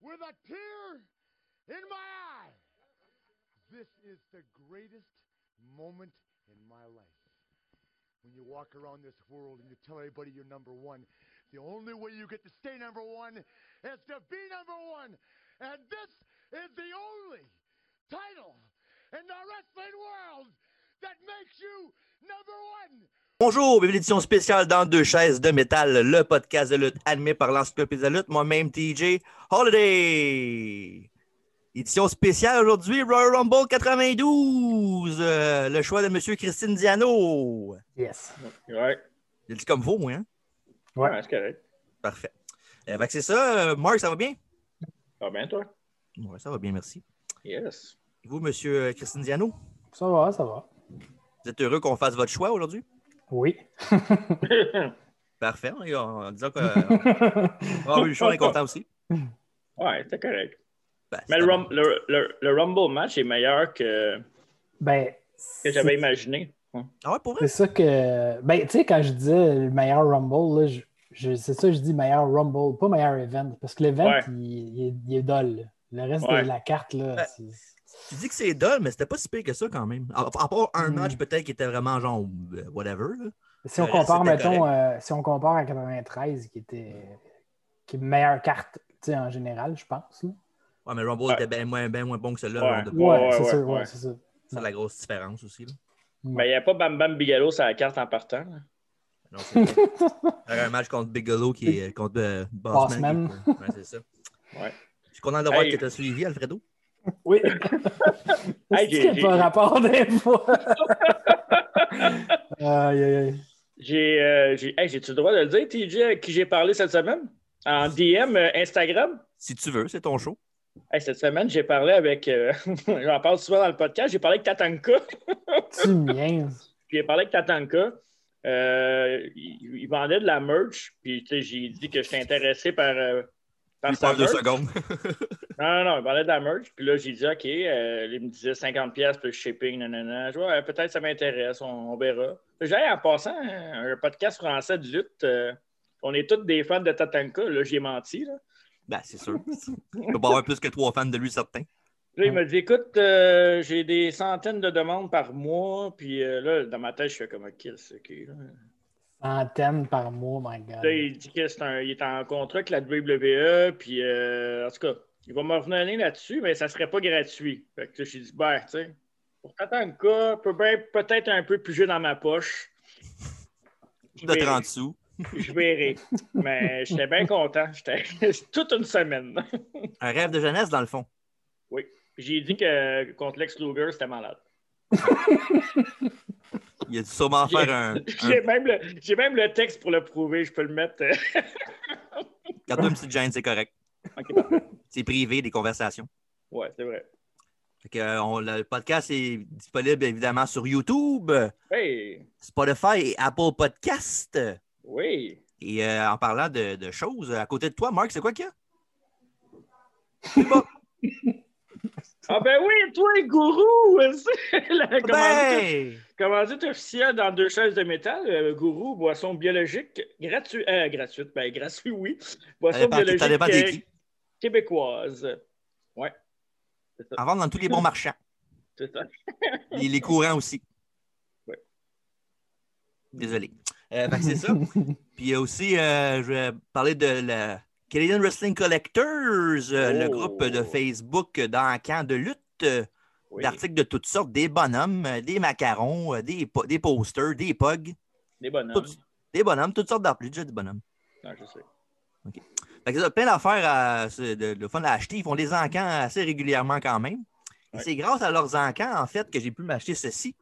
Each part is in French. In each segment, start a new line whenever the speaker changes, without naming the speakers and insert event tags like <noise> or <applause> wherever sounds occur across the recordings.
with a tear in my eye. This is the greatest moment in my life. When you walk around this world and you tell everybody you're number one, the only way you get to stay number one is to be number one. And this is the only title in the wrestling world that makes you number one.
Bonjour, bienvenue à l'édition spéciale dans deux chaises de métal, le podcast de lutte animé par l'encyclopédie de la lutte, moi-même TJ Holiday. Édition spéciale aujourd'hui, Royal Rumble 92, euh, le choix de Monsieur Christine Diano.
Yes.
Ouais,
Il dit comme vous, moi, hein?
ouais, c'est correct.
Parfait. Euh, fait que c'est ça, euh, Marc, ça va bien?
Ah bien toi?
Oui, ça va bien, merci.
<laughs> Yes.
Et vous, Monsieur euh, Christine Diano,
Ça va, ça va.
vous êtes heureux qu'on fasse votre choix aujourd'hui?
<laughs>
Oui.
Parfait, on- on- en disant qu'on a eu le choix, on est content aussi.
Ouais, c'est correct.
Ben,
Mais le,
c'est-
Rum- le- le- le Rumble match est meilleur que,
ben,
que
c'est
<laughs> j'avais imaginé. Ouais.
Ah ouais, pour vrai?
c'est ça que. Ben, tu sais, quand je disais le meilleur Rumble, là, je- je- c'est ça que je dis meilleur Rumble, pas meilleur event, parce que l'event,
Ouais.
il, il est- il est dol. Le reste
Ouais.
de la carte, là,
Ben,
c'est-
Tu dis que c'est dull, mais c'était pas si pire que ça quand même. À, à part un
Hmm.
match peut-être qui était vraiment genre euh, whatever. là.
si on
le
compare,
reste, c'était
mettons, euh, si on compare à 93, qui était qui est meilleure carte, tu sais, en général, je pense. là.
Ouais, mais Rumble
Ouais.
était bien moins, ben moins bon que celui-là.
Ouais.
genre de-
Ouais,
c'est
ouais,
ça, ouais,
ouais.
c'est ça.
C'est la grosse différence aussi. là.
Mais il n'y a pas Bam Bam Bigelow sur la carte en partant. là.
Non, c'est vrai.
<laughs>
Faire un match contre Bigelow qui est contre euh, Bossman.
Bossman.
qui est- Ouais, c'est ça.
Ouais.
Je suis content de voir
Hey.
que tu as suivi, Alfredo.
Oui.
Hey,
<laughs> Est-ce qu'il n'y
j'ai-
a pas
j'ai-
rapport des
<laughs>
fois? aïe, aïe, aïe.
J'ai euh, j'ai- hey, j'ai-tu le droit de le dire, TJ, à qui j'ai parlé cette semaine? En DM euh, Instagram?
Si tu veux, c'est ton show.
Hey, cette semaine, j'ai parlé avec. euh, <laughs> J'en parle souvent dans le podcast. J'ai parlé avec Tatanka. <laughs>
Tu niaises.
Puis j'ai parlé avec Tatanka. Euh, il, il vendait de la merch. Puis tu sais, j'ai dit que j'étais intéressé par, euh, par
Il
sa
parle deux
merch.
secondes.
Non, non, non, il parlait de la merch. Puis là, j'ai dit, OK, euh, il me disait 50$ piastres, plus le shipping, nanana. Je vois, ouais, peut-être ça m'intéresse, on, on verra. J'ai en passant hein, un podcast français de lutte. euh, on est tous des fans de Tatanka. Là, j'ai menti. Là.
<laughs> ben, c'est sûr. Il peut pas avoir plus que trois fans de lui, certains.
Là, il m'a dit, écoute, euh, j'ai des centaines de demandes par mois. Puis euh, là, dans ma tête, je suis comme, OK, c'est OK. là.
Centaines par mois, my God.
Là, il dit qu'il est, un- il est en contrat avec la WWE, puis euh, en tout cas, il va me revenir là-dessus, mais ça ne serait pas gratuit. Fait que là, j'ai dit, ben, tu sais, pour Tatanka, peut ben- peut-être un peu piger dans ma poche. Je
De
verrai.
30 sous.
Je verrai. mais j'étais bien content. J'étais <laughs> toute une semaine.
Un rêve de jeunesse, dans le fond.
J'ai dit que contre Lex Luger, c'était malade.
Il a dû sûrement
J'ai-
faire un.
J'ai même, le- j'ai même le texte pour le prouver, je peux le mettre. euh,
Quand toi, une petite gêne, c'est correct.
<laughs> Ok, parfait.
C'est privé des conversations.
Ouais, c'est vrai.
Fait que, euh, on- le podcast est disponible évidemment sur YouTube,
Hey,
Spotify et Apple Podcast.
oui.
Et euh, en parlant de, de choses, à côté de toi, Marc, c'est quoi qu'il y a? Je sais pas.
Ah ben oui, toi, gourou! <laughs> C'est la commandite-
ben,
Commandite officielle dans deux chaises de métal, euh, gourou, boisson biologique gratuite, gratuite, ben gratuit, oui.
ça
Boisson
dépend, ça
biologique
dépend des
euh,
qui.
québécoise.
À vendre dans tous les bons marchands.
C'est ça.
Et les courants aussi.
Ouais.
Désolé. Euh, fait que c'est
<laughs>
ça. Puis euh, aussi, euh, je vais parler de la Canadian Wrestling Collectors, euh, le
Oh.
groupe de Facebook dans le camp de lutte. euh,
Oui.
D'articles de toutes sortes, des bonhommes, euh, des macarons, euh, des, po- des posters, des pogs,
Des bonhommes.
Tout- des bonhommes, toutes sortes d'articles. J'ai déjà dit bonhommes.
Non, je sais.
Fait que ça, plein d'affaires à- c'est de, de fun à acheter. Ils font des encans assez régulièrement quand même. Et
Ouais.
c'est grâce à leurs encans, en fait, que j'ai pu m'acheter ceci.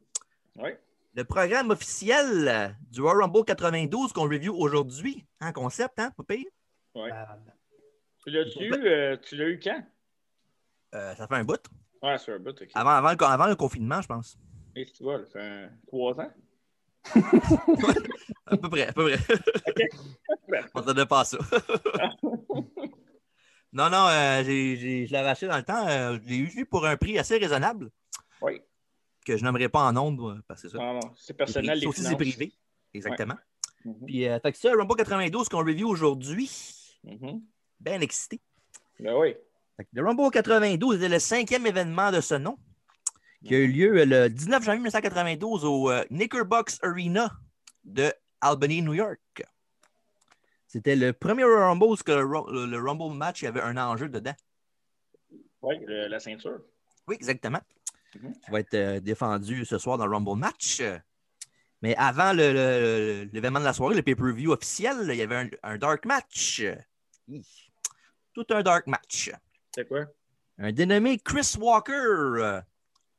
Ouais.
Le programme officiel euh, du Royal Rumble 92 qu'on review aujourd'hui, en concept, hein, pas pire?
Malade.
Tu l'as-tu
Ben-
eu, euh, tu l'as eu quand?
Euh, ça fait un bout.
Ouais, c'est un bout, ok.
Avant, avant, le, avant le confinement, je pense.
Et tu vois, ça fait un- trois ans.
À peu près, à peu près.
<laughs> Ben,
<laughs> On ne donnait pas
<laughs>
ça. non, non, euh, j'ai- j'ai- je l'avais acheté dans le temps. euh, je l'ai eu pour un prix assez raisonnable
Oui.
que je nommerai pas en ondes euh, parce que c'est ça.
Non, non, c'est personnel,
Ça
les
aussi, c'est
finances.
privé. Exactement.
Mhm,
Puis, euh, fait que ça, Rumble 92 qu'on review aujourd'hui,
mhm.
ben excité.
Ben oui.
Fait que Le Rumble 92 est le cinquième événement de ce nom qui a eu lieu euh, le 19 janvier 1992 au euh, Knickerbox Arena de Albany, New York. C'était le premier Royal Rumble parce que le, Ru- le- le Rumble match il y avait un enjeu dedans.
Oui, le- la ceinture.
Oui, exactement.
Mhm.
Qui va être euh, défendu ce soir dans le Rumble match. Euh, Mais avant le- le- le- l'événement de la soirée, le pay-per-view officiel, il y avait un, un dark match. Euh, hi. Tout un dark match.
C'est quoi?
Un dénommé Chris Walker. Euh,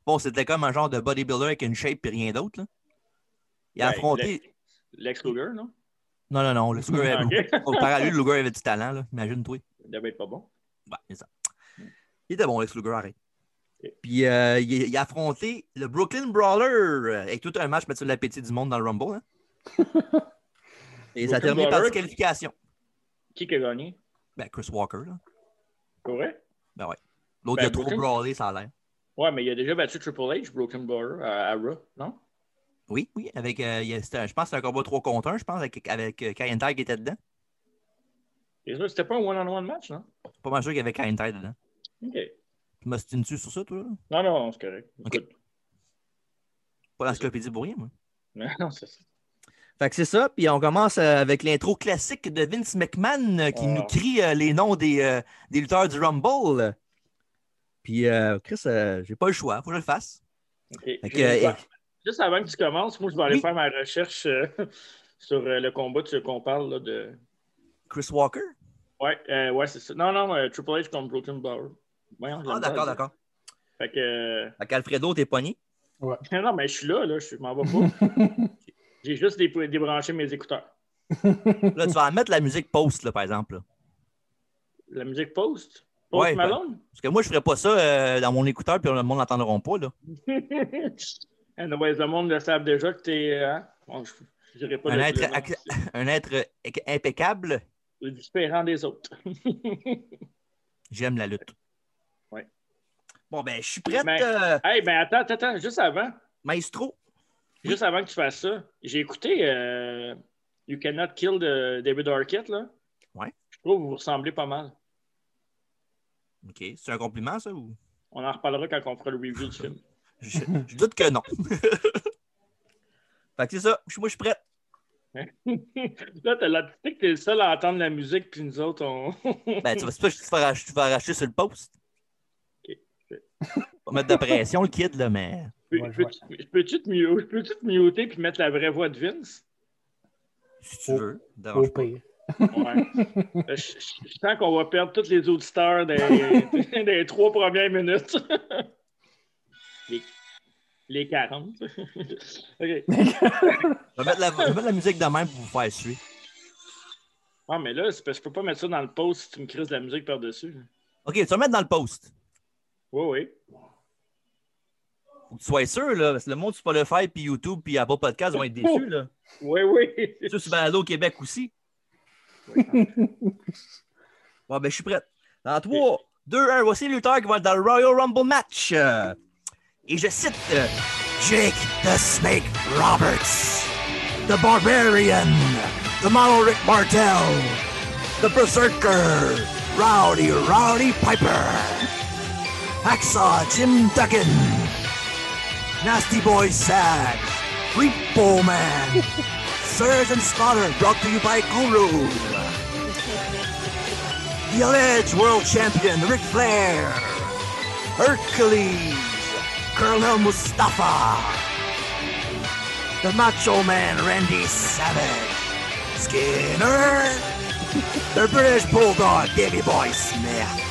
Bon, c'était comme un genre de bodybuilder avec une shape et rien d'autre. là. Il a
Ouais,
affronté.
le- Ben, Lex Luger, non?
Non, non, non. Le Luger
Ah,
avait...
<laughs> ok.
Au parallèle, le Luger avait du talent, là. Imagine-toi.
Il devait être pas bon.
Ouais, Bah, c'est ça. Il était bon, Lex Luger, arrête.
Ok.
Puis euh, il, il a affronté le Brooklyn Brawler euh, avec tout un match mettre sur l'appétit du monde dans le Rumble.
<laughs>
hein. Et ça a
Brooklyn
terminé par
Brawler.
disqualification.
Qui qui a gagné?
Ben, Chris Walker, là.
C'est vrai?
L'autre,
Ben,
il a trop
Brooklyn.
brawlé, ça a l'air.
Ouais, mais il a déjà battu Triple H, Broken Border, à, à Raw, non?
Oui, oui. Avec, euh, il y a- c'était un- je pense que c'était un combat 3 contre 1, je pense, avec, avec euh, Kyan Tiger qui était dedans.
C'est sûr, c'était pas un one-on-one match, non?
Pas mal sûr qu'il y avait Kyan Tiger dedans.
OK.
Tu m'ostines-tu sur ça, toi, là?
Non, non, c'est correct.
Ok.
Écoute. <laughs>
Pas l'encyclopédie pour rien, moi.
Non, non, c'est ça.
Fait que c'est ça. Puis on commence euh, avec l'intro classique de Vince McMahon euh, qui
Ah.
nous crie euh, les noms des, euh, des lutteurs du Rumble. Puis euh, Chris, euh, j'ai pas le choix, faut que je le fasse.
OK.
Fait que,
J'ai-
euh,
Juste avant que tu commences, moi, je vais aller
Oui.
faire ma recherche euh, <laughs> sur euh, le combat de ce qu'on parle, là, de...
Chris Walker. Ah,
Ouais, euh, ouais, c'est ça. Non, non, euh, Triple H contre Broken Border. Voyons,
Ah,
j'aime pas,
d'accord,
ça.
d'accord.
Fait que... euh,
Fait qu'Alfredo, t'es pogné.
<laughs> Non, mais je suis là, là, je m'en vais pas.
<laughs>
J'ai juste dé- débranché mes écouteurs.
Là, tu vas mettre la musique post, là, par exemple. là.
La musique post? Post
Ouais, ben,
Malone?
Parce que moi, je ferais pas ça euh, dans mon écouteur, puis le monde l'entendront pas, là.
<laughs> Anyways, Eh, le monde le savent déjà que t'es. euh, hein? Bon, je je dirais pas
Un
le,
être,
le nom.
ac- un être euh, ec- impeccable,
C'est différent des autres.
j'aime la lutte.
Ouais.
Bon, ben, je suis prête,
Mais-
euh,
hey, ben attends, attends, attends, juste avant,
maestro.
juste avant que tu fasses ça, j'ai écouté euh, You Cannot Kill de David Arquette, là.
Ouais.
Je trouve que vous vous ressemblez pas mal.
OK, c'est un compliment, ça, ou...
On en reparlera quand on fera le review du film. <laughs>
Je, je
<laughs>
doute que non. fait que c'est ça. Je suis- Moi, je suis prêt.
là, t'as la tu sais que t'es le seul à entendre la musique, puis nous autres, on. <laughs>
Ben, tu vas, c'est pas que tu te fais arracher, tu te fais arracher sur le poste.
Ok, parfait.
Pas mettre de pression, le kid, là, mais.
Peux-
Ouais, je
peux- je Peux-tu te, mute- je peux-tu te muter puis mettre la vraie voix de Vince?
Si tu
Oh.
veux. me
Au
dérange pas.
pire.
Ouais. Euh, je, je- je sens qu'on va perdre tous les auditeurs des, <laughs> des trois premières minutes. <laughs> les, les 40. <laughs> OK.
Je vais mettre la, je vais mettre la musique de même pour vous faire suer.
Ah, mais là, c'est parce que je peux pas mettre ça dans le post si tu me crises de la musique par-dessus.
OK, tu vas mettre dans le poste.
Oui, oui.
Faut que tu sois sûr, là. Parce que le monde sur Spotify, puis YouTube, puis Apple Podcast vont être déçus, là.
Oui, oui.
<laughs> Ça, c'est Balado au Québec aussi. Bon, ben, je suis prête. Dans 3, 2, 1, voici le lutteur qui va être dans le Royal Rumble match. Euh, et je cite euh, Jake the Snake Roberts, The Barbarian, The Monoric Martel, The Berserker, Rowdy Rowdy Piper, Hacksaw Jim Duggan, Nasty Boy Sag, Repo Man, Surge and Slaughter, brought to you by Guru. The alleged world champion Ric Flair, Hercules, Colonel Mustafa, the Macho Man Randy Savage, Skinner, the British Bulldog Davy Boy Smith,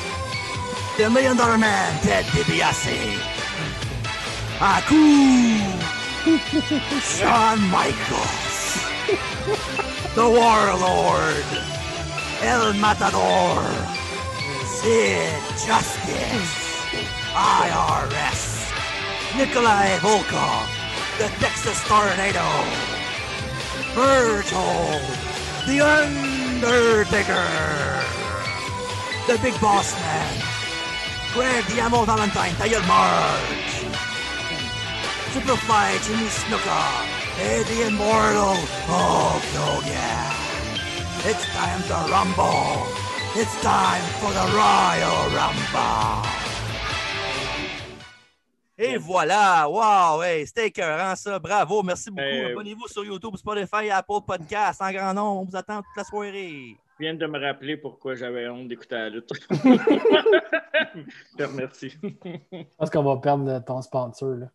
the Million Dollar Man Ted DiBiase, Haku, <laughs> Shawn Michaels, the Warlord. El Matador, Sid Justice, IRS, Nikolai Volkov, the Texas Tornado, Virgil, The Undertaker, The Big Boss Man, Greg Diamo Valentine, Taylor March, Superfly Jimmy Snuka, Eddie Immortal, Hulk Hogan. It's time to rumble. It's time for the Royal Rumble! Et voilà! Wow! Hey, c'était écœurant, ça! Bravo! Merci beaucoup!
Hey.
Abonnez-vous sur YouTube, Spotify, Apple Podcast, en grand nombre. On vous attend toute la soirée.
Je viens de me rappeler pourquoi j'avais honte d'écouter la lutte. Je te remercie.
Je pense qu'on va perdre euh, ton sponsor. Là.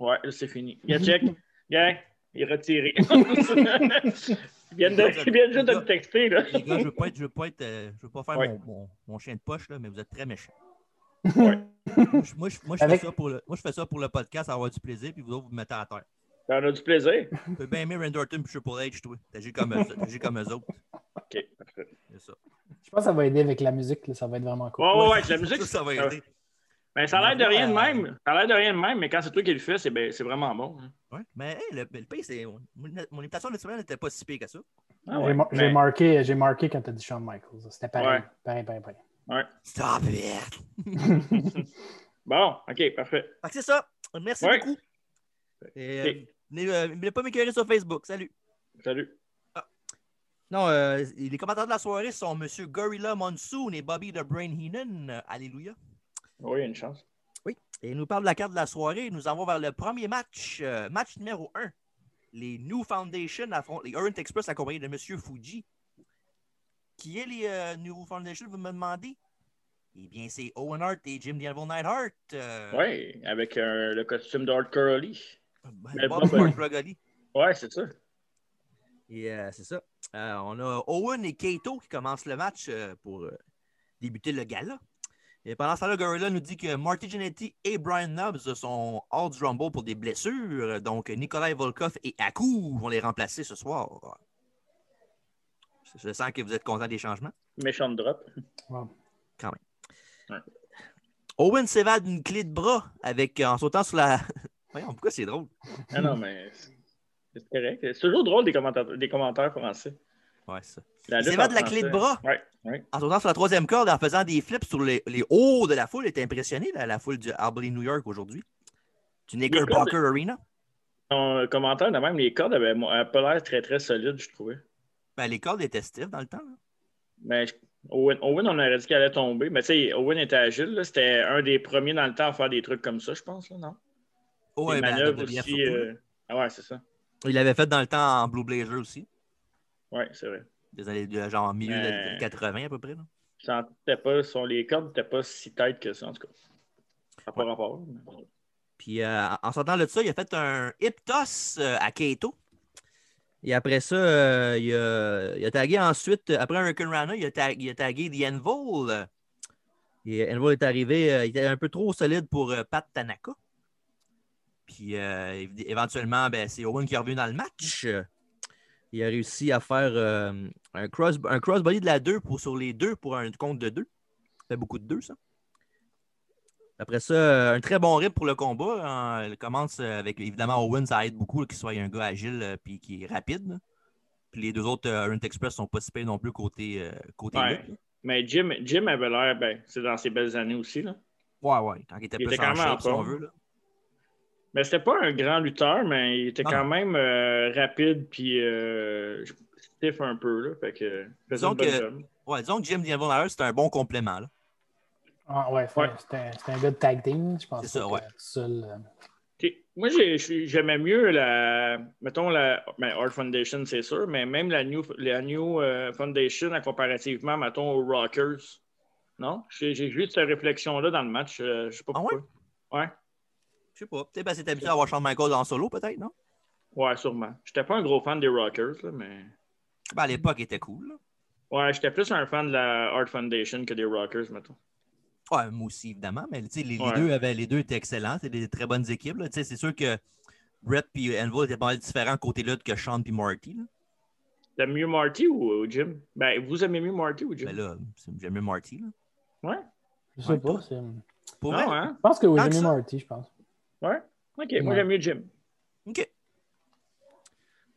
Ouais, là, c'est fini. Viens, check. Viens, il est retiré. Ils viennent de- ils viennent juste de me texter, là.
Les gars, je veux pas être, je veux pas être, euh, je veux pas faire
Ouais.
mon, mon- mon chien de poche, là, mais vous êtes très méchants.
Ouais.
Moi, je- moi, je- moi, je
Avec-
fais ça pour le, moi, je fais ça pour le podcast, avoir du plaisir, puis vous autres, vous me mettez à terre.
T'en as du plaisir?
Tu peux bien aimer Randy Orton puis Triple H, toi. T'as juste comme, eux- t'as juste comme eux autres.
OK, parfait.
C'est ça.
Je pense que ça va aider avec la musique. là, Ça va être vraiment cool.
Ouais, Ah ouais, ouais, avec la musique.
<laughs> Ça, ça va
ça-
aider.
Ben, ça a l'air de rien de
Ouais.
même. Ça a l'air de rien de même, mais quand c'est toi qui le fais, c'est ben, c'est vraiment bon. hein.
Ouais. Mais hey, le, le pays, c'est. Mon, mon imitation naturelle n'était pas si pire que ça.
Ah
J'ai
ouais,
mar- J'ai
ben,
marqué, j'ai marqué quand t'as dit Shawn Michaels. là. C'était pareil,
Ouais.
pareil, pareil, pareil.
Stop it! <laughs>
Bon, OK, parfait.
Fait que c'est ça. Merci
Ouais.
beaucoup. Et,
Ok.
euh, n'hé- euh, n'oubliez pas m'écœurer sur Facebook. Salut.
Salut.
Non, euh, les commentateurs de la soirée sont M. Gorilla Monsoon et Bobby the Brain Heenan. Euh, Alléluia.
Oui, il y a une chance.
Et il nous parle de la carte de la soirée. Il Nous avons vers le premier match, euh, match numéro 1. Les New Foundation affrontent les Orient Express accompagnés de M. Fuji. Qui est les euh, New Foundation, vous me demandez? Eh bien, c'est Owen Hart et Jim Diablo Nightheart. Euh,
Oui, avec euh, le costume d'Hard Curly.
ben,
Ben,
Bob
Bob, ouais.
Brogoli.
Ouais, c'est ça.
Et euh, c'est ça. Euh, on a Owen et Kato qui commencent le match euh, pour euh, débuter le gala. Et pendant ce temps-là, Gorilla nous dit que Marty Jannetty et Brian Knobs sont hors du Rumble pour des blessures. Donc, Nikolai Volkov et Aku vont les remplacer ce soir. Je- Je sens que vous êtes content des changements.
Méchant drop.
<laughs> Owen s'évade d'une clé de bras avec, en sautant sur la. <laughs> Voyons, pourquoi c'est drôle?
Ah non, mais c'est- c'est correct. C'est toujours drôle des commentaires, des commentaires français.
Ouais, c'est ça.
La
Il
lutte
s'évade
en
la clé de
français.
bras.
Ouais, ouais.
En sautant sur la troisième corde, en faisant des flips sur les, les hauts de la foule, était impressionné, la, la foule du Arbley New York aujourd'hui. Du Knickerbocker Arena.
Son commentaire, de même, les cordes avaient avaient pas l'air très, très solide, je trouvais.
Ben, les cordes étaient stiff dans le temps. hein. là.
Mais je- Owen, Owen, on aurait dit qu'elle allait tomber. Mais tu sais, Owen était agile. là. C'était un des premiers dans le temps à faire des trucs comme ça, je pense, là, non?
Oh,
des
ouais, ben,
manœuvres
la WWE
aussi.
surtout, là.
euh, Ah ouais, c'est ça.
Il l'avait fait dans le temps en Blue Blazer aussi.
Ouais, c'est vrai.
Des années de- genre milieu des
Euh.
années 80 à peu près. là.
Je sentais pas, son, les cordes n'étaient pas si tight que ça, en tout cas. Ça n'a pas rapport. mais-
Puis euh, en- en sortant de ça, il a fait un hip toss euh, à Kato. Et après ça, euh, il, a, il a tagué ensuite, euh, après un Hurricane Rana, il a, tag- il a tagué The Envol. euh, Et Envol est arrivé, euh, il était un peu trop solide pour euh, Pat Tanaka. Puis euh, évi- éventuellement, ben, c'est Owen qui est revenu dans le match. Euh, Il a réussi à faire euh, un, cross, un crossbody de la 2 pour, sur les deux pour un compte de 2. Ça fait beaucoup de 2, ça. Après ça, euh, un très bon rythme pour le combat. hein. Il commence euh, avec, évidemment, Owen, ça aide beaucoup là, qu'il soit un gars agile euh, puis qui est rapide. là. Puis les deux autres euh, Orient Express sont pas si pires non plus côté, euh, côté
Ouais.
lutte, là.
Mais Jim, Jim avait l'air, ben, c'est dans ses belles années aussi. Là.
Ouais, ouais. Quand il était
Il
plus
était
en
quand même en
shape, si on
forme.
veut. Là.
Mais c'était pas un grand lutteur, mais il était
Non.
quand même euh, rapide puis euh, stiff un peu. Là, fait que euh, faisait
Disons
une bonne
que-
job.
Ouais, disons que Jim Diablo c'est un bon complément. là.
Ah, ouais,
Ouais.
C'était c'était un gars de tag team, je pense.
C'est ça,
pas que
ouais.
seul, euh,
Ok. Moi, j'ai- j'ai- j'aimais mieux la. Mettons la. Ben, Art Foundation, c'est sûr, mais même la New, la new euh, Foundation, à comparativement, mettons, aux Rockers. Non? J'ai j'ai eu cette réflexion-là dans le match. euh, je sais pas
Ah ouais?
pourquoi.
Je sais pas. Peut-être parce que t'es habitué à avoir Shawn Michaels en solo, peut-être, non?
ouais? sûrement. J'étais pas un gros fan des Rockers, là, mais.
Ben, à l'époque, il était cool. là.
Ouais, j'étais plus un fan de la Art Foundation que des Rockers, mettons.
Ouais, moi aussi, évidemment. Mais tu sais, les, les
Ouais.
deux avaient, les deux étaient excellents. C'est des très bonnes équipes. là. Tu sais, C'est sûr que Brett et Envol étaient pas mal différents côté lutte que Sean et Marty. Là.
T'aimes mieux Marty ou, ou Jim? Ben, vous aimez mieux Marty ou Jim?
Ben là, c'est- j'aime mieux Marty. Là.
Ouais?
Je
Ouais,
sais pas.
toi.
c'est- Je
Pour
Non,
vrai?
hein?
pense que oui,
Tant
j'ai
que
mis
ça.
Marty, je pense.
Ok, moi
Ouais.
j'aime mieux Jim.
OK.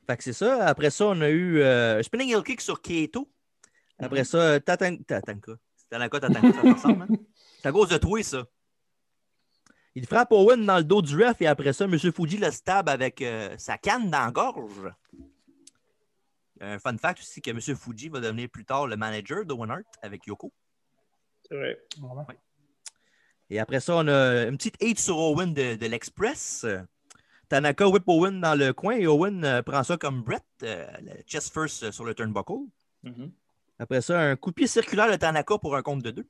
Fait que c'est ça. Après ça, on a eu euh, Spinning Heel Kick sur Keto. Après ça, euh, Tatan- Tatanka. C'est Tanaka, Tatanka, ça ressemble. Hein? C'est à cause de toi, ça. Il frappe Owen dans le dos du ref et après ça, M. Fuji le stab avec euh, sa canne dans la gorge. Un fun fact aussi que M. Fuji va devenir plus tard le manager de One Art avec Yoko.
C'est vrai.
Vraiment.
Et après ça, on a une petite hate sur Owen de, de l'Express. Euh, Tanaka whip Owen dans le coin et Owen euh, prend ça comme Brett, euh, le chest first euh, sur le turnbuckle.
Mhm.
Après ça, un coup de pied circulaire de Tanaka pour un compte de deux.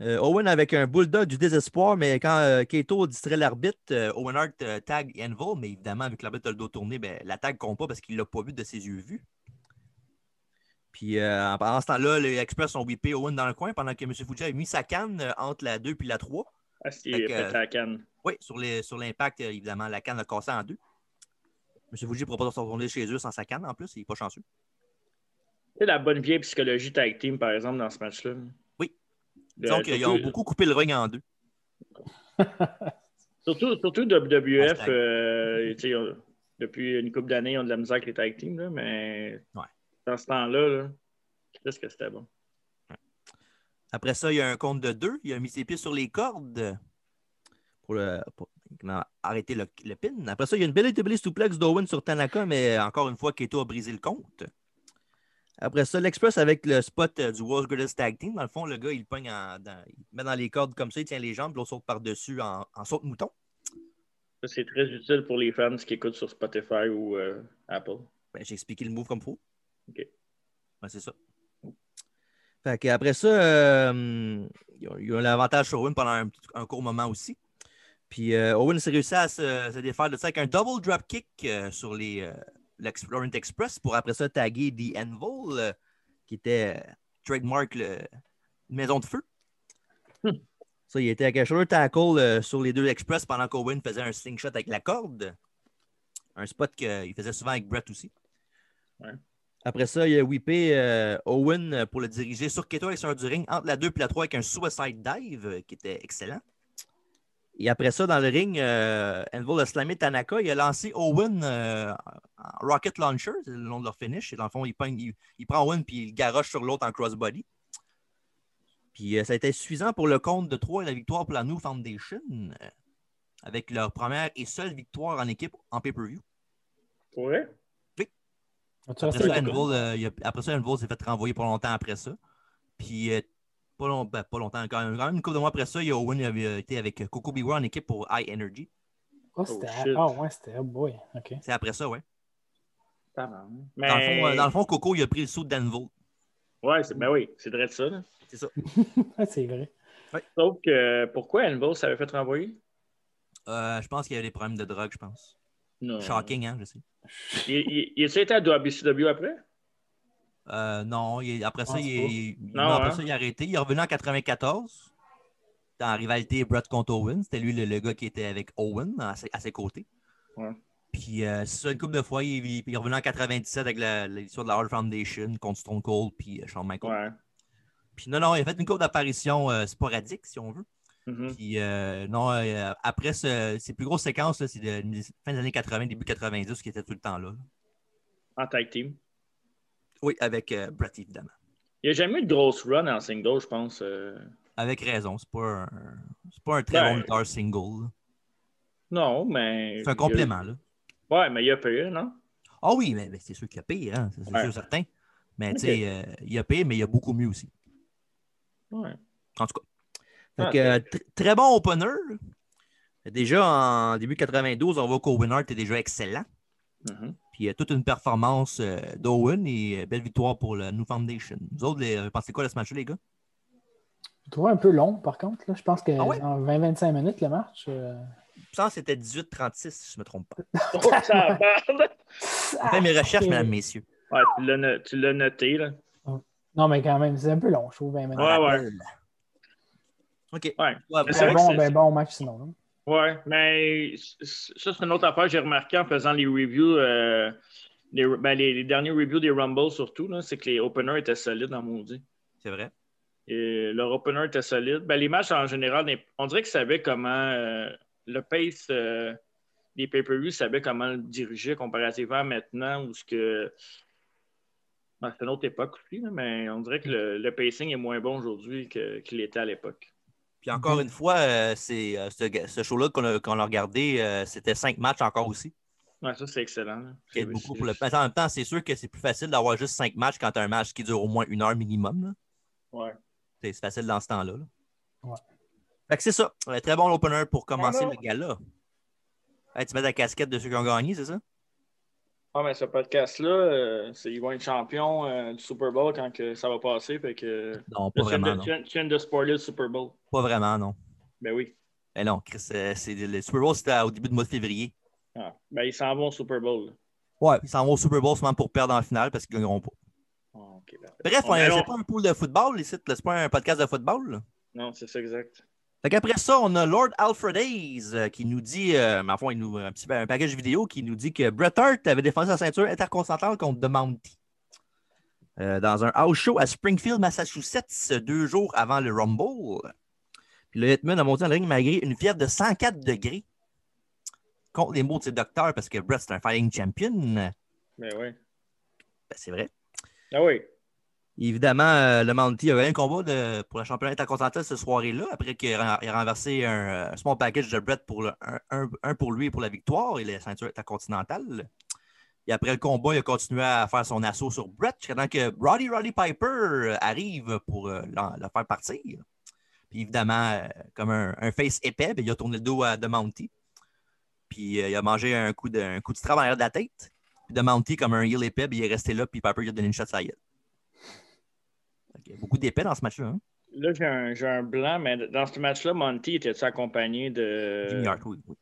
Euh, Owen avec un bulldog du désespoir, mais quand euh, Keito distrait l'arbitre, euh, Owen Hart euh, tag Envol, mais évidemment, avec l'arbitre a le dos tourné, ben, la tag compte pas parce qu'il l'a pas vu de ses yeux vus. Puis euh, en- pendant ce temps-là, les Express ont whippé Owen dans le coin pendant que M. Fuji a mis sa canne euh, entre la 2 puis la 3.
Ah, c'est qu'il
Fait
a
que-
pété la canne.
Oui, sur les- sur l'impact, euh, évidemment, la canne a cassé en deux. M. Fuji ne pourra pas se retourner chez eux sans sa canne en plus, il n'est pas chanceux.
C'est la bonne vieille psychologie tag team, par exemple, dans ce match-là.
Oui.
De-
Disons qu'ils ont
surtout-
beaucoup coupé le ring en deux.
Surtout, surtout WWF,
Hashtag.
euh, tu sais, on- depuis une couple d'années, ils ont de la misère avec les tag teams, là, mais
Ouais.
dans ce temps-là, là, qu'est-ce que c'était bon?
Après ça, il y a un compte de deux. Il a mis ses pieds sur les cordes pour, le- pour- non, arrêter le, le pin. Après ça, il y a une belle double souplex d'Owen sur Tanaka, mais encore une fois, Keto a brisé le compte. Après ça, l'Express avec le spot euh, du World's Greatest Tag Team. Dans le fond, le gars, il pogne en- dans- il met dans les cordes comme ça, il tient les jambes, puis l'autre saute par-dessus en, en saute mouton.
Ça, c'est très utile pour les fans qui écoutent sur Spotify ou euh, Apple.
Ben, j'ai expliqué le move comme faut.
OK.
Ben, c'est ça. Fait que après ça, euh, il y a- il y a l'avantage sur Owen pendant un, petit- un court moment aussi. Puis euh, Owen s'est réussi à se, se défaire de ça avec un double drop kick euh, sur les euh, l'Ex- Laurent Express pour après ça taguer The Anvil, euh, qui était euh, trademark le- une maison de feu.
Hmm.
Ça, il était avec un shoulder tackle euh, sur les deux Express pendant qu'Owen faisait un slingshot avec la corde. Un spot qu'il faisait souvent avec Brett aussi. Après ça, il a whippé euh, Owen pour le diriger sur Keto à l'extérieur du ring, entre la 2 et la 3 avec un suicide dive euh, qui était excellent. Et après ça, dans le ring, euh, Anvil a slamé Tanaka. Il a lancé Owen euh, en Rocket Launcher, c'est le nom de leur finish. Et dans le fond, il, pogne- il- il prend Owen puis il le garoche sur l'autre en crossbody. Puis euh, ça a été suffisant pour le compte de 3 et la victoire pour la New Foundation, euh, avec leur première et seule victoire en équipe en pay-per-view.
Pour vrai?
As-tu
Après
resté
ça,
là-dedans?
Anvil, euh, il a- après ça, Anvil s'est fait renvoyer pas longtemps après ça. Puis, euh, pas, long- ben, pas longtemps, quand même, quand même une couple de mois après ça, il y a Owen il avait été avec Coco Beware en équipe pour High Energy.
Ah, c'était.
shit.
Ah, ouais, c'était. Oh, boy. OK.
C'est après ça, ouais.
Mais...
Dans, le fond, euh, dans le fond, Coco, il a pris le saut d'Anvil.
Ouais, c'est- ben oui, c'est vrai de ça. là.
C'est ça.
Ah, c'est vrai.
Sauf que pourquoi Envol s'avait fait renvoyer?
Euh, je pense qu'il y a des problèmes de drogue, je pense.
Non.
Shocking, hein, je sais.
Il, il, il a-tu été à WCW après?
Euh, non, il est- après ça,
pense
il,
pas.
est- il-
Non,
non, après
hein.
ça, il a arrêté. Il est revenu en 94 dans la rivalité Brett contre Owen. C'était lui le, le gars qui était avec Owen à ses, à ses côtés.
Ouais.
Puis euh, c'est ça, une couple de fois, il, il- il est revenu en 97 avec la- l'histoire de la Hard Foundation contre Stone Cold puis euh, Shawn Michaels.
Ouais.
Puis non, non, il a fait une couple d'apparitions euh, sporadiques, si on veut.
Mhm.
Puis euh, non, euh, après ce- ses plus grosses séquences, là, c'est de de fin des années 80, début 90, qui était tout le temps là. là.
En tag team.
Oui, avec euh, Brett, évidemment.
Il n'y a jamais eu de grosse run en single, je pense. euh.
Avec raison, c'est pas un, c'est pas un très
Ben.
bon lutteur single. là.
Non, mais.
C'est un complément, là.
Ouais, mais il y a payé, non?
Ah oui, mais, mais c'est sûr qu'il y a pire, hein, c'est c'est
Ouais.
sûr certain. Mais
Ok.
tu sais, euh, il y a pire, mais il y a beaucoup mieux aussi.
Ouais.
En tout cas.
Ah,
Fait que, euh, tr- très bon opener. Déjà en début 92, on voit qu'Owen Hart est déjà excellent.
Mhm. <laughs>
Puis il y a toute une performance euh, d'Owen et euh, belle victoire pour la New Foundation. Vous autres, les- vous pensez quoi de ce match-là, les gars?
Je trouve un peu long, par contre. Là. Je pense que
Ah ouais?
en 20-25 minutes, le match. euh,
Je pense que c'était 18-36, si je ne me trompe pas.
Oh, ça parle!
Ah!
J'ai fait mes recherches,
ok.
mesdames, messieurs.
Ouais, tu l'as no- tu l'as noté, là.
Non, mais quand même, c'est un peu long, je trouve, 20 minutes.
Ouais, ouais.
Rappel. OK.
Ouais.
Ouais,
Mais
C'est
c'est
un
vrai
bon,
que c'est-
ben, bon match sinon. là.
Ouais, mais c- c- ça, c'est une autre affaire. que J'ai remarqué en faisant les reviews, euh, les, ben, les, les derniers reviews des Rumble surtout, là, c'est que les openers étaient solides en maudit.
c'est vrai.
Et leur opener était solide. Ben, les matchs en général, n'est- on dirait qu'ils savaient comment euh, le pace euh, des pay-per-view savait comment le diriger comparativement à maintenant où ce que. Ben, c'est une autre époque aussi, là, mais on dirait que le, le pacing est moins bon aujourd'hui que- qu'il était à l'époque.
Puis encore une fois, euh, c'est, euh, ce, ga- ce show-là qu'on a, qu'on a regardé, euh, c'était cinq matchs encore aussi.
Ouais, ça, c'est excellent. là.
qui aide beaucoup pour le Mais En même temps, c'est sûr que c'est plus facile d'avoir juste cinq matchs quand t'as un match qui dure au moins une heure minimum. là.
Ouais.
C'est c'est facile dans ce temps-là. là.
Ouais.
Fait que c'est ça. Un très bon opener pour commencer
Bravo.
le gala. Hey, tu mets la casquette de ceux qui ont gagné, c'est ça?
Ah, mais ce podcast-là, euh, c'est- ils vont être champions euh, du Super Bowl quand que ça va passer. Fait que,
Non, pas
Là, tu viens
vraiment,
de,
non.
tu viens- tu viens de spoiler le Super Bowl.
Pas vraiment, non.
Ben oui.
Mais non, Chris, euh, c'est, le Super Bowl, c'était au début du mois de février.
Ah. Ben, ils s'en vont au Super Bowl. là.
Ouais, ils s'en vont au Super Bowl seulement pour perdre en finale parce qu'ils gagneront pas.
Ah, ok, parfait.
Bref,
Bon,
on-
ben
c'est
non.
pas un pool de football, ici. là, C'est pas un podcast de football. là.
Non, c'est ça exact.
Fait qu'après ça, on a Lord Alfred Hayes euh, qui nous dit, euh, mais enfin, il nous, un petit un package vidéo qui nous dit que Bret Hart avait défendu sa ceinture intercontinentale contre The Mountie euh, dans un house show à Springfield, Massachusetts, deux jours avant le Rumble. Puis le Hitman a monté en ring malgré une fièvre de 104 degrés contre les mots de ses docteurs parce que Bret, c'est un fighting champion. Ben,
Ben oui.
c'est vrai.
Ah oui.
Évidemment, euh, le Mountie a eu un combat de- pour le championnat intercontinental ce soir-là, après qu'il a, il a renversé un, euh, small package de Brett pour le- un, un- un pour lui et pour la victoire et la ceinture intercontinentale. Et après le combat, il a continué à faire son assaut sur Brett jusqu'à temps que Roddy Roddy Piper euh, arrive pour euh, l'en- le faire partir. Puis évidemment, euh, comme un, un face épais, ben, il a tourné le dos à The Mountie. Puis euh, il a mangé un coup de, un coup de travail de la tête. Puis The Mountie, comme un heel épais, ben, il est resté là, puis Piper lui a donné une shot à la gueule. Il y a beaucoup d'épais dans ce match-là. Hein?
Là, j'ai un, j'ai un blanc, mais dans ce match-là, Monty était accompagné de.
Jimmy Hart, oui. oui.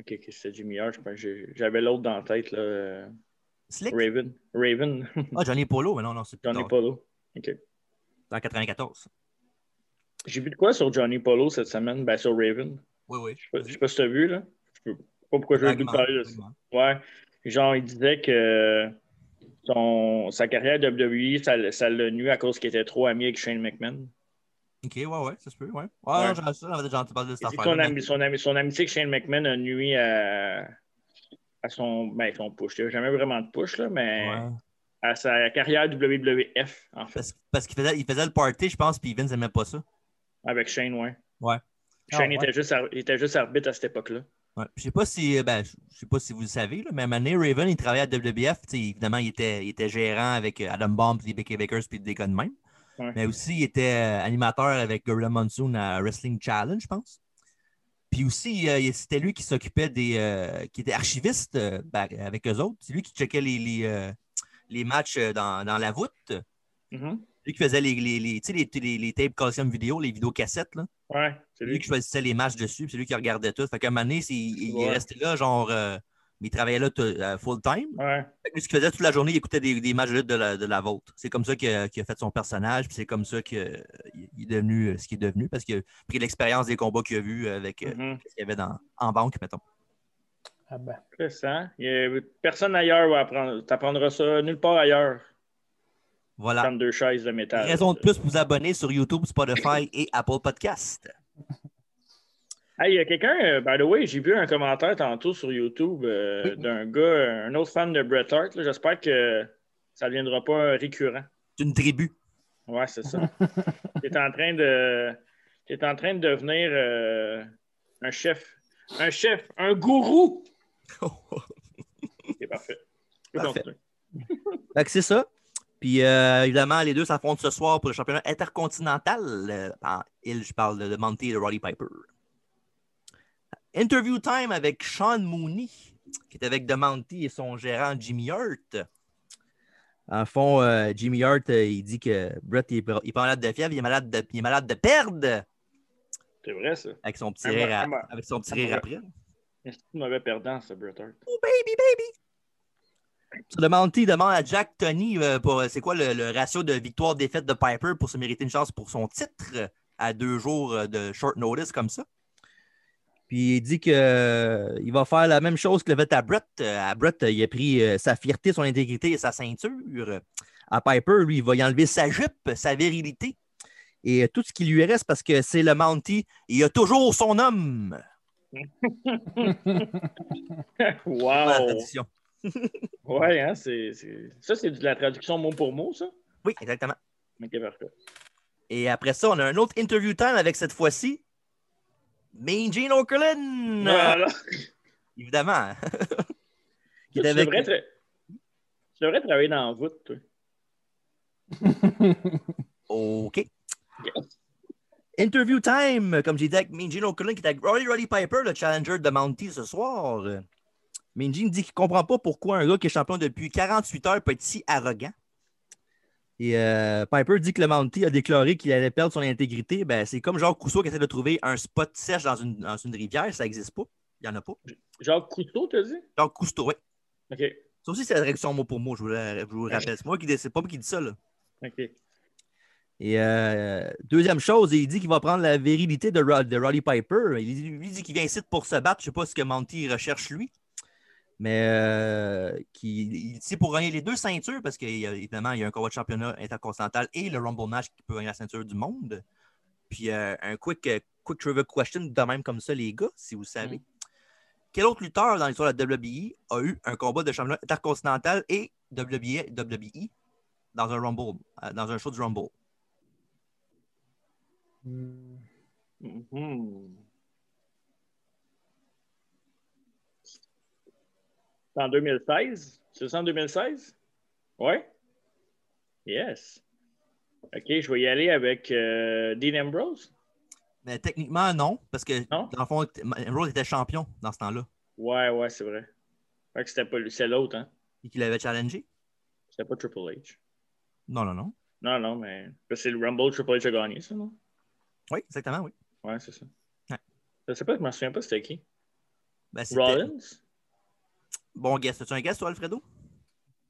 Ok, ok, c'était Jimmy Hart. je pense que j'ai- J'avais l'autre dans la tête, là. euh,
Slick.
Raven. Raven. <laughs>
Ah, Johnny Polo, mais non, non, c'est plus
Johnny
tard.
Polo. Ok.
Dans 94.
J'ai vu de quoi sur Johnny Polo cette semaine? Ben, sur Raven.
Oui, oui.
Je sais pas- je sais pas si t'as vu, là. Je sais pas pourquoi je veux plus
Fragment,
parler de ça.
fragment.
Ouais. Genre, il disait que son, sa carrière de WWE, E, ça, ça l'a nu à cause qu'il était trop ami avec Shane McMahon.
Ok, ouais, ouais, ça se peut, ouais. Ouais,
Ouais.
non, j'en- ça, j'en avais déjà entendu parler de cette
Il dit que
affaire.
Son, ami, son, ami- son amitié avec Shane McMahon a nuit à, à son, ben, son push. Il n'y a jamais vraiment de push, là, mais à sa carrière WWF, en fait,
Parce, parce qu'il faisait, il faisait le party, je pense, puis Vince n'aimait pas ça.
avec Shane, ouais.
Ouais.
Shane
Ah, ouais.
Était, juste, ar- il était juste arbitre à cette époque-là.
Ouais. Je sais pas si ben, je je sais pas si vous le savez, là, mais à un moment donné, Raven, il travaillait à WWF. tu sais, Évidemment, il était, il était gérant avec euh, Adam Bomb, puis les Becky Bakers, puis des gars de même.
Ouais.
Mais aussi, il était euh, animateur avec Gorilla Monsoon à Wrestling Challenge, je pense. Puis aussi, euh, il- c'était lui qui s'occupait des. euh, qui était archiviste euh, ben, avec eux autres. C'est lui qui checkait les, les, euh, les matchs euh, dans, dans la voûte. C'est
Mhm.
Lui qui faisait les, les, les, tu sais, les, les, les tapes calcium vidéo, les vidéos cassettes. Là.
Ouais, c'est
C'est
lui.
lui qui choisissait les matchs dessus, puis c'est lui qui regardait tout. Fait qu'à un moment donné, c'est- il, il
Ouais.
est resté là, genre, euh, mais il travaillait là tout- euh, full time.
Ouais.
Fait que lui, ce qu'il faisait toute la journée, il écoutait des, des matchs de lutte de la, de la vôtre. C'est comme ça qu'il a, qu'il a fait son personnage, puis c'est comme ça qu'il est devenu euh, ce qu'il est devenu, parce qu'il a pris l'expérience des combats qu'il a vus avec euh,
Mhm.
ce qu'il y avait dans, en banque, mettons.
Ah ben.
Intéressant. Il y a- Personne ailleurs va apprendre. T'apprendras ça nulle part ailleurs.
Voilà.
32 chaises de métal.
Ah. Raison de plus pour vous abonner sur YouTube, Spotify et Apple Podcast.
Hey, il y a quelqu'un, euh, by the way, j'ai vu un commentaire tantôt sur YouTube euh, d'un gars, euh, un autre fan de Bret Hart. là. J'espère que ça ne deviendra pas récurrent.
C'est une tribu.
Ouais, c'est ça. T'es en train de. T'es en train de devenir euh, un chef. Un chef, un gourou! C'est parfait. Tu peux
Parfait.
continuer.
Fait que c'est ça. Puis euh, évidemment, les deux s'affrontent ce soir pour le championnat intercontinental. Euh, en île, je parle de Monty et de Roddy Piper. Interview time avec Sean Mooney, qui est avec de Monty et son gérant Jimmy Hart. En fond, euh, Jimmy Hart, euh, il dit que Brett, il est, il est pas malade de fièvre, il est malade de, il est malade de perdre,
C'est vrai, ça.
avec son petit
Ah,
rire, à-
ah, bah.
avec son petit
Ah,
rire
bah.
après.
Mais C'est un mauvais perdant, ce Bret Hart. <laughs>
Oh, baby, baby! Sur le Monty, il demande à Jack Tony euh, pour euh, c'est quoi le, le ratio de victoire-défaite de Piper pour se mériter une chance pour son titre euh, à deux jours euh, de short notice comme ça. Puis il dit que euh, il va faire la même chose qu'il a fait à Brett. Euh, À Brett, euh, il a pris euh, sa fierté, son intégrité et sa ceinture. À Piper, lui, il va y enlever sa jupe, sa virilité et euh, tout ce qui lui reste parce que c'est le Monty. Il a toujours son homme. Voilà la
wow!
tradition.
Ouais, hein, c'est. c'est- Ça, c'est de la traduction mot pour mot, ça?
Oui, exactement.
Ok, parfait.
Et après ça, on a un autre interview time avec cette fois-ci. Mean Gene Okerlund!
Voilà.
Évidemment. Il
Tu,
était avec-
devrais tra- tu devrais travailler dans la voûte, toi.
OK. Interview time, comme j'ai dit avec Minji Nokulin, qui est avec Roddy Roddy Piper, le challenger de Mountie ce soir. Minji me dit qu'il ne comprend pas pourquoi un gars qui est champion depuis 48 heures peut être si arrogant. Et euh, Piper dit que le Mountie a déclaré qu'il allait perdre son intégrité. Ben, c'est comme genre Cousseau qui essaie de trouver un spot sèche dans une, dans une rivière, ça n'existe pas. Il n'y en a pas.
Genre couteau, t'as dit?
Genre Cousteau, oui.
OK.
Ça aussi, c'est la direction mot pour mot, je vous, la- je vous le rappelle. C'est moi qui décide, c'est pas moi qui dit ça. Là.
OK.
Et euh, deuxième chose, il dit qu'il va prendre la virilité de, Rod- de Roddy Piper. Il, dit- lui dit qu'il vient ici pour se battre. Je sais pas ce que Monty recherche lui. Mais euh, qu'il- il c'est pour gagner les deux ceintures parce qu'évidemment, il y a un combat de championnat intercontinental et le Rumble match qui peut gagner la ceinture du monde. Puis euh, un quick, euh, quick trivia question de même comme ça, les gars, si vous savez. Quel autre lutteur dans l'histoire de la WWE a eu un combat de championnat intercontinental et E, WWE, WWE dans un Rumble, euh, dans un show du Rumble?
Hmm.
Mhm. C'est en 2016? C'est ça en 2016? Ouais? Yes. OK, je vais y aller avec euh, Dean Ambrose.
Mais techniquement, non, parce que
Non?
dans le fond, t- Ambrose était champion dans ce temps-là
Ouais, ouais, c'est vrai. Fait que c'était pas lui, c'est l'autre, hein?
et qu'il avait challengé.
C'était pas Triple H.
Non, non, non.
Non, non, mais parce que c'est le Rumble Triple H a gagné, ça, non?
Oui, exactement, oui.
Ouais, c'est ça.
Ouais.
Je sais pas, je m'en souviens pas c'était qui.
Ben, c'était-
Rollins?
Bon, guess. As-tu un guess, toi, Alfredo?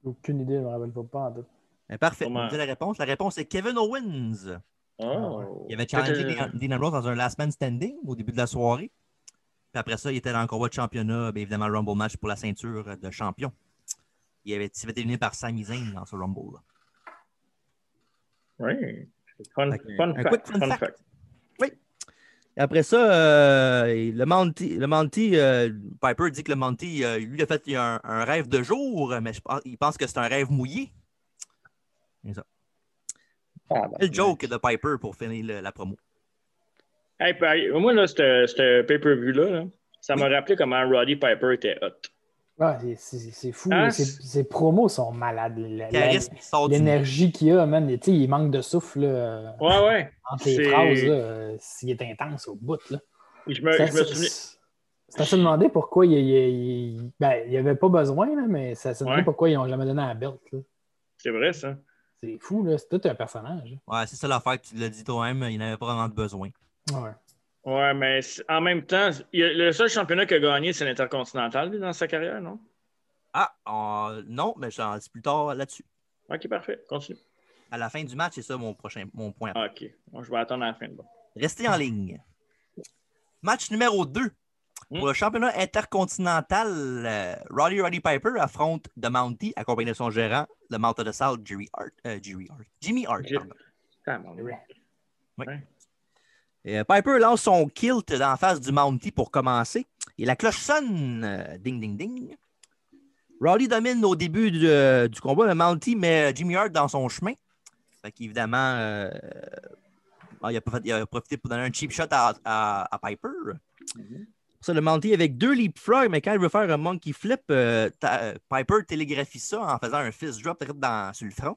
Aucune idée, je me rappelle pas, pas en tout.
Ben, parfait.
Sûrement.
Vous avez la réponse. La réponse est Kevin Owens.
Oh.
Ah Il avait challengé
Peut-être-
Dean- Dean Ambrose dans un last man standing au début de la soirée. Puis après ça, il était dans le combat de championnat, bien évidemment, le Rumble match pour la ceinture de champion. Il avait, il s'est fait éliminer par Sami Zayn dans ce Rumble. là
Oui. Fun,
Fait que-
fun
un
fact,
quick fun
fun
fact.
fact.
Et Après ça, euh, le Monty, le Monty, euh, Piper dit que le Monty, euh, lui, a fait il a un, un rêve de jour, mais je pense- il pense que c'est un rêve mouillé. Quel joke de Piper pour finir le- la promo.
Hey, pareil, moi, là, ce ce pay-per-view-là, là, ça m'a
Oui.
rappelé comment Roddy Piper était hot.
Ah, c'est- c'est c'est fou.
Ah,
là. Ses, ses promos sont malades. La- la-
Charisme, il sort du-
L'énergie qu'il a, man, tu sais, il manque de souffle là,
Ouais, ouais.
entre les
C'est-
phrases. là, euh, il est intense au bout. Là.
Je me,
Ça-
Euh, je me
ça-
souviens.
c'est- c'est à se demander pourquoi il n'y avait pas besoin, là, mais ça se demander
Ouais.
pourquoi ils n'ont jamais donné à belt. là.
C'est vrai, ça.
C'est fou, là. c'est tout un personnage.
Ouais, c'est ça l'affaire, tu l'as dit toi-même, il n'avait pas vraiment de besoin.
là. Ouais.
Ouais, mais c'est- en même temps, il y a- le seul championnat qu'il a gagné, c'est l'Intercontinental, lui, dans sa carrière, non?
Ah, on- non, mais j'en dis plus tard là-dessus.
Ok, parfait. Continue.
À la fin du match, c'est ça mon prochain mon point.
Ah, ok. Bon, je vais attendre à la fin. Bon.
Restez en ligne. Match numéro 2. Pour le championnat intercontinental, euh, Roddy Roddy Piper affronte The Mountie, accompagné de son gérant, le Mountain de South, Jerry Hart, euh, Jerry Hart, Jimmy Hart.
J'ai-
pardon.
Ah, mon Dieu.
Et, euh, Piper lance son kilt dans la face du Mountie pour commencer. Et la cloche sonne. euh, ding, ding, ding. Roddy domine au début du, euh, du combat. Le Mountie met euh, Jimmy Hart dans son chemin. Fait qu'évidemment, euh, ah, il, a profi- il a profité pour donner un cheap shot à, à- à Piper.
Mhm.
Ça, le Mountie avec deux leapfrogs, mais quand il veut faire un monkey flip, euh, ta- euh, Piper télégraphie ça en faisant un fist drop direct dans, sur le front.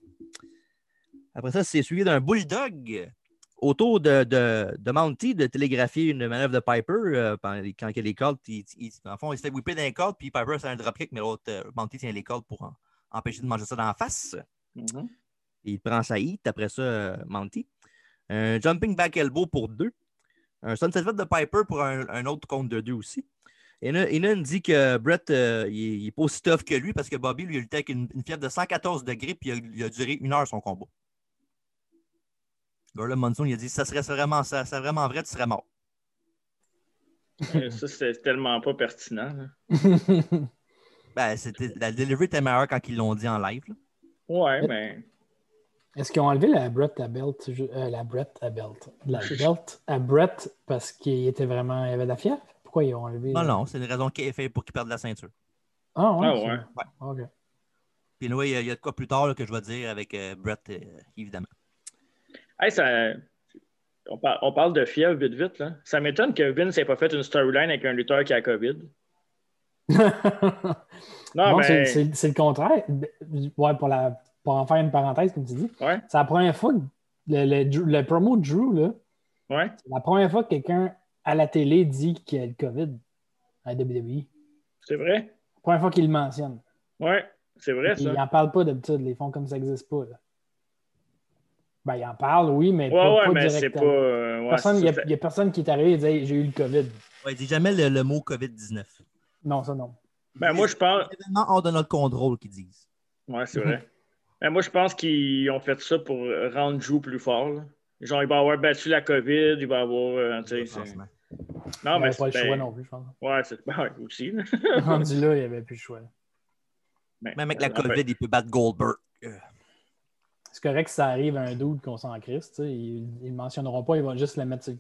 Après ça, c'est suivi d'un bulldog autour de, de, de Mounty de télégraphier une manœuvre de Piper euh, pendant les- quand il y a les cordes. Il, il- en fond, il se fait whipper dans les cordes, puis Piper, c'est un dropkick, mais l'autre, euh, Mounty tient les cordes pour en- empêcher de manger ça dans la face.
Mhm.
Et il prend sa hit. Après ça, euh, Monty. Un jumping back elbow pour deux. Un sunset flip de Piper pour un, un autre compte de deux aussi. Ena- Enan dit que Brett, euh, il n'est pas aussi tough que lui parce que Bobby, lui, il luttait avec une, une fièvre de 114 degrés puis il a, il a duré une heure son combat. Gorla Monsoon, il a dit ça serait vraiment, ça, serait vraiment vrai, tu serais mort.
Euh, ça, c'est tellement pas pertinent. là.
Ben, c'était, la delivery était meilleure quand ils l'ont dit en live. là.
Ouais, mais.
<laughs> Est-ce qu'ils ont enlevé la Brett à belt? ju- euh, la Brett à belt. La belt à Brett parce qu'il était vraiment. Il avait de la fièvre? Pourquoi ils ont enlevé?
Non, Ben non, c'est une raison qui est faite pour qu'il perde la ceinture.
Ah, ouais.
Ah,
c'est-
ouais.
ok.
Puis, anyway, il y a- il y, a de quoi plus tard là, que je vais dire avec euh, Brett, euh, évidemment.
Hey, ça... on, par- on parle de fièvre vite, vite. Là. Ça <laughs> m'étonne que Vince n'ait pas fait une storyline avec un lutteur qui a COVID. Non, ben,
Bon, c'est-
mais.
c'est c'est le contraire. Ouais, pour, la, pour en faire une parenthèse, comme tu dis,
Ouais.
c'est la première fois que le, le, Drew- le promo de Drew, là,
Ouais.
c'est la première fois que quelqu'un à la télé dit qu'il y a le COVID à WWE.
C'est vrai?
Première fois qu'il le mentionne.
Ouais, c'est vrai,
Puis,
ça.
Ils n'en parlent pas d'habitude, ils font comme ça n'existe pas. Là. Ben, ils en parlent, oui, mais
Ouais,
pas,
ouais,
pas
mais c'est
directement.
pas. euh, ouais,
Personne- Il
c'est-
n'y a, personne qui est arrivé et dit Hey, j'ai eu le COVID.
Ouais, dis jamais le, le mot COVID-19.
Non, ça non.
Ben, moi, je pense.
C'est vraiment hors de notre contrôle qu'ils disent.
Ouais,
<laughs>
c'est vrai. Ben, moi, je pense qu'ils ont fait ça pour rendre Drew plus fort. là. Genre, il va avoir battu la COVID, il va avoir. euh, tu sais, c'est-
Franchement.
Il
non,
n'y
mais
avait pas le
ben,
choix non plus, je pense. <laughs>
Ouais, c'est ben, ouais, aussi. là.
Rendu là, il n'y avait plus le choix.
Ben,
Même avec la
après-
COVID, il peut battre Goldberg. Euh,
C'est correct que ça arrive à un doute qu'on s'en crisse. tu sais, Ils ne le mentionneront pas, ils vont juste le mettre sur,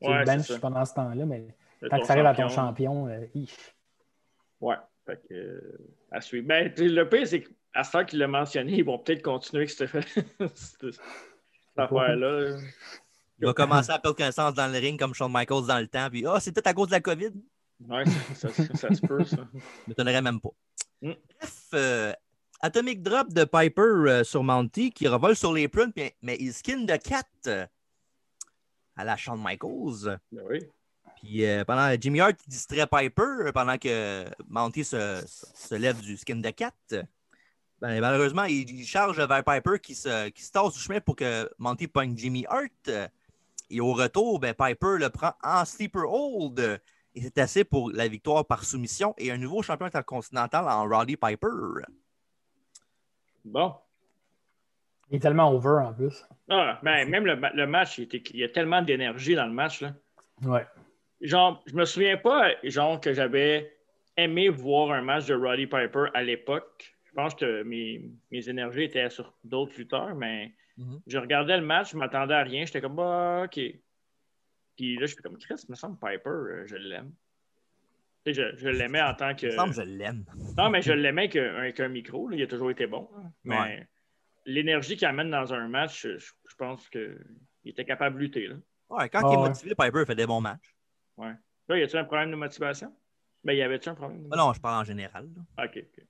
sur
Ouais,
le bench
c'est ça.
pendant ce temps-là. Mais
C'est
quand
ton
ça arrive à ton
champion.
champion, euh, hi.
Ouais. Fait que, euh, à suivre. Ben, puis le pire, c'est qu'à ce temps qu'il l'a mentionné, ils vont peut-être continuer avec cette, <laughs> cette affaire-là.
Il va commencer à perdre connaissance dans le ring comme Shawn Michaels dans le temps. Puis, ah, c'est peut-être à cause de la COVID.
Ouais, ça, ça- ça se peut, ça.
Je m'étonnerais même pas.
Mm.
Bref, euh, Atomic Drop de Piper euh, sur Monty qui revole sur les prunes, puis- mais il skin de cat euh, à la Shawn Michaels.
Ben oui.
Puis euh, pendant Jimmy Hart qui distrait Piper euh, pendant que Monty se, se- se lève du skin de cat. Ben, malheureusement, il, il charge vers Piper qui se, qui se tasse du chemin pour que Monty pogne Jimmy Hart. Et au retour, ben, Piper le prend en sleeper hold. euh, Et c'est assez pour la victoire par soumission et un nouveau champion intercontinental en Roddy Piper.
Bon.
il est tellement over en plus.
Ah, ben, même le, ma- le match, il, était- il y a tellement d'énergie dans le match. Là.
Ouais.
Genre, je me souviens pas, genre, que j'avais aimé voir un match de Roddy Piper à l'époque. Je pense que mes, mes énergies étaient sur d'autres lutteurs, mais
Mhm.
je regardais le match, je m'attendais à rien. J'étais comme, bah, OK. Puis là, je suis comme, Chris, il me semble Piper, euh, je l'aime. Tu sais, Je, je l'aimais en tant que.
Il me semble que je l'aime.
Non, mais je l'aimais avec, un- avec un micro. là. Il a toujours été bon. hein. Mais
Ouais.
l'énergie qu'il amène dans un match, je, je pense qu'il était capable de lutter. Là,
Ouais, quand
Ah
il est
ouais.
motivé, Piper fait des bons matchs.
là y a-t-il un problème de motivation? Ben, y avait-tu un problème? de
Ah non, je parle en général. là.
motivation? OK, OK.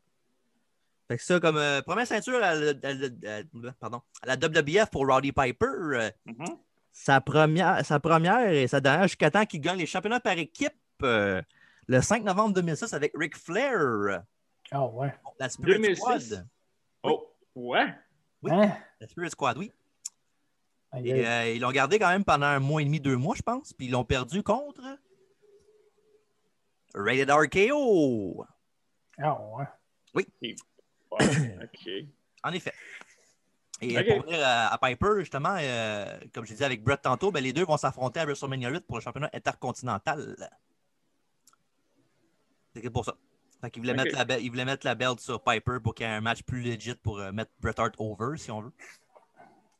Fait que ça, comme euh, première ceinture à, la- à la- à- pardon, à la WWF pour Roddy Piper, euh,
Mhm.
sa, première, sa première et sa dernière jusqu'à temps qu'il gagne les championnats par équipe euh, le 5 novembre 2006 avec Ric Flair.
Ah ouais.
Bon, La Spirit
2006?
Squad.
Oh, ouais?
Oui.
Hein? Ah,
La Spirit Squad, oui.
Aïe,
Et
aïe.
euh, ils l'ont gardé quand même pendant un mois et demi, deux mois, je pense. Puis ils l'ont perdu contre Rated RKO.
Ah ouais.
Ouais,
<coughs>
OK.
En effet. Et
Ok.
pour revenir à, à Piper, justement, euh, comme je disais avec Brett tantôt, ben, les deux vont s'affronter à WrestleMania 8 pour le championnat intercontinental. C'est pour ça. Fait qu'ils voulaient,
Ok.
mettre la be- ils voulaient mettre la belt sur Piper pour qu'il y ait un match plus legit pour euh, mettre Bret Hart over, si on veut.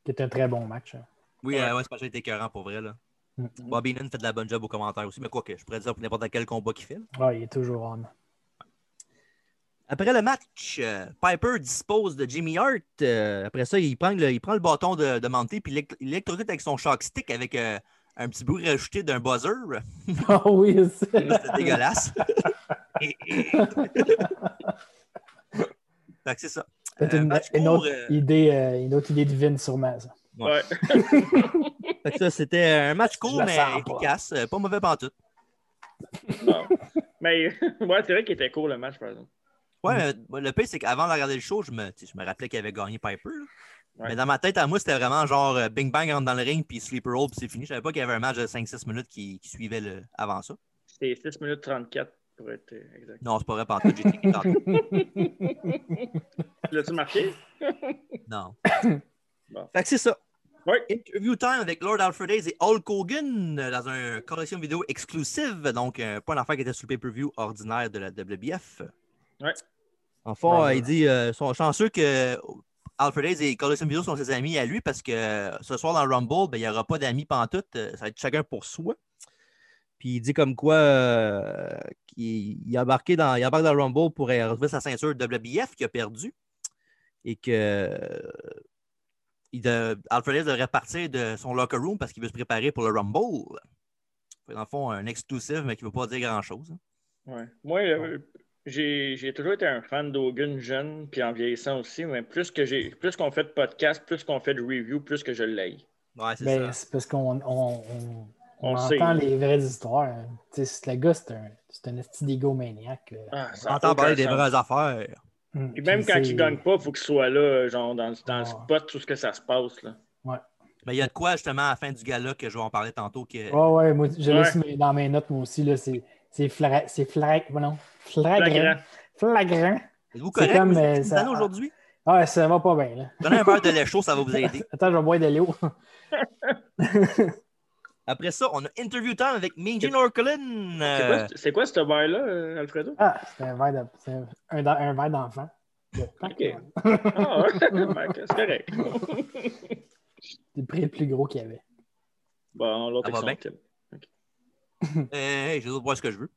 Qui est un très bon match. hein.
Oui,
Ouais.
ouais, ouais ce match a été écœurant pour vrai. Là.
Mm.
Bobby Lynn fait de la bonne job aux commentaires aussi, mais quoi que, je pourrais dire pour n'importe quel combat qu'il fait.
Ah, il est toujours on.
Après le match, euh, Piper dispose de Jimmy Hart. Euh, après ça, il prend le, il prend le bâton de, de Monty puis il éle- il électrocute avec son shock stick avec euh, un petit bruit rajouté d'un buzzer.
<laughs>
<laughs>
Ah oui, c'est.
C'était
<laughs>
dégueulasse. <laughs> fait que c'est ça.
C'est
Euh,
une,
match
une
court,
autre
euh,
idée, euh, une autre idée divine sûrement. Ça.
Ouais.
Fait que ça, c'était un match court,
la
mais
sens pas.
efficace. Euh, Pas, mauvais pantoute.
Non. Mais <laughs> ouais, c'est vrai qu'il était court le match, par exemple.
Ouais,
Mm.
euh, le pire, c'est qu'avant de regarder le show, je me, tu sais, je me rappelais qu'il avait gagné Piper. là.
Ouais.
Mais dans ma tête, à moi, c'était vraiment genre euh, Bing Bang rentre dans le ring, puis Sleeper Roll, puis c'est fini. Je savais pas qu'il y avait un match de 5-6 minutes qui, qui suivait le, avant ça.
C'était 6 minutes 34 pour être exact.
Non, c'est pas vrai, pantoute. J'ai checké tantôt.
L'as-tu marqué?
Non.
Bon.
Fait que c'est ça.
Oui.
Interview time avec Lord Alfred Hayes et Hulk Hogan euh, dans une collection vidéo exclusive. Donc, euh, pas une affaire qui était sur le pay-per-view ordinaire de la WBF.
Ouais.
Enfin,
Ouais.
il dit euh, sont chanceux que euh, Alfred Hayes et collection vidéo sont ses amis à lui parce que euh, ce soir dans le Rumble, ben, il n'y aura pas d'amis pantoute. euh, Ça va être chacun pour soi. Puis il dit comme quoi euh, qu'il il a embarqué dans, il embarque dans le Rumble pour euh, retrouver sa ceinture WBF qu'il a perdue et que euh, il de, Alfred Hayes devrait partir de son locker room parce qu'il veut se préparer pour le Rumble. Fait que Dans le fond, un exclusif, mais qui ne veut pas dire grand-chose. hein.
Ouais. Moi, euh, j'ai j'ai toujours été un fan d'Hogan jeune, puis en vieillissant aussi, mais plus que j'ai plus qu'on fait de podcast, plus qu'on fait de review, plus que je l'ai.
Ouais, c'est
Ben,
ça.
c'est parce qu'on on, on- on
On
entend
sait.
les vraies histoires. hein. Tu sais, le gars, c'est un, c'est un esti d'égomaniaque. là.
Ah,
On
ça a
entend
aucun
parler des
sens.
vraies affaires.
Mm.
Et même
Puis
quand
c'est-
il gagne pas, il faut qu'il soit là, genre dans, le-
Ah.
dans le
Ouais.
spot, tout ce que ça se passe. Là.
Mais il y a de quoi, justement, à la fin du gala que je vais en parler tantôt. Que...
Ouais, ouais, moi, je l'ai
Ouais.
sur mes- dans mes notes, moi aussi. là, C'est c'est flagra- c'est flagra- non,
Flagrant.
flagrant. Flagrant.
Êtes-vous
C'est
correct?
comme,
vous
euh,
êtes
ça-
ça... aujourd'hui?
Ah, ça va pas bien, là.
Prenez un verre de lait chaud, ça va vous
<laughs>
aider.
Attends, je vais boire de l'eau.
Après ça, on a interview time avec Mingy Norcolin.
C'est quoi- C'est quoi, ce verre-là, euh, Alfredo?
<laughs> Ah, c'est un verre de- c'est un- un, da- un verre d'enfant. De Pac-Man.
Ah, ouais. <laughs> Ben, c'est correct.
J'ai pris le plus gros qu'il y avait.
bon, l'autre
Ça va
est
bien?
sorti.
Euh, hey, j'ai le droit de voir ce que je veux.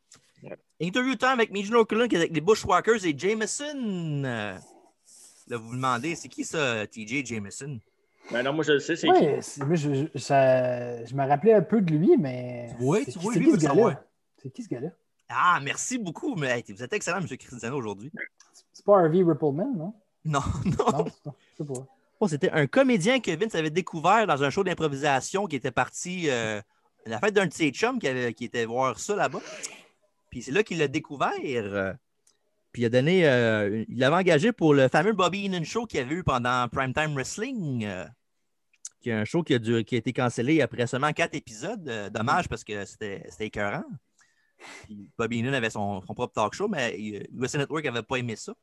Ouais.
Interview time avec Mijin O'Cullen qui est avec les Bushwhackers et Jameson. Euh, Là, vous vous demandez, c'est qui ça, TJ Jameson?
Ben non, moi je le sais, c'est
Oui, moi, je, je, ça- je me rappelais un peu de lui, mais.
Ouais,
c'est
tu
qui-
vois,
c'est
lui
qui
veut
ce
savoir.
gars-là? C'est qui ce gars-là?
Ah, merci beaucoup. Mais hey, vous êtes excellent, M. Cristiano, aujourd'hui.
C'est pas Harvey
<laughs>
Rippleman, non?
Non, non.
Non, c'est pas- je sais pas.
Oh, C'était un comédien que Vince avait découvert dans un show d'improvisation qui était parti euh, à la fête d'un de ses chums qui, avait- qui était voir ça là-bas. Puis c'est là qu'il l'a découvert. euh, Puis il a donné. euh, une- il l'avait engagé pour le fameux Bobby Heenan Show qu'il avait eu pendant Primetime Wrestling. euh, qui est un show qui a, dû- qui a été cancellé après seulement quatre épisodes. Euh, dommage parce que c'était c'était écœurant. Puis Bobby Heenan avait son, son propre talk show, mais euh, USA Network n'avait pas aimé ça.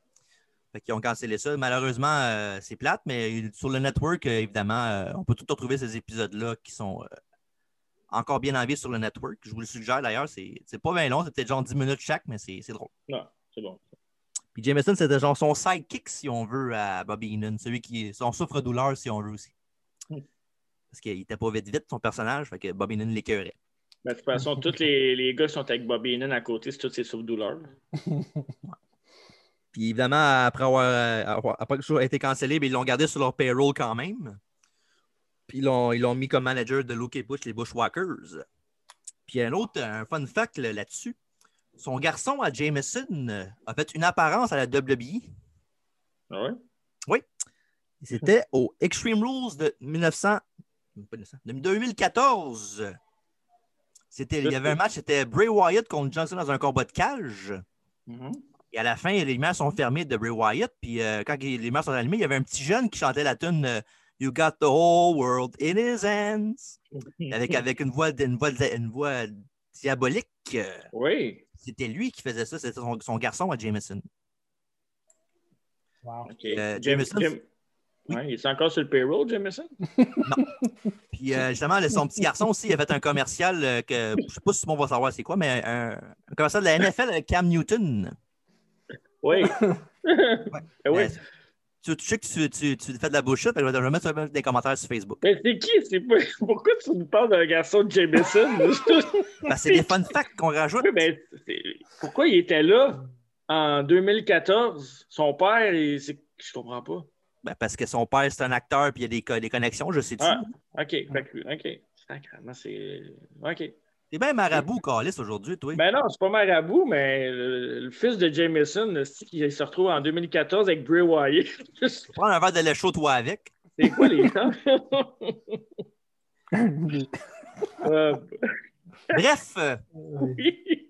Fait qu'ils ont cancellé ça. Malheureusement, euh, c'est plate, mais sur le network, euh, évidemment, euh, on peut tout retrouver ces épisodes-là qui sont euh, encore bien en vie sur le network. Je vous le suggère d'ailleurs. C'est c'est pas bien long, c'est peut-être genre 10 minutes chaque, mais c'est c'est drôle.
Non, c'est bon.
Puis Jameson, c'était genre son sidekick, si on veut, à Bobby Heenan, celui qui son souffre-douleur, si on veut aussi.
Hmm.
Parce qu'il était pas vite vite, son personnage, fait que Bobby Heenan l'écœurait.
Ben, de toute façon, tous les, les gars qui sont avec Bobby Heenan à côté, c'est toutes ses souffres-douleurs.
Puis évidemment, après avoir, euh, avoir- après que le show a été cancellé, ben, ils l'ont gardé sur leur payroll quand même. Puis ils l'ont, ils l'ont mis comme manager de Luke et Bush, les Bushwhackers. Puis un autre, un fun fact là, là-dessus. Son garçon à Jameson euh, a fait une apparence à la E. WWE.
Ah ouais?
C'était au Extreme Rules de 1900, euh, pas 1900, de 2014. C'était, il y avait un match, c'était Bray Wyatt contre Johnson dans un combat de cage.
Mhm.
Et à la fin, les lumières sont fermées de Bray Wyatt. Puis euh, quand les lumières sont allumées, il y avait un petit jeune qui chantait la tune euh, You Got the Whole World in His Hands. Avec, avec une, voix, une, voix, une voix diabolique. Euh,
Oui.
C'était lui qui faisait ça. C'était son, son garçon à Jameson.
<laughs> Wow.
OK.
Euh,
James-
Jameson-
Jam- Ouais, il est encore sur le payroll, Jameson?
Puis euh, justement, le- son petit garçon aussi, il a fait un commercial euh, que je ne sais pas si tout le monde va savoir c'est quoi, mais un, un commercial de la NFL avec euh, Cam Newton.
Oui. <laughs> Eh oui.
Euh, tu, tu sais que tu, tu, tu fais de la bullshit, fait que je vais te- je vais mettre ça des commentaires sur Facebook.
Mais Ben, c'est qui? C'est pas- <laughs> Pourquoi tu nous parles d'un garçon de Jameson? <laughs>
Ben, c'est des fun facts qu'on rajoute.
Oui, ben, c'est- pourquoi il était là en 2014? Son père, il- c'est- je comprends pas.
Ben, parce que son père, c'est un acteur, puis il y a des, co- des connexions, je sais tout.
Ah, OK. fait que- OK. Sacrément, c'est... OK.
T'es bien marabout, Calis, aujourd'hui, toi.
Ben non, c'est pas marabout, mais le, le fils de Jameson, le style, il se retrouve en 2014 avec Bray Wyatt. <laughs> c'est
Prends un verre de lait chaud, toi, avec.
quoi les temps? <laughs> Euh,
Bref, euh,
Ouais.
oui.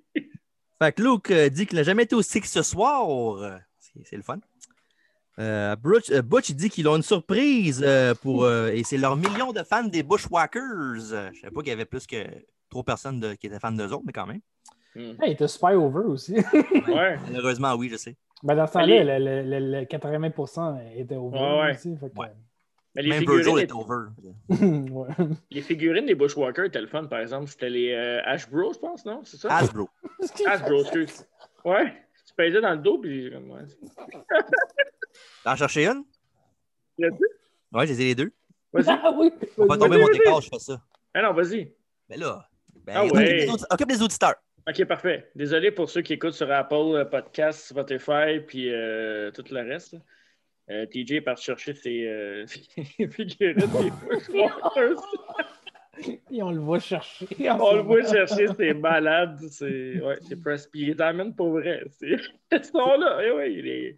fait que Luke euh, dit qu'il n'a jamais été aussi que ce soir. C'est- C'est le fun. Euh, Butch, euh, Butch, il dit qu'ils ont une surprise euh, pour. euh, et c'est leur million de fans des Bushwhackers. Euh, Je savais pas qu'il y avait plus que trois personnes de- qui étaient fans d'eux autres, mais quand même.
Hey, il était super over aussi. <laughs>
Ouais.
Malheureusement, oui, je sais.
Ben, dans ce
Allez.
temps-là, le, le- le- le 80% était over
Ouais, ouais.
aussi. fait que-
Ouais.
Mais Ben, les
Même
figurines,
Virgil
les,
est over.
<laughs> Ouais.
figurines des Bushwalkers étaient le fun, par exemple. C'était les euh, Ash Bros, je pense, non? C'est ça?
Hasbro.
Ash Bros, Ah, excuse. Ouais. Tu pesais dans le dos, puis... ouais.
T'en chercher une?
Yes.
Ouais, j'ai les
Euh,
deux.
Vas-y.
Ah oui!
On va tomber
Vas-y,
mon
vas-y.
décor, je fais ça.
Ah non, vas-y.
Ben là, ben,
Ah
occupe,
ouais.
les audi- occupe les auditeurs.
OK, parfait. Désolé pour ceux qui écoutent sur Apple euh, Podcast, Spotify, puis euh, tout le reste. là. Euh, <laughs> TJ part chercher ses, euh, ses figurines. des fois.
Et on le voit chercher.
On
<laughs>
le voit chercher, c'est malade. C'est ouais, c'est presque. Puis il les amène pour vrai. <laughs> c'est- Ils sont là. Eh oui, il est.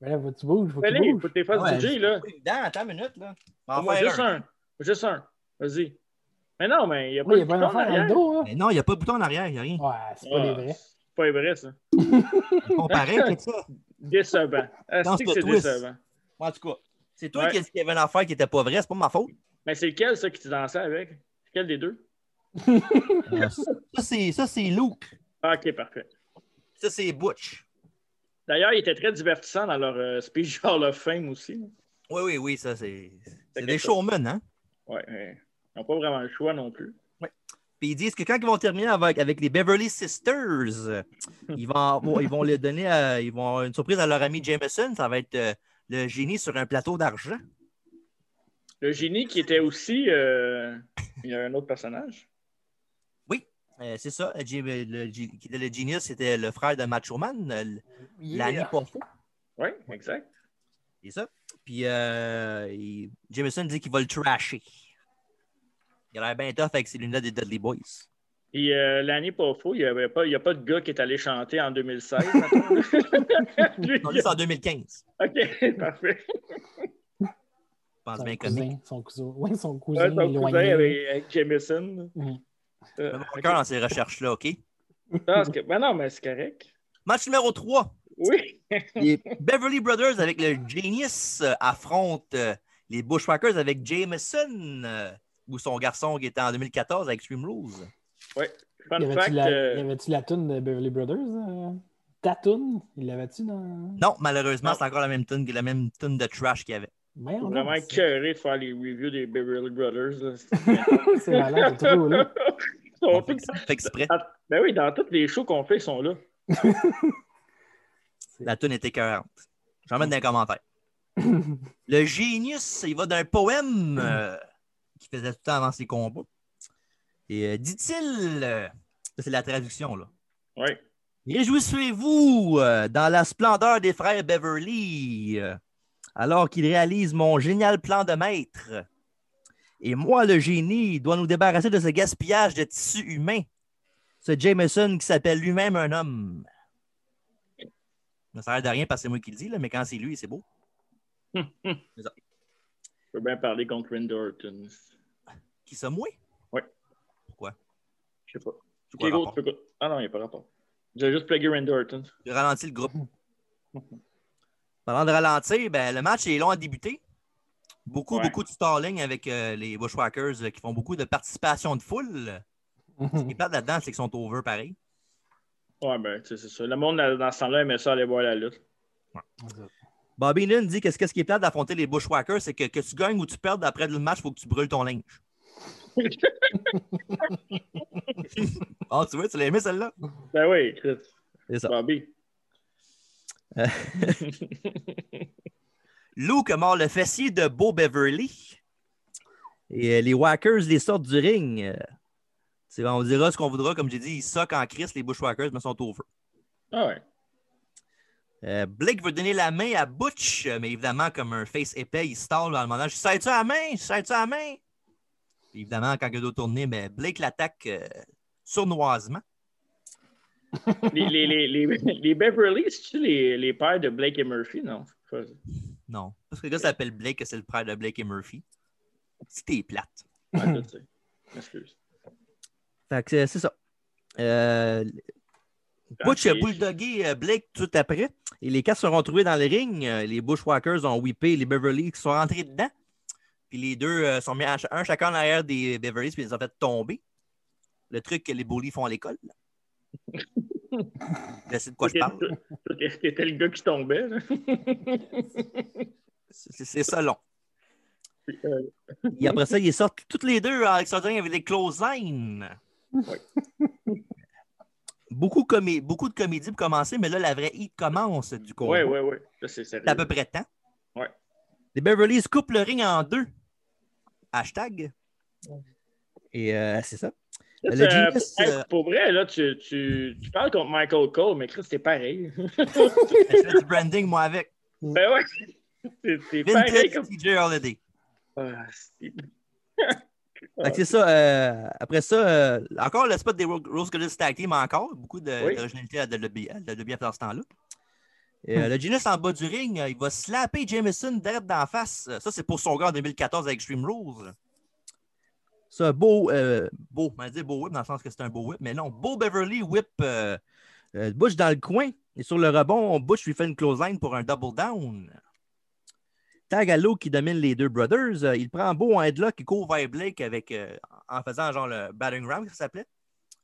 Mais là, faut-tu bouges, faut que tu
Fais-les,
bouges.
faut que t'es fasses
Ah Ouais,
du G, là.
Dans, attends une minute, là. On va en
Moi,
faire
juste
un.
un. Juste un. Vas-y. Mais non, mais il n'y a pas
Oui, il y a
de
pas une
bouton
affaire dans
arrière.
le dos, hein.
Mais Ben non, il n'y a pas de bouton en arrière, il n'y a rien.
Ouais, c'est pas des
Ah,
vrais.
C'est pas vrai, ça. <laughs>
Comparé avec ça.
Décevant.
Non,
Est-ce
c'est
que
le
c'est
twist.
décevant?
En tout cas, c'est toi
Ouais.
qui as dit qu'il y avait une affaire qui n'était pas vraie, c'est pas ma faute.
Mais c'est lequel, ça, qui tu dansais avec? Quel des deux?
Euh, ça, c'est- ça, c'est Luke.
Ah, ok, parfait.
Ça, c'est Butch.
D'ailleurs, ils étaient très divertissants dans leur euh, speech <laughs> Hall of Fame aussi.
Oui, oui, oui, ça, c'est. C'est
quelque
des
chose.
showmen, hein?
Ouais, ouais. Ils n'ont pas vraiment le choix non plus.
Puis ils disent que quand ils vont terminer avec, avec les Beverly Sisters,
<laughs>
euh, ils vont, bon, ils vont le donner à- ils vont avoir une surprise à leur ami Jameson. Ça va être euh, le génie sur un plateau d'argent.
Le génie qui était aussi. euh, Il y a un autre personnage.
Euh, c'est ça. Jim- Le, gé- qui était le génie, c'était le frère de Macho Man, euh, l- l'année
Yeah.
passée.
Oui, exact.
C'est ça. Puis euh, il- Jameson dit qu'il va le trasher. Il a l'air bien tough avec ses lunettes des Dudley Boys.
Et euh, l'année pas fou, il n'y a pas, il y a pas de gars qui est allé chanter en 2016.
<laughs>
mettons. Lui,
Non,
il
lui, c'est en 2015.
a- <laughs> OK, parfait.
Je pense
Son
bien comme
cousin, son cousin. Oui, son cousin
Ouais, ton cousin
éloigné.
avec, avec Jameson.
Mm.
Euh,
Mets mon
ok.
cœur dans ces recherches-là, OK?
Non, c'est que- ben non, mais c'est correct.
Match numéro 3.
Oui.
Les Beverly Brothers avec le Genius euh, affrontent euh, les Bushwhackers avec Jameson, euh, ou son garçon qui était en 2014 avec Stream Rules.
Fun
Y
fact,
avait-tu la,
euh,
y avait-tu la toune de Beverly Brothers? euh, Ta toune? Il l'avait-tu dans.
Non, malheureusement,
Non.
c'est encore la même tune que la même tune de trash qu'il y avait.
Merde,
faut vraiment
non, c'est-
écœuré de faire les reviews des Beverly Brothers. là.
<laughs> C'est
<laughs>
malade, c'est trop là.
Ils sont
On fait,
tous-
fait exprès.
Ben oui, dans tous les shows qu'on fait, ils sont là.
La tune était cohérente. J'en mets dans les commentaires. Le Genius, il va d'un poème euh, qui faisait tout le temps avant ses combats. Et euh, dit-il, euh, ça, c'est la traduction, là.
Oui.
Réjouissez-vous euh, dans la splendeur des frères Beverly, euh, alors qu'ils réalisent mon génial plan de maître. Et moi, le génie, doit nous débarrasser de ce gaspillage de tissu humain. Ce Jameson qui s'appelle lui-même un homme. Ça sert de rien parce que c'est moi qui le dis, là, mais quand c'est lui, c'est beau.
Je peux bien parler contre Randy Orton.
Qui ça, moi?
Je sais pas.
Je
Qui
crois
d'autre
rapport.
peut pas- Ah non, il n'y a pas rapport. J'ai juste plugué Randy Orton.
J'ai ralenti le groupe. Parlant de ralentir, ben, le match est long à débuter. Beaucoup,
Ouais.
beaucoup de stalling avec euh, les Bushwhackers euh, qui font beaucoup de participation de foule. Ce qui est plate là-dedans, c'est qu'ils sont over pareil.
Ouais, ben, tu sais, c'est ça. Le monde, dans ce temps-là, aimait ça aller voir la lutte.
Bobby Lynn dit que ce que- ce qui est plate d'affronter les Bushwhackers, c'est que, que tu gagnes ou tu perds après le match, il faut que tu brûles ton <laughs> linge. Ah, tu vois, tu l'as aimé celle-là?
Ben oui, Chris.
C'est ça.
Bobby.
Euh. Luke a mort le fessier de Beau Beverly. Et euh, les Whackers les sortent du ring. Euh, c'est- on dira ce qu'on voudra. Comme j'ai dit, ils soquent en crise, les Bushwhackers, mais sont over.
ah ouais.
Euh, Blake veut donner la main à Butch, euh, mais évidemment, comme un face épais, il se tarde en demandant Je serre-tu la main Je serre-tu la main Puis Évidemment, quand il doit tourner, mais Blake l'attaque euh, sournoisement.
Les, les, les, <laughs> les, les Beverly, c'est-tu les, les pères de Blake et Murphy? Non. c'est pas ça.
Non. Parce que le gars s'appelle Blake, que c'est le frère de Blake et Murphy. C'était plate.
Ah, je sais. Excuse.
Fait que c'est c'est ça. Euh, Butch a
Ok.
bulldogué euh, Blake tout après. Et les quatre seront trouvés dans le ring. Euh, Les Bushwhackers ont whippé les Beverly qui sont rentrés dedans. Puis les deux euh, sont mis à ch- un chacun en arrière des Beverly, puis ils les ont fait tomber. Le truc que les bullies font à l'école. là.
<laughs>
Je sais de quoi je parle.
T'étais t'étais le gars qui tombait. là.
C'est c'est ça long.
Euh,
Et après ça, ils sortent toutes les deux à l'extérieur avec des close lines. Beaucoup, comé- beaucoup de comédies pour commencer, mais là, la vraie hit commence du coup.
ouais, ouais, ouais. Ça, c'est sérieux.
C'est à peu près temps.
Ouais.
Les Beverly Hills coupent le ring en deux. Hashtag. Et euh, c'est
<laughs>
ça.
Ça,
Le
c'est,
Genius,
hey,
euh,
Pour vrai, là, tu, tu, tu parles contre Michael Cole, mais Chris, t'es pareil. <laughs>
Je fais du branding, moi, avec.
ben ouais. T'es, t'es pareil
Vintage
comme.
TJ Holiday.
Ah, c'est-
Fait que c'est ça. euh, après ça, euh, encore le spot des Ro- Rose Goddess Tag Team, encore. Beaucoup de- E
Oui.
d'originalité à WWE à WWE à ce temps-là. Et, euh, le Genius en bas du ring, euh, il va slapper Jameson direct d'en face. Euh, Ça, c'est pour son gars en 2014 avec Extreme Rules. Ça, beau, euh, beau, on va dire beau whip dans le sens que c'est un beau whip, mais non, beau Beverly whip euh, euh, Butch dans le coin. Et sur le rebond, Butch lui fait une close line pour un double down. Tagalo qui domine les deux brothers. euh, il prend beau en headlock et court vers Blake avec, euh, en faisant genre le battering ram, ça s'appelait.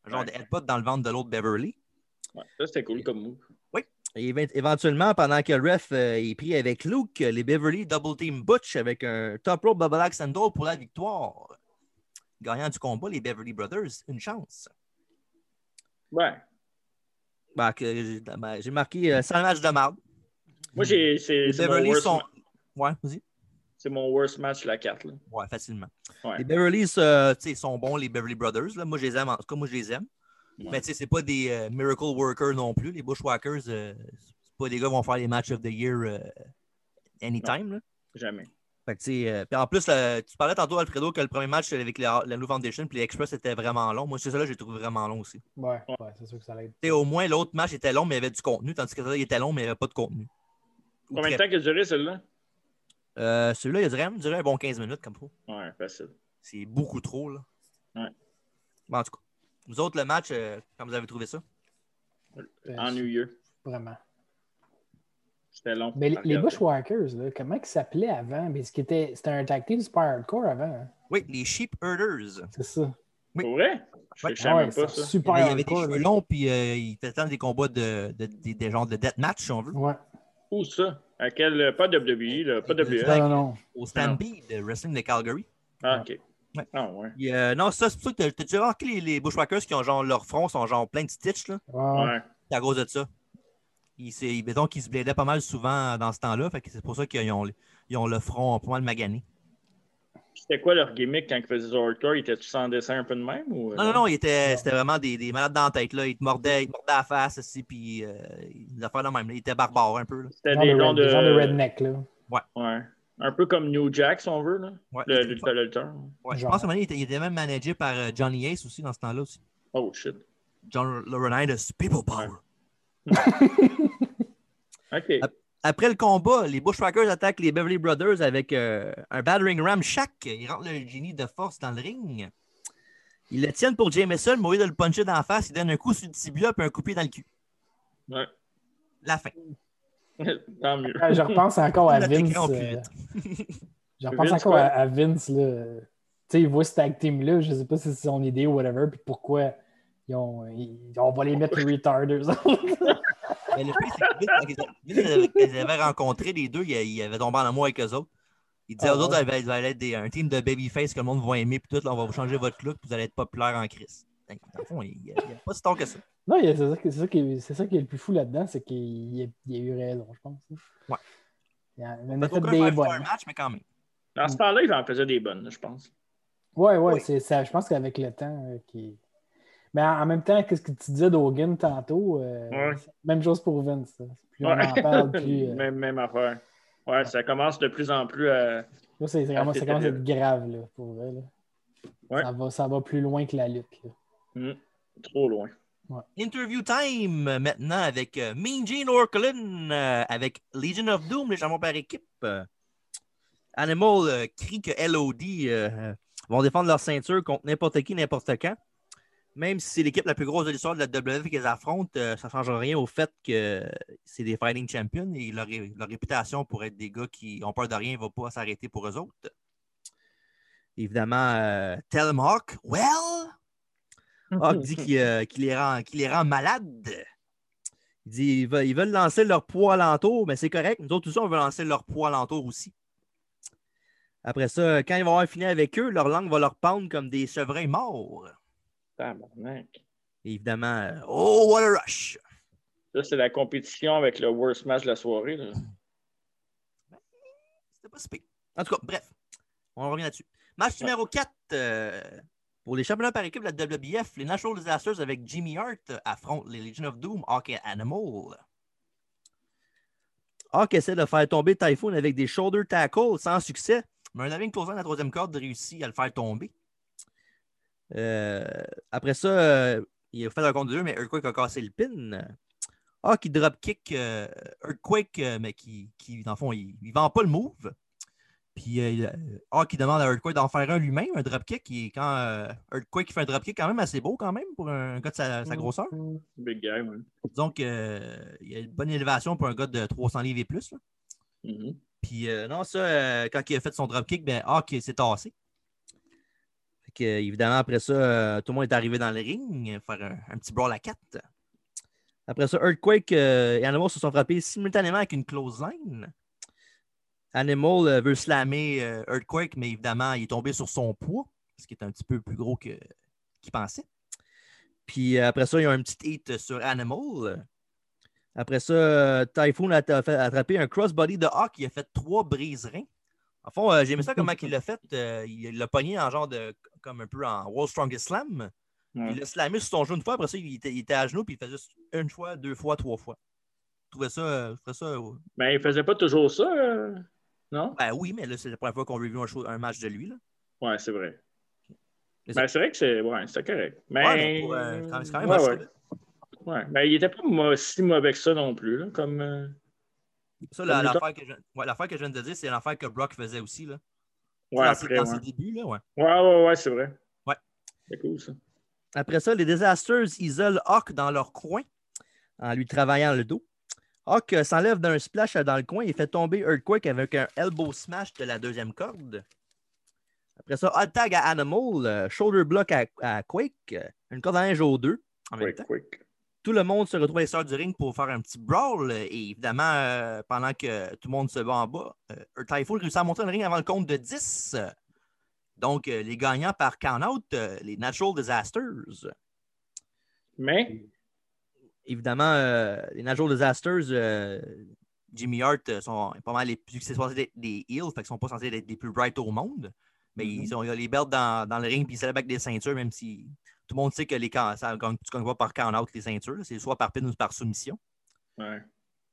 Un genre
Ouais.
de headbutt dans le ventre de l'autre Beverly.
Ouais, ça, c'était cool comme move.
Et éve- éventuellement, pendant que le ref euh, est pris avec Luke, euh, les Beverly double team Butch avec un top rope bubble axe handle pour la victoire. Gagnant du combat, les Beverly Brothers, une chance.
Ouais.
Ben, que j'ai ben, j'ai marqué euh, 100 matchs de marde.
Moi, j'ai, c'est,
Hmm. Les
c'est, mon
Beverly
worst,
sont.
ma-
Ouais, vas-y.
c'est mon worst match, la carte. Là.
Ouais, facilement.
Ouais.
Les Beverly euh, tu sais, sont bons, les Beverly Brothers. Là. Moi, je les aime. En tout cas, moi, je les aime.
Ouais.
Mais tu sais, c'est pas des euh, miracle workers non plus. Les Bushwhackers, euh, c'est pas des gars qui vont faire les matchs of the year euh, anytime. là.
Jamais.
Fait que, tu sais, euh, puis en plus, euh, tu parlais tantôt, Alfredo, que le premier match avec la, la New Foundation puis les Express était vraiment long. Moi, c'est ça, là, j'ai trouvé vraiment long aussi. Tu
Ouais, ouais, c'est sûr que ça l'aide.
sais, au moins, l'autre match était long, mais il y avait du contenu, tandis que ça, il était long, mais il n'y avait pas de contenu. Ou
Combien de
très-
temps que duré celle-là?
Euh, Celui-là, il a duré, il a duré un bon 15 minutes, comme ça.
Ouais, facile.
C'est beaucoup trop, là.
Ouais.
Bon, en tout cas, vous autres, le match, euh, quand vous avez trouvé ça?
Euh,
Ennuyeux.
Vraiment.
C'était long.
Mais les,
à
les
regarder.
Bushwhackers, là, comment ils s'appelaient avant? Mais ce qui était, c'était un tag team super hardcore avant. hein.
Oui, les Sheep Herders.
C'est ça.
Pour vrai? Je
Ouais.
savais
Ouais,
pas
c'est
ça.
Il y
Super
avait, il y avait des
hardcore.
cheveux
là.
longs, puis euh, ils faisaient des combats de, de- des- des genres de deathmatch, si on veut.
Ouais.
Où ça? À quel. euh, Pas WWE, là. Pas
Ouais.
Non,
WWE.
Ouais.
non, non.
Au Stampede, le Wrestling de Calgary.
Ah, ok.
Ouais.
Ah, ouais.
Puis, euh, non, ça, c'est pour ça que t'as- t'as déjà remarqué les, les Bushwhackers qui ont genre leur front sont genre plein de stitches, là.
Ouais.
Ouais.
C'est à cause de ça. Ils, c'est- ils- mettons qu'ils se blaidaient pas mal souvent dans ce temps-là. Fait que c'est pour ça qu'ils ont, ils ont le front pas mal magané.
C'était quoi leur gimmick quand ils faisaient du hardcore? Ils étaient-tu sans dessin un peu de même? Ou... euh,
Non, non, non, ils étaient- c'était vraiment des, des malades dans la tête, là. Ils te mordaient, ils te mordaient la face, aussi, puis euh, ils affaires de même. là. Ils étaient barbares un peu, là.
C'était
Genre
des
de
gens
red-
de.
des genres de redneck, là.
Ouais. Un peu comme New Jack, si on veut, là.
Ouais,
Le,
ils
le,
étaient pas-
le, le terme.
ouais. Je
genre.
pense qu'à un moment donné, ils étaient- ils étaient même managés par euh, Johnny Ace aussi dans ce temps-là aussi.
Oh, shit.
John Laurinaitis, People Power.
Ok.
Ah.
Après le combat, les Bushwhackers attaquent les Beverly Brothers avec euh, un battering ram shack. Ils rentrent le génie de force dans le ring. Ils le tiennent pour Jameson, mais au lieu de le puncher dans la face, ils donnent un coup sur le tibia puis un coup de pied dans le cul.
Ouais. <laughs>
La fin.
Tant mieux.
Ah, Je repense encore à
<laughs> La
Vince.
décret en plus
euh,
vite.
<laughs> Je repense
Vince,
encore à,
quoi?
à Vince, là. Tu sais, il voit ce tag team-là, je sais pas si c'est son idée ou whatever, puis pourquoi ils ont, ils- on va les mettre les retarders.
Mais le pire, c'est que Vince, quand ils- quand ils avaient rencontré les deux, ils ils avaient tombé en amour avec eux autres. Ils disaient
Ah
aux autres,
ouais.
ils allaient- ils allaient être des- un team de babyface que le monde va aimer, puis tout, là, on va vous changer votre look, puis vous allez être populaire en crise. Dans le fond, il n'y a, il y a pas si tard que ça.
<laughs> non, il y a- c'est ça, qui- c'est ça qui est- c'est ça qui est le plus fou là-dedans, c'est qu'il y a, il y a eu raison, je pense.
Ouais.
Il y a il y en a
Peut-être
fait
aucun
des
faire un
bonnes.
match, mais quand même.
Dans ce temps-là, ils en faisaient des bonnes, je pense.
Ouais, ouais,
Oui.
c'est ça, je pense qu'avec le temps, euh, qui. Mais en en même temps, qu'est-ce que tu disais d'Hogan tantôt? euh,
Ouais.
Même chose pour Vince. là. Plus on
Ouais.
en
<laughs>
parle,
<laughs>
plus. euh,
même, même affaire. Ouais, ça commence de plus en plus euh, à.
Là, c'est c'est vraiment,
Ah, c'est
ça commence à être
terrible.
grave, là, pour vrai. là.
Ouais.
Ça, va, ça va plus loin que la lutte. là.
Hmm, Trop loin.
Interview time euh, maintenant avec euh, Mean Gene Orklin, euh, avec Legion of Doom, les jambons par équipe. Euh, Animal euh, crie que LOD euh, euh, vont défendre leur ceinture contre n'importe qui, n'importe quand. Même si c'est l'équipe la plus grosse de l'histoire de la WWE qu'ils affrontent, euh, ça ne change rien au fait que c'est des fighting champions et leur, ré- leur réputation pour être des gars qui ont peur de rien ne va pas s'arrêter pour eux autres. Évidemment, euh, Tell 'em Hawk, well, <laughs>
Ah,
<laughs>
Hawk dit qu'il euh, qu'il les, rend- qu'il les rend malades. Il dit ils veulent, ils veulent lancer leur poids alentour, mais c'est correct. Nous autres, tout ça, on veut lancer leur poids alentour aussi. Après ça, quand ils vont avoir fini avec eux, leur langue va leur pendre comme des chevreuils morts.
Tabarnak.
Et évidemment, euh, oh, what a rush!
Là, c'est la compétition avec le worst match de la soirée. là.
C'était pas si pire. En tout cas, bref, on revient là-dessus. Match numéro 4 pour les championnats par équipe de la WBF, les National Disasters avec Jimmy Hart affrontent les Legion of Doom, Hawk et Animal. Hawk essaie de faire tomber Typhoon avec des shoulder tackles sans succès. Mais un Alvin Closer à la troisième corde réussit à le faire tomber. Euh, après ça, euh, il a fait un compte de deux, mais Earthquake a cassé le pin. Ah, qui drop kick euh, Earthquake, euh, mais qui, qui, dans le fond, il, il vend pas le move. Puis euh, il- ah, qui demande à Earthquake d'en faire un lui-même, un dropkick. Et quand euh, Earthquake fait un dropkick quand même assez beau quand même pour un gars de sa, sa grosseur.
Big game. hein.
Donc, euh, il y a une bonne élévation pour un gars de 300 livres et plus. là.
Mhm.
Puis euh, non, ça, euh, quand il a fait son dropkick, ben Hawk il s'est tassé. Fait que, euh, évidemment, après ça, euh, tout le monde est arrivé dans le ring, euh, faire un, un petit brawl à quatre. Après ça, Earthquake euh, et Animal se sont frappés simultanément avec une close line. Animal euh, veut slammer euh, Earthquake, mais évidemment, il est tombé sur son poids, ce qui est un petit peu plus gros que- qu'il pensait. Puis euh, après ça, il y a un petit hit sur Animal. Après ça, euh, Typhoon a ta- fait- attrapé un crossbody de Hawk. Il a fait trois briserins. En fond, euh, j'ai aimé ça comment il l'a fait. Euh, il l'a pogné en genre de. comme un peu en World Strongest Slam.
Ouais.
Il l'a slamé sur son genou une fois. Après ça, il était, il était à genoux. Puis il faisait juste une fois, deux fois, trois fois. Je trouvais ça. euh, je trouvais ça euh,
Mais il faisait pas toujours ça, euh, non?
ben oui, mais là, c'est la première fois qu'on review un, show- un match de lui. Là.
Ouais, c'est vrai.
Mais
Ben, c'est vrai que c'est ouais, c'était correct. Mais,
Ouais, mais pour, euh, quand- c'est quand même
Ouais,
assez-
ouais. Ouais. Ben, il était pas mo- si mauvais que ça non plus, là, comme. euh,
Ça, la-
Comme le
l'affaire que, je... ouais, l'affaire que je viens de dire, c'est l'affaire que Brock faisait aussi. Là.
Ouais,
dans, ses-
après,
dans
ouais.
ses débuts, là, ouais.
Ouais, ouais, ouais, c'est vrai.
Ouais.
C'est cool, ça.
Après ça, les Disasters isolent Hawk dans leur coin en lui travaillant le dos. Hawk euh, s'enlève d'un splash dans le coin et fait tomber Earthquake avec un elbow smash de la deuxième corde. Après ça, hot tag à Animal, euh, shoulder block à, à Quake, euh, une corde à linge aux deux en même
Quick,
temps.
quick.
Tout le monde se retrouve à l'extérieur du ring pour faire un petit brawl. euh, Et évidemment, euh, pendant que tout le monde se bat en bas, euh, Typhoon réussit à monter dans le ring avant le compte de 10. Donc, euh, les gagnants par count-out, euh, les Natural Disasters.
Mais,
évidemment, euh, les Natural Disasters, euh, Jimmy Hart euh, sont pas mal les plus que c'est censé être des heels, fait qu'ils sont pas censés être les plus bright au monde. Mais
Mhm.
ils ont, ils ont les belts dans, dans le ring puis ils célèbrent avec des ceintures, même si tout le monde sait que les can- ça, quand tu ne pas par count-out les ceintures, là, c'est soit par pin ou par soumission.
ouais.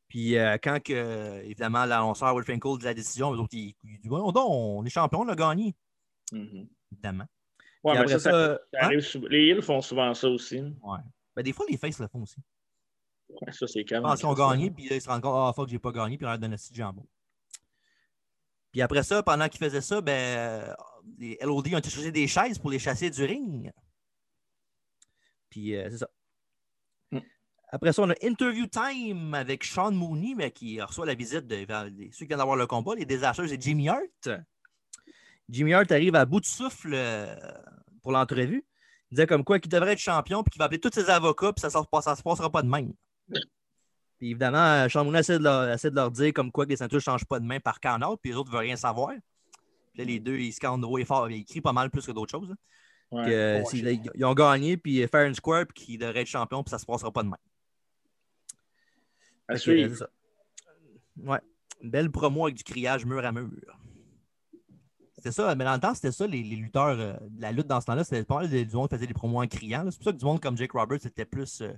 Puis euh, quand que, euh, évidemment l'annonceur Will Finkel dit la décision, eux autres, ils, ils disent Voyons donc, on est champion, on a gagné,
Mhm.
évidemment.
Ouais,
Puis
mais ça,
après
ça,
ça,
ça
hein?
arrive souvent- Les îles font souvent ça aussi. là.
Ben, des fois les faces le font aussi.
Ouais, ça, c'est
Je
calme.
pense qu'ils ont
ça.
gagné, puis là, ils se rendent compte, ah, fuck, j'ai pas gagné, puis ils ont l'air d'un assis de jambon. Puis après ça, pendant qu'ils faisaient ça, ben, euh, les LOD ont cherché des chaises pour les chasser du ring. Puis euh, c'est ça.
Mm.
Après ça, on a Interview Time avec Sean Mooney, mais qui reçoit la visite de, de- ceux qui viennent d'avoir le combat, les désastreuses et Jimmy Hart. Jimmy Hart arrive à bout de souffle euh, pour l'entrevue. Il disait comme quoi qu'il devrait être champion, puis qu'il va appeler tous ses avocats, puis ça ne se passera pas de même. Puis évidemment, euh, Sean Mooney essaie de, leur, essaie de leur dire comme quoi que les ceintures ne changent pas de main par canard, puis les autres ne veulent rien savoir. Puis là, les deux, ils scandent haut et fort, ils crient pas mal plus que d'autres choses. là.
Ouais.
Que, euh,
Ouais.
s'ils- ils, ont gagné, puis euh, faire une square, puis qu'ils devraient être champions, puis ça ne se passera pas de main. Fait
À
que,
suivre.
euh, c'est ça. Ouais. Une Belle promo avec du criage mur à mur. C'était ça, mais dans le temps, c'était ça, les, les lutteurs, euh, la lutte dans ce temps-là, c'était pas mal de- du monde qui faisait des promos en criant. là. C'est pour ça que du monde comme Jake Roberts c'était plus euh,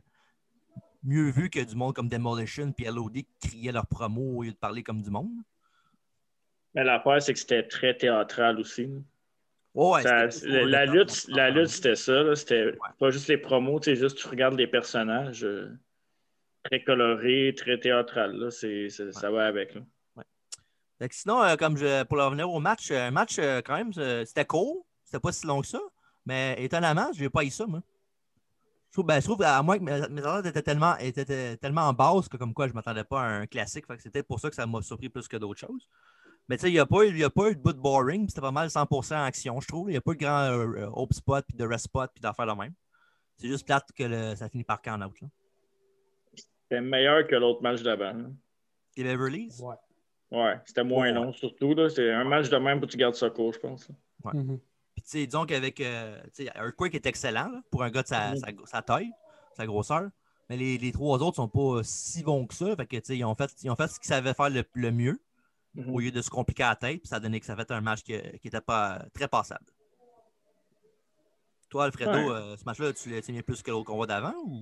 mieux vu que du monde comme Demolition puis LOD qui criaient leurs promos au lieu de parler comme du monde.
Mais l'affaire, c'est que c'était très théâtral aussi. hein. là.
Ouais, ouais,
Ça-
c'était plus
la,
pour
la
le-
lutte, la lutte, c'était ça. là. C'était pas juste les promos, tu sais, juste tu regardes les personnages euh, très colorés, très théâtral. là. C'est- c'est- Ça va avec. là.
Fait que sinon, euh, comme je, pour en revenir au match, euh, un match euh, quand même, euh, c'était court, c'était pas si long que ça, mais étonnamment, j'ai pas eu ça, moi. Je trouve, ben, je trouve à moins que mes, mes attentes étaient tellement, étaient, euh, tellement en basse que comme quoi je m'attendais pas à un classique, fait que c'était pour ça que ça m'a surpris plus que d'autres choses. Mais tu sais, il n'y a, pas eu- il y a pas eu de bout de boring, puis c'était pas mal 100% en action, je trouve. Il n'y a pas eu de grand euh, euh, hope spot, puis de rest spot, puis d'affaires la même. C'est juste plate que le- ça finit par count out. Là.
C'était meilleur que l'autre match d'avant. là.
Les Beverly's?
Ouais.
Ouais, c'était moins
Ouais.
long, surtout. là. C'est un match de même pour tu gardes ça court, je pense. là.
Mhm.
Puis, tu sais, disons qu'avec. Euh, tu sais, Earthquake est excellent là, pour un gars de sa,
Mhm.
sa, sa taille, sa grosseur. Mais les, les trois autres sont pas si bons que ça. Fait que, tu sais, ils ont fait, ils ont fait ce qu'ils savaient faire le, le mieux
Mhm.
au lieu de se compliquer la tête. Puis, ça a donné que ça a fait un match que- qui n'était pas très passable. Toi, Alfredo,
Ouais.
euh, ce match-là, tu l'as aimé plus que l'autre combat d'avant ou.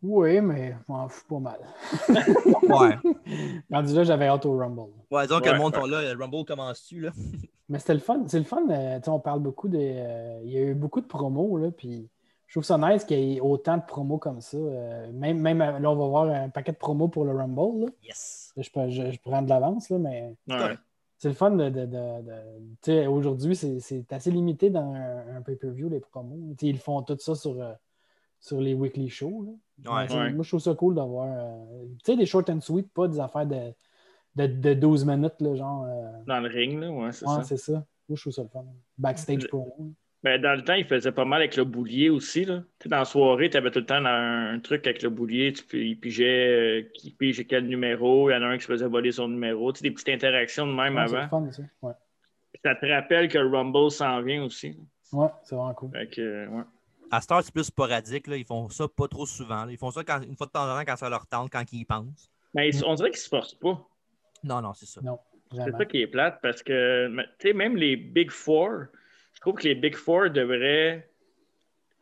Oui, mais je m'en fous pas mal.
Ouais.
Rendu là, j'avais hâte au Rumble.
Ouais, disons que
Ouais,
le monde
ouais.
sont là. Le Rumble commence-tu, là?
Mais c'était le fun. C'est le fun. euh, tu sais, on parle beaucoup de. euh, il y a eu beaucoup de promos, là, puis je trouve ça nice qu'il y ait autant de promos comme ça. Euh, même, même euh, là, on va voir un paquet de promos pour le Rumble. là.
Yes.
Là, je, peux- je- je prends de l'avance, là, mais
Ouais.
c'est le fun de. de- de- de- tu sais, aujourd'hui, c'est- c'est assez limité dans un, un pay-per-view, les promos. Tu sais, ils font tout ça sur, euh, sur les weekly shows. là.
Ouais.
Mais c'est-
Ouais.
Moi, je trouve ça cool d'avoir. euh, tu sais, des short and sweet, pas des affaires de, de, de 12 minutes, là, genre. euh,
Dans le ring, là, ouais, c'est
ouais,
ça.
c'est ça. Moi, je trouve ça le fun. Backstage
Le-
promo.
Ben, dans le temps, il faisait pas mal avec le boulier aussi. Là. Tu sais, Dans la soirée, tu avais tout le temps un, un truc avec le boulier. Tu, pi- il pigeait euh, qui pige quel numéro. Il y en a un qui se faisait voler son numéro. Tu sais, des petites interactions de même
Ouais, c'est le
avant.
fun, ça. Ouais,
Puis Ça te rappelle que le Rumble s'en vient aussi.
ouais c'est vraiment cool.
Fait que, euh, ouais.
À Star, c'est plus sporadique. Là. Ils font ça pas trop souvent. là. Ils font ça quand- une fois de temps en temps quand ça leur tente, quand ils y pensent.
Mais ils- on dirait qu'ils se forcent pas.
Non, non, c'est ça.
C'est
Mm. Vraiment.
ça qui est plate parce que, mais, tu sais, même les Big Four, je trouve que les Big Four devraient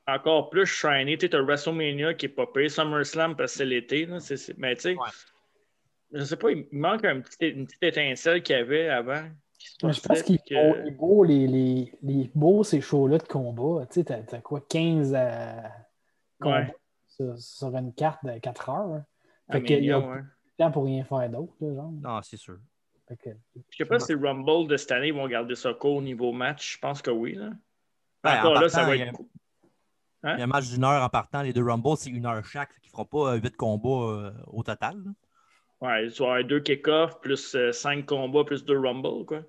encore plus shiner. Tu sais, t'as WrestleMania qui est pas payé, SummerSlam parce que c'est l'été, là, c'est- c'est- mais tu sais,
Ouais.
je sais pas, il manque un petit- une petite étincelle qu'il y avait avant. qui se
Mais je pense
passait,
qu'ils
puis
font-
que-
les beaux, les, les, les beaux, ces shows-là de combat, tu sais, t'as t'as quoi, 15 à combats
Ouais.
sur, sur une carte de 4 heures. hein.
Ah,
Fait qu'il y a
mignon,
plus
hein.
de temps pour rien faire d'autre, là, genre.
Non, c'est sûr.
Fait que-
Je sais pas si le Rumble de cette année ils vont garder ça court au niveau match. Je pense que oui. Là.
Ben,
Ouais,
encore
en
là, ça
partant,
va
il y a-
être. cool. Hein?
Il y a un match d'une heure en partant. Les deux Rumbles, c'est une heure chaque. Ils ne feront pas 8 combats euh, au total. là.
Ouais, tu vas avoir deux kick-offs, plus euh, cinq combats, plus deux Rumble, quoi.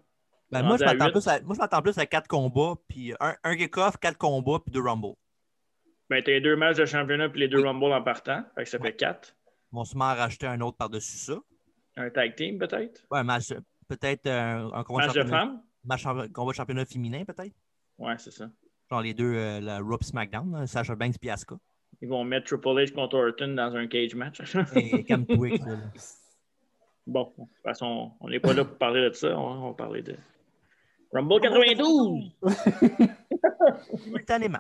Ben,
Rendu
moi, je
à
m'attends
huit.
plus à- moi, je m'attends plus à 4 combats, puis un, un kick-off, 4 combats, puis 2 Rumbles.
Ben, t'as les deux matchs de championnat puis les deux Rumble en partant. Fait que ça fait quatre.
Ils vont sûrement en racheter un autre par-dessus ça.
Un tag team, peut-être.
Ouais, un match, euh, peut-être euh, un, combat,
Match de
championnat,
femmes.
match champ- combat championnat féminin, peut-être.
Ouais, c'est ça.
Genre les deux, euh, la Rope SmackDown, là, Sasha Banks et
<laughs>
Asuka.
Ils vont mettre Triple H contre Orton dans un cage match. <laughs>
Et Cam Twix. là.
bon, de toute façon, on n'est pas là pour parler de ça. hein. On, on va parler de Rumble 92.
simultanément.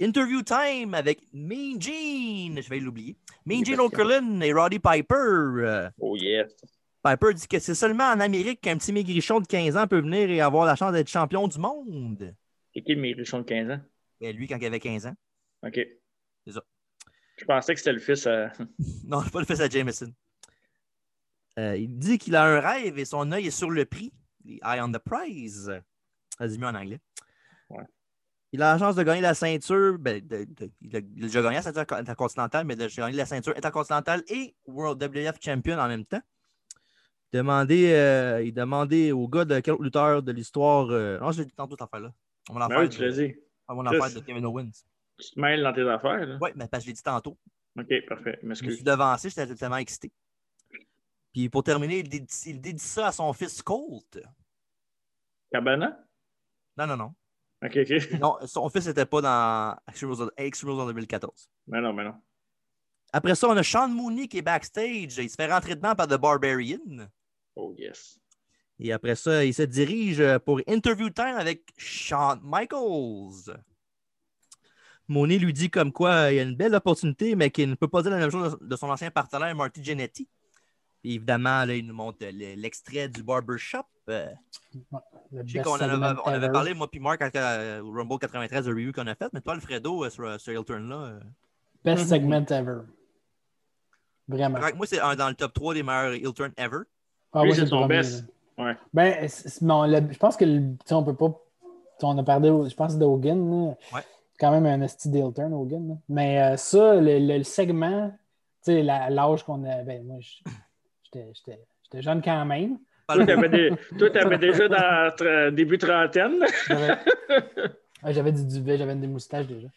Interview time avec Mean Gene. Je vais l'oublier. Mean
Oui,
Gene
parce que-
O'Kerlin et Roddy Piper. Euh,
Oh yes.
Piper dit que c'est seulement en Amérique qu'un petit maigrichon de 15 ans peut venir et avoir la chance d'être champion du monde.
C'est qui le mérichon de 15 ans?
Ben, lui, quand il avait 15 ans.
OK.
C'est ça.
Je pensais que c'était le fils à.
Non, pas le fils à Jameson. Euh, il dit qu'il a un rêve et son œil est sur le prix. The eye on the prize. Ça dit mieux en anglais.
Ouais.
Il a la chance de gagner la ceinture. ben, de- de- il, a, il a déjà gagné la ceinture intercontinentale, mais de gagner la ceinture intercontinentale et World WF Champion en même temps. Demandez, euh, il demandait au gars de quel autre lutteur de l'histoire. euh, non, je l'ai dit tantôt, cette affaire-là. Mon
Ah
affaire,
oui, tu l'as
de,
dit.
mon affaire
Chris.
de Kevin Owens.
Tu te mêles dans tes affaires, là.
Oui, mais parce que je l'ai dit tantôt.
OK, parfait.
Je me suis
M'excuse.
devancé, j'étais tellement excité. Puis pour terminer, il dédie, il dédie ça à son fils Colt.
Cabana?
Non, non, non.
OK, OK.
Non, son fils n'était pas dans Extreme Rules Extreme Rules en 2014.
Mais non, mais non.
Après ça, on a Sean Mooney qui est backstage. Il se fait rentrer dedans par The Barbarian.
Oh yes.
Et après ça, il se dirige pour Interview Time avec Shawn Michaels. Mooney lui dit comme quoi il y a une belle opportunité, mais qu'il ne peut pas dire la même chose de son ancien partenaire Marty Jannetty. Puis évidemment, là, il nous montre le- l'extrait du barbershop. Euh,
le
je sais
best
qu'on en avait- on
segment
avait,
ever.
parlé, moi puis Marc, à- au Rumble 93 de review qu'on a fait, mais toi, Alfredo, euh, sur ce Hilton-là,
Best
Mhm.
segment ever. Vraiment.
moi, c'est un dans le top 3 des meilleurs Hilton ever.
Ah,
Lui,
ouais,
c'est
le
son
premier,
best.
là.
Ouais.
Ben, c'est- c'est- bon, le- je pense que le- tu sais, on peut pas. tu sais, On a parlé, au- je pense, d'Hogan. là.
Ouais.
Quand même un esti deal turn, Hogan. là. Mais euh, ça, le, le- le segment, tu sais, la- l'âge qu'on avait. ben, moi, je- j'étais- j'étais j'étais jeune quand même.
Toi, t'avais, des- <laughs> toi, t'avais déjà dans tr- euh, début trentaine.
J'avais ouais, j'avais du duvet, j'avais des moustaches déjà.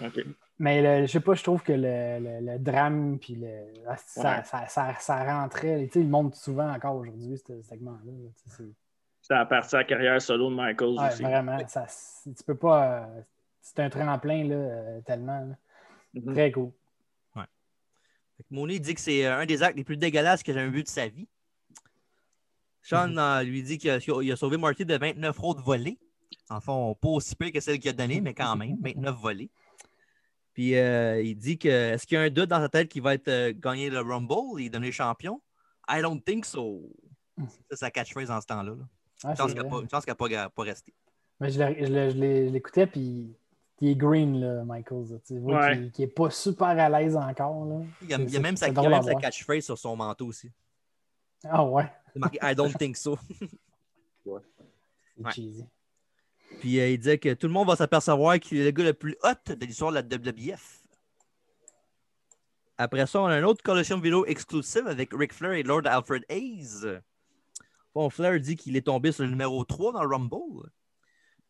OK.
Mais le- je sais pas, je trouve que le, le- le drame, puis le, ah, ça,
Ouais.
ça, ça, ça rentrait. Tu sais, il monte souvent encore aujourd'hui, ce segment-là. là, tu sais, c'est-
Ça a parti à la carrière solo de Michaels
Ouais,
aussi.
vraiment, ça, tu peux pas. euh, c'est un tremplin, là, euh, tellement. là.
Mm-hmm.
Mhm.
Très cool.
Fait que Mooney dit que c'est euh, un des actes les plus dégueulasses que j'ai jamais vu de sa vie. Sean euh, lui dit qu'il a, il a sauvé Marty de 29 autres volées. En fond, pas aussi peu que celle qu'il a donnée, mais quand même, 29 volées. Puis euh, il dit que est-ce qu'il y a un doute dans sa tête qu'il va être euh, gagner le Rumble et donner champion? I don't think so. C'est ça, sa catchphrase en ce temps-là. là.
Ah,
Chance
c'est
qu'elle
vrai.
n'a pas, resté.
Mais je l'ai- je l'ai- je l'ai- je l'écoutais, puis il est green, là, Michaels. là. Tu vois
Ouais.
qu'il n'est pas super à l'aise encore. Là.
Il y a,
C'est-
il y a
c'est-
même sa,
c'est
il y a
drôle à
même sa
voir.
catchphrase sur son manteau aussi.
Ah ouais,
C'est marqué I don't think so.
c'est
Ouais.
cheesy.
Puis euh, il disait que tout le monde va s'apercevoir qu'il est le gars le plus hot de l'histoire de la WWF. Après ça, on a un autre collection vidéo exclusive avec Ric Flair et Lord Alfred Hayes. Bon, Flair dit qu'il est tombé sur le numéro 3 dans le Rumble.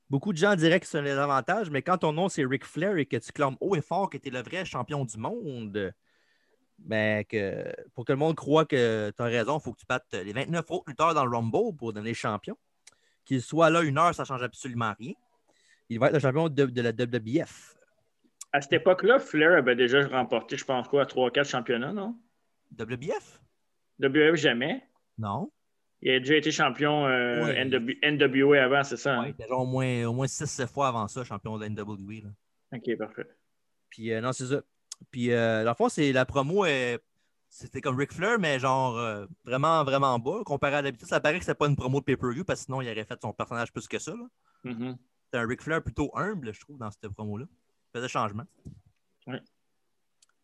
Beaucoup de gens diraient que c'est un avantage, mais quand ton nom c'est Ric Flair et que tu clames haut et fort que tu es le vrai champion du monde, ben que pour que le monde croit que tu as raison, il faut que tu battes les 29 autres lutteurs dans le Rumble pour devenir champion. Qu'il soit là une heure, ça ne change absolument rien. Il va être le champion de, de la WWF.
À cette époque-là, Flair avait déjà remporté, je pense quoi, 3-4 championnats, non?
WBF?
WF jamais.
Non.
Il a déjà été champion euh,
Ouais.
NW NWA avant, c'est ça? hein?
Ouais, il était genre au moins, au moins 6 fois avant ça, champion de la NWE. là.
Ok, parfait.
Puis euh, non, c'est ça. Puis euh, dans le fond, c'est la promo, euh, c'était comme Ric Flair, mais genre euh, vraiment, vraiment bas. Comparé à l'habitude, ça paraît que c'est pas une promo de pay-per-view parce que sinon, il aurait fait son personnage plus que ça. là.
Mhm.
C'était un Ric Flair plutôt humble, je trouve, dans cette promo-là. Il faisait changement.
Ouais.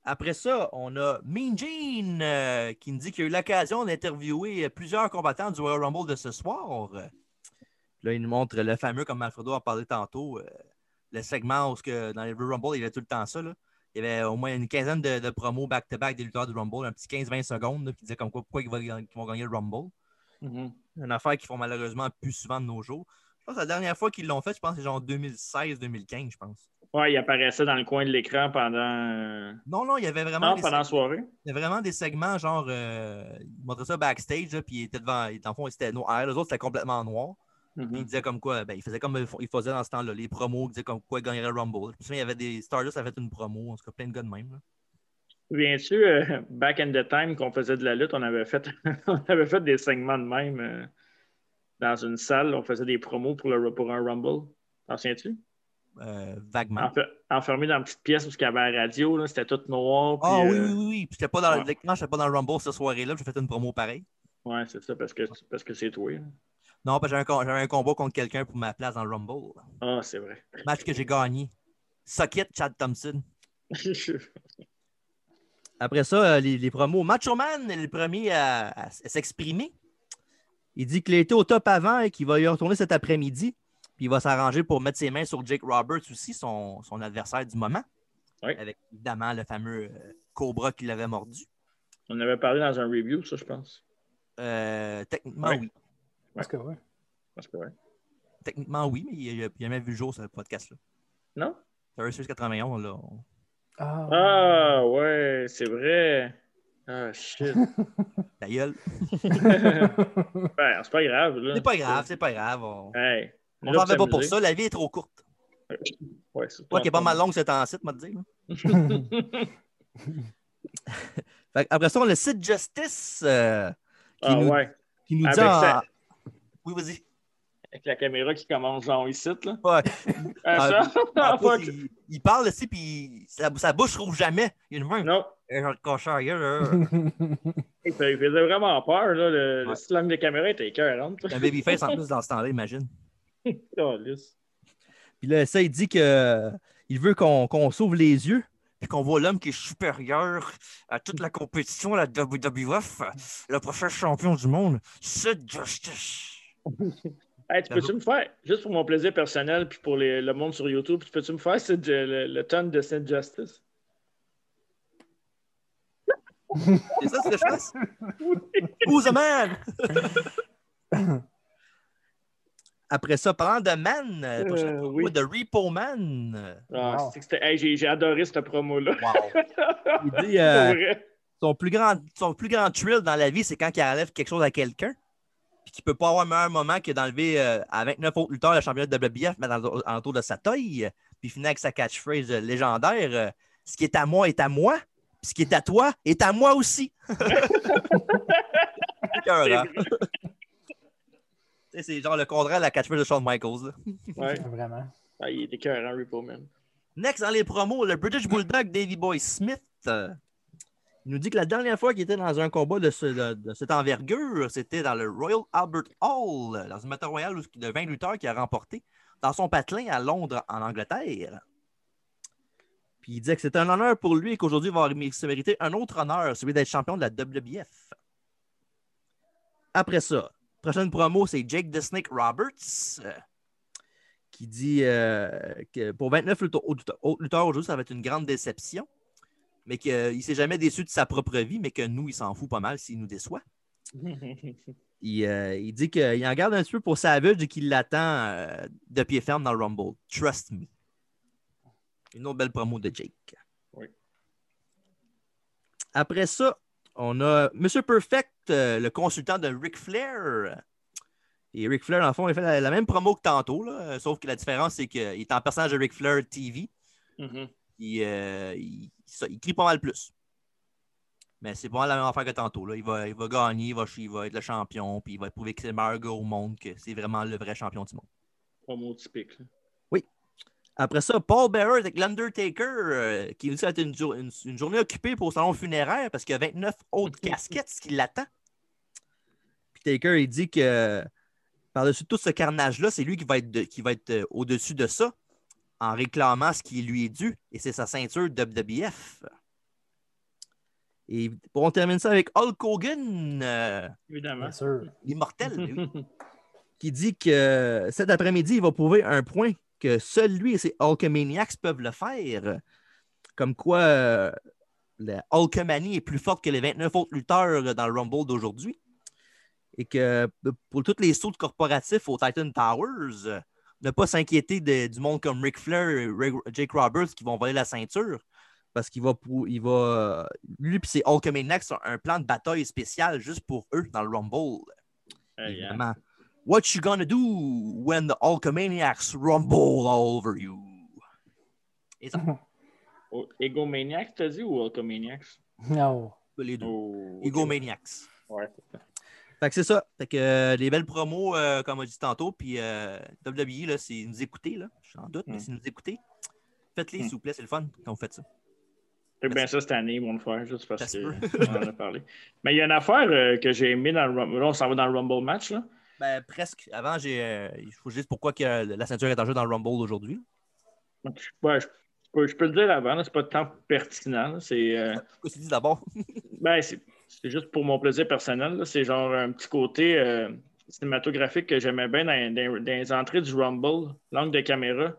Après ça, on a Mean Gene euh, qui nous dit qu'il a eu l'occasion d'interviewer plusieurs combattants du Royal Rumble de ce soir. Euh, Là, il nous montre le fameux, comme Alfredo a parlé tantôt, euh, le segment où ce que, dans les Royal Rumble, il y avait tout le temps ça. là. Il y avait au moins une quinzaine de, de promos back-to-back des lutteurs du Rumble, un petit 15-20 secondes, là, qui disait comme quoi pourquoi ils vont, ils vont gagner le Rumble
Mhm.
une affaire qu'ils font malheureusement plus souvent de nos jours. Je pense que la dernière fois qu'ils l'ont fait, je pense que c'est genre 2016-2015, je pense.
Ouais, il apparaissait dans le coin de l'écran pendant. euh,
Non, non, il y avait vraiment,
Non,
des,
pendant la soirée.
il y avait vraiment des segments genre. euh, ils montraient ça backstage, là, puis ils étaient devant. Dans le fond, c'était noir. Les autres, c'était complètement noir. Puis ils
Mhm.
disaient comme quoi. Ben, ils faisaient comme ils font- ils faisaient dans ce temps-là. Les promos, ils disaient comme quoi ils gagneraient le Rumble. Je me souviens, il y avait des Stardust, ça avait fait une promo. En tout cas, plein de gars de même. là.
Viens-tu, euh, back in the time, qu'on faisait de la lutte, on avait fait, <laughs> on avait fait des segments de même euh, dans une salle. On faisait des promos pour, le, pour un Rumble. T'en souviens-tu?
Euh, vaguement.
Enfer- enfermé dans une petite pièce où il y avait la radio, là, c'était tout noir. puis,
Ah oui,
euh,
oui, oui, oui. Puis j'étais pas dans,
ouais.
non, j'étais pas dans le Rumble cette soirée-là. J'ai fait une promo pareille.
Ouais, c'est ça, parce que parce que c'est toi. là.
Non, parce que j'avais un, con- j'avais un combat contre quelqu'un pour ma place dans le Rumble.
Ah, c'est vrai. <laughs>
Match que j'ai gagné. Socket, Chad Thompson. Après ça, euh, les, les promos. Macho Man est le premier à, à s- à s'exprimer. Il dit qu'il était au top avant et qu'il va y retourner cet après-midi. Puis il va s'arranger pour mettre ses mains sur Jake Roberts aussi, son, son adversaire du moment.
Ouais.
Avec évidemment le fameux euh, cobra qui l'avait mordu.
on avait parlé dans un review, ça, je pense.
Euh, techniquement,
Ouais.
oui.
Parce que ouais.
Parce que, ouais.
Techniquement, oui, mais il n'a jamais vu le jour, ce podcast-là.
Non?
Sur Series 91, là. on-
Ah,
Ah, ouais, c'est vrai.
<laughs>
Ah, shit.
Ta gueule.
Ben, c'est pas grave. là.
C'est pas grave, c'est pas grave. On,
Hey,
on
là,
s'en fait
vous
pas Euh, pour
amusez.
ça. La vie est trop courte.
Ouais, c'est
Toi qui est pas mal longue, c'est en site, m'a dit. là. Fait que Après ça, on a le site Justice euh, qui,
Ah,
nous,
ouais.
qui nous dit.
Avec
en-
ça.
Oui, vas-y.
Avec la caméra qui commence genre ici, là.
Ouais.
Ah, <laughs> ça? <laughs> Ah,
En plus,
fuck.
il, il parle aussi, puis sa, sa bouche rouvre jamais. Il y a une main.
Non,
Un genre de cochon à gueule,
<laughs>
là.
il fait- il faisait vraiment peur, là. Le, le
Ouais.
slam des caméras était écœurant.
Un babyface
<laughs>
en plus dans ce temps-là, imagine.
Oh, lisse.
Puis là, ça, il dit que euh, il veut qu'on qu'on s'ouvre les yeux. Puis qu'on voit l'homme qui est supérieur à toute la compétition, la WWF, le prochain champion du monde, Sid Justice.
Hey, tu peux-tu me faire, juste pour mon plaisir personnel puis pour les- le monde sur YouTube, tu peux-tu me faire c'est de- le, le ton de Saint Justice?
C'est ça ce que je <laughs> pense? Who's a man? <laughs> Après ça, parlant de man, euh,
Euh,
prochaine promo
oui.
de Repo Man.
Ah,
Wow.
c'est que c'était- hey, j'ai j'ai adoré cette promo-là.
Wow. Il dit
Pour
<laughs> euh,
vrai.
son, plus grand, son plus grand thrill dans la vie, c'est quand il enlève quelque chose à quelqu'un. Puis qu'il peut pas avoir meilleur moment que d'enlever euh, à 29 autres lutteurs le championnat de WBF, mais dans le- autour de sa taille. Puis finir avec sa catchphrase euh, légendaire euh, Ce qui est à moi est à moi, puis ce qui est à toi est à moi aussi. <laughs> Écœurant.
C'est vrai.
<laughs> Tu sais, C'est genre le contraire de la catchphrase de Shawn Michaels. là.
<laughs> Ouais.
<laughs> Vraiment.
Ah, il est écœurant, Repo Man.
Next dans les promos, le British Bulldog Davy Boy Smith euh, Il nous dit que la dernière fois qu'il était dans un combat de, ce- de- de cette envergure, c'était dans le Royal Albert Hall, dans une bataille royale où- de 20 lutteurs qu'il a remporté dans son patelin à Londres, en Angleterre. Puis il disait que c'était un honneur pour lui et qu'aujourd'hui, il va mé- se mériter un autre honneur, celui d'être champion de la WBF. Après ça, prochaine promo, c'est Jake the Snake Roberts euh, qui dit euh, que pour 29 lutte- autres autres lutteurs aujourd'hui, ça va être une grande déception, mais qu'il ne s'est jamais déçu de sa propre vie, mais que nous, il s'en fout pas mal s'il nous déçoit.
Mhm.
Il, euh, il dit qu'il en garde un petit peu pour Savage et qu'il l'attend euh, de pied ferme dans le Rumble. Trust me. Une autre belle promo de Jake.
Oui.
Après ça, on a Monsieur Perfect, euh, le consultant de Ric Flair. Et Ric Flair, dans le fond, il fait la, la même promo que tantôt, là, euh, sauf que la différence, c'est qu'il est en personnage de Ric Flair TV.
Mhm.
Il, euh, il- ça- il crie pas mal plus. Mais c'est pas mal la même affaire que tantôt. Là. Il, va, il va gagner, il va, il va être le champion, puis il va prouver que c'est le meilleur gars au monde, que c'est vraiment le vrai champion du monde.
Promo typique. là.
Après ça, Paul Bearer avec l'Undertaker, euh, qui nous dit que ça va être une, jour- une- une journée occupée pour le salon funéraire parce qu'il y a 29 autres casquettes qui l'attendent. Puis Taker, il dit que par-dessus tout ce carnage-là, c'est lui qui va être, de- qui va être euh, au-dessus de ça en réclamant ce qui lui est dû, et c'est sa ceinture WWF. Et on termine ça avec Hulk Hogan, euh,
Évidemment.
Bien sûr.
l'immortel,
<laughs>
lui qui dit que euh, cet après-midi, il va prouver un point que seul lui et ses Hulkamaniacs peuvent le faire. Comme quoi, euh, la Hulkamanie est plus forte que les 29 autres lutteurs euh, dans le Rumble d'aujourd'hui. Et que euh, pour tous les sauts corporatifs au Titan Towers, euh, ne pas s'inquiéter de- du monde comme Ric Flair et Ray- Jake Roberts qui vont voler la ceinture. Parce qu'il va, prou- il va. Lui et ses Hulkamaniacs ont un plan de bataille spécial juste pour eux dans le Rumble.
Hey, hein.
Évidemment. What you gonna do when the Hulkamaniacs rumble all over you? Et
Mhm.
ça,
Oh, Egomaniacs, t'as dit, ou Hulkamaniacs?
Non.
les deux.
Oh, ok.
Egomaniacs.
Ouais.
Fait que c'est ça. Fait que euh, des belles promos, euh, comme on dit tantôt. Puis euh, WWE, là, si nous écoutez, là, j'en doute, mais
Mm.
si nous écoutez, faites-les,
Mm.
s'il vous plaît, c'est le fun quand vous faites ça.
Fait que ben ça cette année, ils vont le faire, juste parce
Ça se
qu'on en a parlé. Mais il y a une affaire euh, que j'ai aimée dans le Rumble. Là, on s'en va dans le Rumble match, là.
Ben, presque. Avant, j'ai. euh, Il faut juste pourquoi que euh, la ceinture est en jeu dans le Rumble aujourd'hui.
Donc, je- ouais, je, je peux, je peux le dire avant, là, c'est pas de temps pertinent. là. C'est euh,
Pourquoi tu dis d'abord? <laughs>
ben, c'est c'est juste pour mon plaisir personnel. là. C'est genre un petit côté euh, cinématographique que j'aimais bien dans, dans- dans les entrées du Rumble, l'angle de caméra.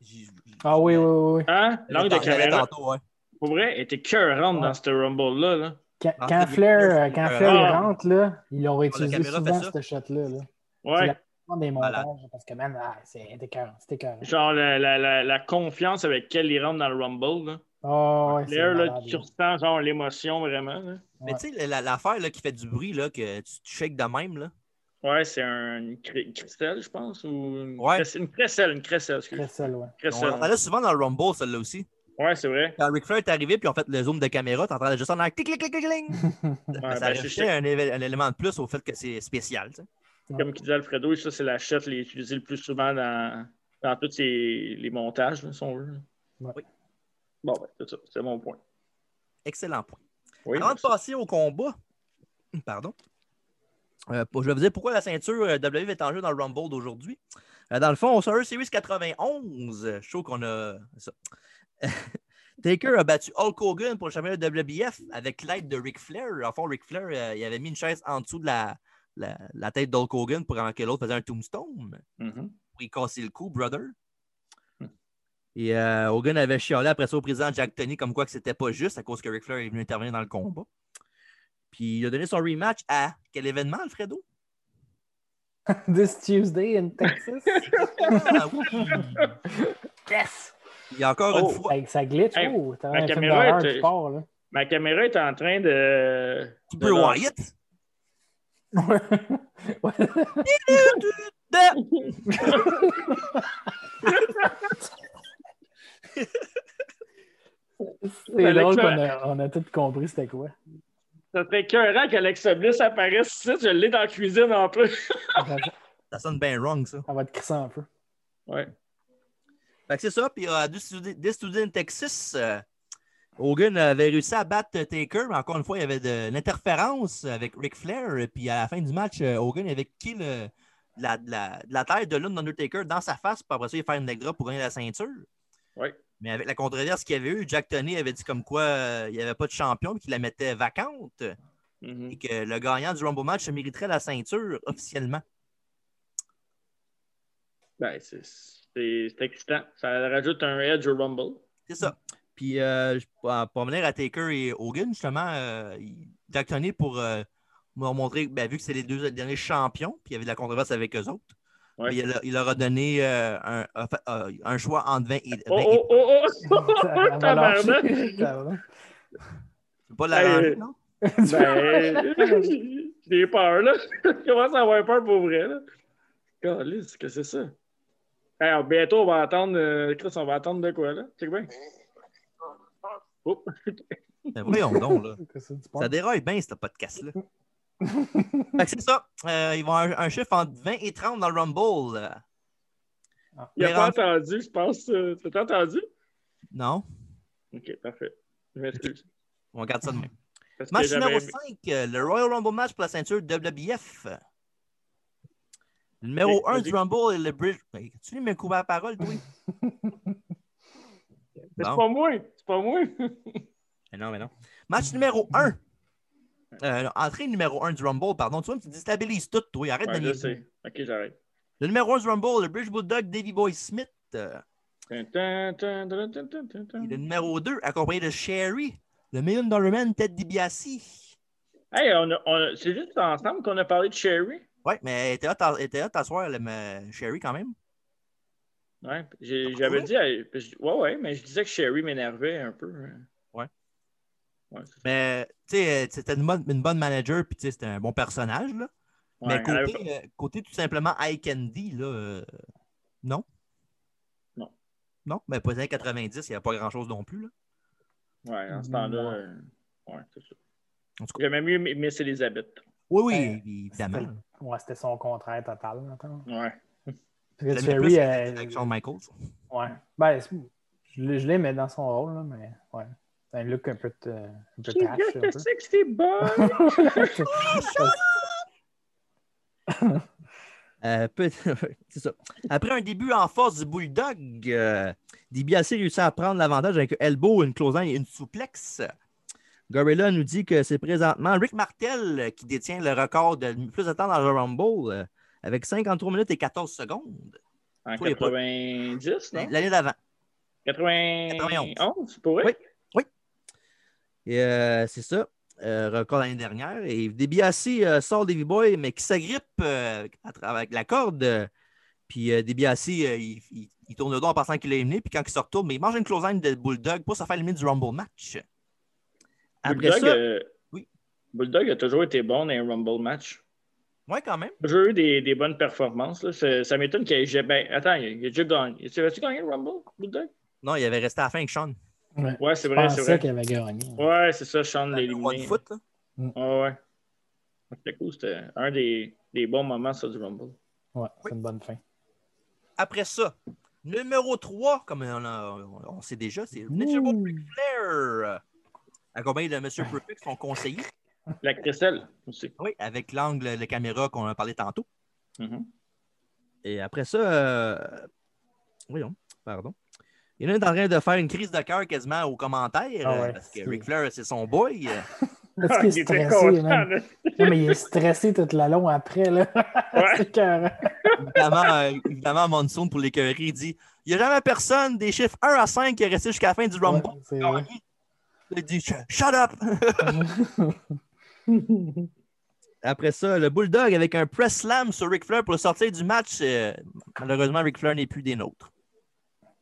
J'y- j'y-
Ah oui, oui, oui. oui.
Hein?
j'allais
L'angle de
t'en- j'allais
caméra,
tantôt, ouais.
pour vrai, était cœurante dans ce Rumble-là. là.
Quand,
Ah,
quand
c'est
Flair,
bien.
euh, quand Flair il
Ah.
rentre, là, ils l'ont réutilisé
Oh, caméra fait
souvent,
ça.
ce shot-là. Là. C'est
Ouais.
la raison des
Malade.
montages, parce que, man, ah, c'est c'était écœurant, c'était écœurant.
Genre la, la- la- la confiance avec laquelle ils rentrent dans le Rumble. Là.
Ah, ouais, c'est
Flair, là,
malade,
tu ressens genre l'émotion vraiment. là.
Mais
Ouais.
tu sais, la- l'affaire là, qui fait du bruit, là, que tu, tu shakes de même, là.
Ouais, c'est un une cri- cristelle, je pense. Ou une,
Ouais.
cresse- une cresselle, une cresselle, excuse.
Très seul, ouais.
On
Cresselle.
l'entendait Ben souvent dans le Rumble, celle-là aussi.
Ouais, c'est vrai.
Quand Ric Flair est arrivé, puis en fait, le zoom de caméra, t'entendais juste ça dans clic, clic, clic, clic, clic.
<laughs> Ouais,
ça
ben, c'est-
rajoutait un, éve- un élément de plus au fait que c'est spécial, tu sais.
Comme disait Alfredo, ça, c'est la chef les utilisée le plus souvent dans, dans tous ces- les montages, là, si on veut.
Ouais.
Oui.
Bon, ben, c'est ça. C'est mon point.
Excellent point.
Oui,
Avant de
merci.
passer au combat, pardon, euh, pour- je vais vous dire pourquoi la ceinture euh, WWE est en jeu dans le Rumble d'aujourd'hui. Euh, dans le fond, sur Earth Series 91, euh, je trouve qu'on a ça. <laughs> Taker a battu Hulk Hogan pour le championnat de WBF avec l'aide de Ric Flair. En fond, Ric Flair, euh, il avait mis une chaise en dessous de la, la- la tête d'Hulk Hogan pour que l'autre faisait un tombstone
Mhm.
pour y casser le cou, brother.
Hmm.
Et euh, Hogan avait chialé après ça au président Jack Tony comme quoi que c'était pas juste à cause que Ric Flair est venu intervenir dans le combat. Puis il a donné son rematch à quel événement, Alfredo?
This Tuesday in
<laughs>
Texas.
Ah, oui.
yes!
Il y a encore
Oh.
une fois.
Ça, ça glitch.
Hey,
oh, t'as
ma
un film
caméra
d'horreur
était-
qui part, là.
Ma caméra est en train de.
Tu
de
peux
lancer-
Wyatt?
Ouais.
De-
<laughs>
c'est drôle
Alexa-
qu'on a, on a tout compris c'était quoi.
<laughs> Ça serait écœurant qu'Alexa Bliss apparaisse ici. Je l'ai dans la cuisine en plus.
Ça
<laughs> Ça sonne bien wrong, ça.
va te crisser un
<laughs>
peu.
Ouais.
Fait que c'est ça. Puis à This Today in Texas, euh, Hogan avait réussi à battre Taker, mais encore une fois, il y avait de l'interférence avec Ric Flair. Puis à la fin du match, euh, Hogan avait qui le, la, la, la tête de l'une d'Undertaker dans sa face, puis après ça, il fait une leg drop pour gagner la ceinture.
Oui.
Mais avec la controverse qu'il y avait eu, Jack Tony avait dit comme quoi euh, il n'y avait pas de champion, puis qu'il la mettait vacante,
Mhm.
et que le gagnant du Rumble match mériterait la ceinture officiellement.
Ben, c'est- c'est c'est excitant. Ça rajoute un edge au Rumble.
C'est ça. Puis, euh, je- pour, pour venir à Taker et Hogan, justement, euh, il- Jack Tunney, pour euh, leur montrer, ben, vu que c'est les deux derniers champions, puis il y avait de la controverse avec eux autres,
Ouais.
ben, il, leur- il leur a donné euh, un, a fait, euh, un choix entre 20 et 20
Oh,
et-
oh, oh, oh!
<laughs>
<laughs>
Ça va
Tabarnak!
lâcher. Ça va.
C'est pas de la
Hey, euh,
rangée, non?
<laughs>
Ben, <laughs> j'ai peur, là. Je commence à avoir peur pour vrai, là. Câlisse, que c'est ça? Alors, bientôt, on va attendre... euh, Chris, on va attendre de quoi, là? Check bien. Oh.
Ben, voyons donc, là.
Qu'est-ce que tu penses?
Ça déraille bien, ce podcast-là.
<laughs>
Fait que c'est ça. Euh, ils vont avoir un, un chiffre entre 20 et 30 dans le Rumble. euh,
Il
Mais
a pas
en-
entendu, je pense. euh, T'as entendu?
Non?
OK, parfait. Je m'excuse.
On regarde ça demain.
Parce que
Match
j'avais
numéro
aimé.
5, le Royal Rumble match pour la ceinture WBF. Le numéro
Vas-y.
1 du Rumble est le Bridge. Ben, Tu lui mets couvert la parole, toi?
Mais C'est
Bon.
pas moi! C'est pas moi!
Mais non, mais non. Match numéro 1. Euh, entrée numéro 1 du Rumble, pardon. Tu vois, tu déstabilises tout, toi. Arrête
Ouais,
de
je
niaiser.
sais. OK, j'arrête.
Le numéro 1 du Rumble, le Bridge Bulldog, Davy Boy Smith. Euh,
Tin, tin, tin, tin, tin, tin, tin, tin.
et le numéro 2, accompagné de Sherry. Le Million Dollar Man, Ted DiBiase.
Hey, on a- on a- c'est juste ensemble qu'on a parlé de Sherry.
Ouais, mais elle était hot à- elle était hot à soir, le- mais Sherry, quand même.
Ouais, puis
Ah,
j'ai- j'avais dit, à- puis je- ouais, ouais, mais je disais que Sherry m'énervait un peu. hein.
Ouais.
Ouais, c'est-
Mais, tu sais, euh, c'était une bonne, une bonne manager, puis tu sais, c'était un bon personnage, là.
ouais,
Mais
elle avait
côté,
pas-
euh, côté tout simplement Eye Candy, là, euh, non?
Non.
Non? Mais pas les années 90, il n'y a pas grand-chose non plus, là.
ouais, en ce temps-là,
Ouais.
euh, ouais, c'est ça.
Hmm. En tout cas.
J'aimais mieux M- Miss Elizabeth.
Oui, oui,
Ben,
évidemment.
Ouais, c'était son contraire total. attends.
Ouais.
Puis
J'aimais
Cherry,
plus
elle-
avec Shawn Michaels.
ouais. Ben, c'est- je l'ai- je l'aimais dans son rôle, là, mais ouais. C'est un look un peu, de- un peu trash. un peu. <laughs>
Qu'est-ce que c'est que c'est bon?
<laughs>
<laughs>
Euh, peu- <laughs> c'est ça. Après un début en force du Bulldog, euh, DiBiase réussit à prendre l'avantage avec un elbow, une closant et une souplexe. Gorilla nous dit que c'est présentement Rick Martel euh, qui détient le record de le plus de temps dans le Rumble euh, avec 53 minutes et 14 secondes.
En
Toi, y a pas-
90, non?
L'année d'avant.
91, pour vrai?
Oui. Et euh, c'est ça. euh, record l'année dernière. Et DiBiase euh, sort des V-Boy, mais qui s'agrippe euh, à travers- avec la corde. euh, puis euh, DiBiase, euh, il, il- il tourne le dos en pensant qu'il est éliminé. Puis quand il se retourne, mais il mange une closaine de Bulldog pour se faire éliminer du Rumble match. Après
Bulldog,
ça,
euh,
oui.
Bulldog a toujours été bon dans les Rumble match.
ouais, quand même.
J'ai eu des, des bonnes performances. Là. Ça, ça m'étonne qu'il ait jamais- Ben, attends, il a, il a déjà gagné. Tu as-tu gagné le Rumble, Bulldog?
Non, il avait resté à la fin avec Sean.
Ouais.
Ouais, c'est
Je
vrai, c'est
pensais
vrai.
qu'elle avait gagné.
Ouais, c'est ça, Sean l'a
Le roi de
éliminé.
foot, là.
Ouais, ouais. C'était cool, c'était un des, des bons moments, ça, du Rumble.
Ouais, c'est une bonne fin.
Après ça, numéro 3, comme on, a- on- on sait déjà, c'est Legible
Ouh.
Flair. Accompagné de M. Perfect, son conseiller.
La Cressel aussi.
Oui, avec l'angle de caméra qu'on a parlé tantôt.
Mhm.
Et après ça, euh, voyons, pardon. Il y en a un en train de faire une crise de cœur quasiment aux commentaires
Ah
euh,
ouais,
parce que
c'est-
Ric Flair, c'est son boy. euh.
Est-ce qu'il
Ah, Il
est
était
stressé,
content,
man?
là.
Non, mais il est stressé tout le long après, là. <laughs>
Ouais.
c'est carré.
évidemment, euh, évidemment, Monsoon, pour l'écœurer, il dit Il n'y a jamais personne des chiffres 1 à 5 qui est resté jusqu'à la fin du Rumble.
Ouais, c'est vrai.
gagné. Il dit Sh- Shut up Après ça, le Bulldog avec un press slam sur Ric Flair pour le sortir du match. euh, malheureusement, Ric Flair n'est plus des nôtres.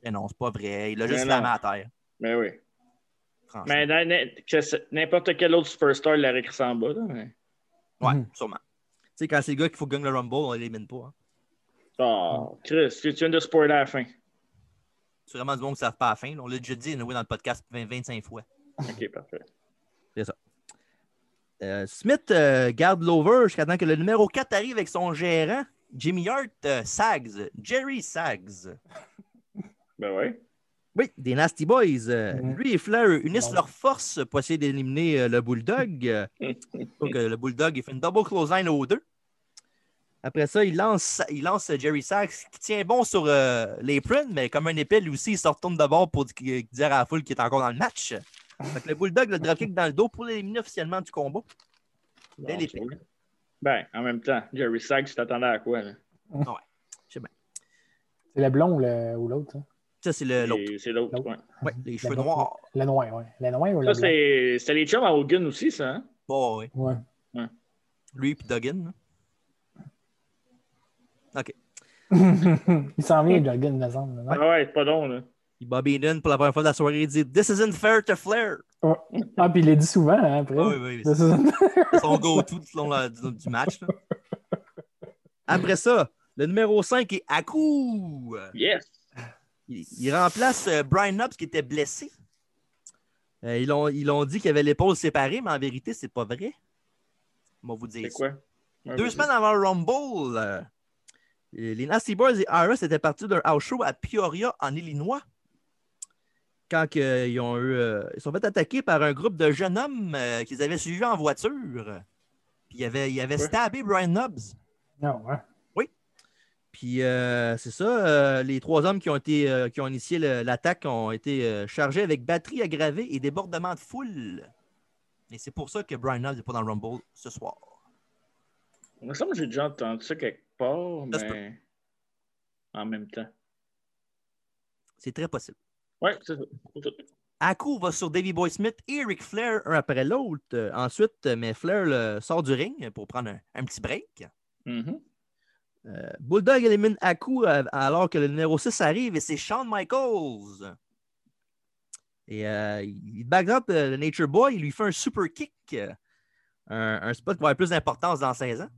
Mais non, c'est pas vrai. Il a juste
Mais
la
non.
à terre.
Mais Ben oui.
franchement.
Mais dans- dans- que c'est- n'importe quel autre superstar il l'aurait écrit en bas. Là, mais...
Ouais,
Mhm.
sûrement. Tu sais, quand c'est le gars qu'il faut gagner le Rumble, on l'élimine pas. hein.
Ah.
Oh, Chris, tu tu viens de spoiler à la fin.
C'est vraiment du monde qui ne savent pas à la fin. là. On l'a déjà dit anyway, dans le podcast 20 25 fois.
Ok, parfait.
Euh, Smith euh, garde l'over jusqu'à temps que le numéro 4 arrive avec son gérant, Jimmy Hart euh, Sags, Jerry Sags.
Ben ouais.
Oui, des Nasty Boys. Euh,
Mm.
Lui et Flair unissent
Bon.
leurs forces pour essayer d'éliminer euh, le Bulldog. Euh, Donc, euh, le Bulldog, il fait une double clothesline aux deux. Après ça, il lance, il lance euh, Jerry Sachs qui tient bon sur euh, les prunes, mais comme un épée, lui aussi, il se retourne de bord pour di- dire à la foule qu'il est encore dans le match. Fait que le Bulldog le dropkick dans le dos pour l'éliminer officiellement du combat. Dès
Bon,
les
tu vois. Ben, en même temps, Jerry Sachs, tu t'attendais à quoi? Là?
<laughs> C'est le blond le- ou l'autre, hein?
Ça,
ça?
c'est le- Euh, l'autre.
Et C'est l'autre.
L'autre.
ouais.
Ouais, les cheveux
blonde,
noirs.
Le noir, oui. Le noir ou le
Ça,
blanc?
c'est- c'était les chums à Hogan aussi, ça. hein?
Bon, Bah, ouais.
Ouais.
Lui et Duggan. là.
il s'en vient, Jorgen, il me semble. non?
Ah ouais, c'est pas long, là.
Puis Bobby Heenan, pour la première fois de la soirée, il dit This isn't fair to Flair.
Ah, puis il l'a dit souvent, hein, après.
Ah oui, oui,
Ça, ça, ça-
C'est son go-to tout le long la- du, du match. là. Après ça, le numéro 5 est Aku.
Yes!
Il, il remplace euh, Brian Knobs qui était blessé. Euh, ils l'ont- ils l'ont dit qu'il avait l'épaule séparée, mais en vérité, c'est pas vrai. On va vous dire
C'est
ça.
quoi? Ouais,
Deux
vas-y.
semaines avant le Rumble, euh, les Nasty Boys et IRS étaient partis d'un house show à Peoria, en Illinois, quand que, euh, ils, ont eu, euh, ils sont fait attaquer par un groupe de jeunes hommes euh, qu'ils avaient suivis en voiture. Puis ils avaient, ils avaient
Ouais.
stabé Brian Knobs.
<laughs> Non,
Ben
ouais.
Puis euh, c'est ça, euh, les trois hommes qui ont, été, euh, qui ont initié le- l'attaque ont été euh, chargés avec batterie aggravée et débordement de foule. Et c'est pour ça que Brian Knobs n'est pas dans le Rumble ce soir.
Il me semble que j'ai déjà entendu ça quelque part,
Ça se
mais en même temps.
C'est très possible.
Ouais, c'est ça.
Aku va sur Davey Boy Smith et Ric Flair un après l'autre. Euh, ensuite, euh, mais Flair le sort du ring pour prendre un, un petit break.
Mhm.
Euh, Bulldog élimine Aku euh, alors que le numéro 6 arrive et c'est Shawn Michaels. Et euh, il back up euh, le Nature Boy, il lui fait un super kick. euh, un, un spot qui va avoir plus d'importance dans 16 ans.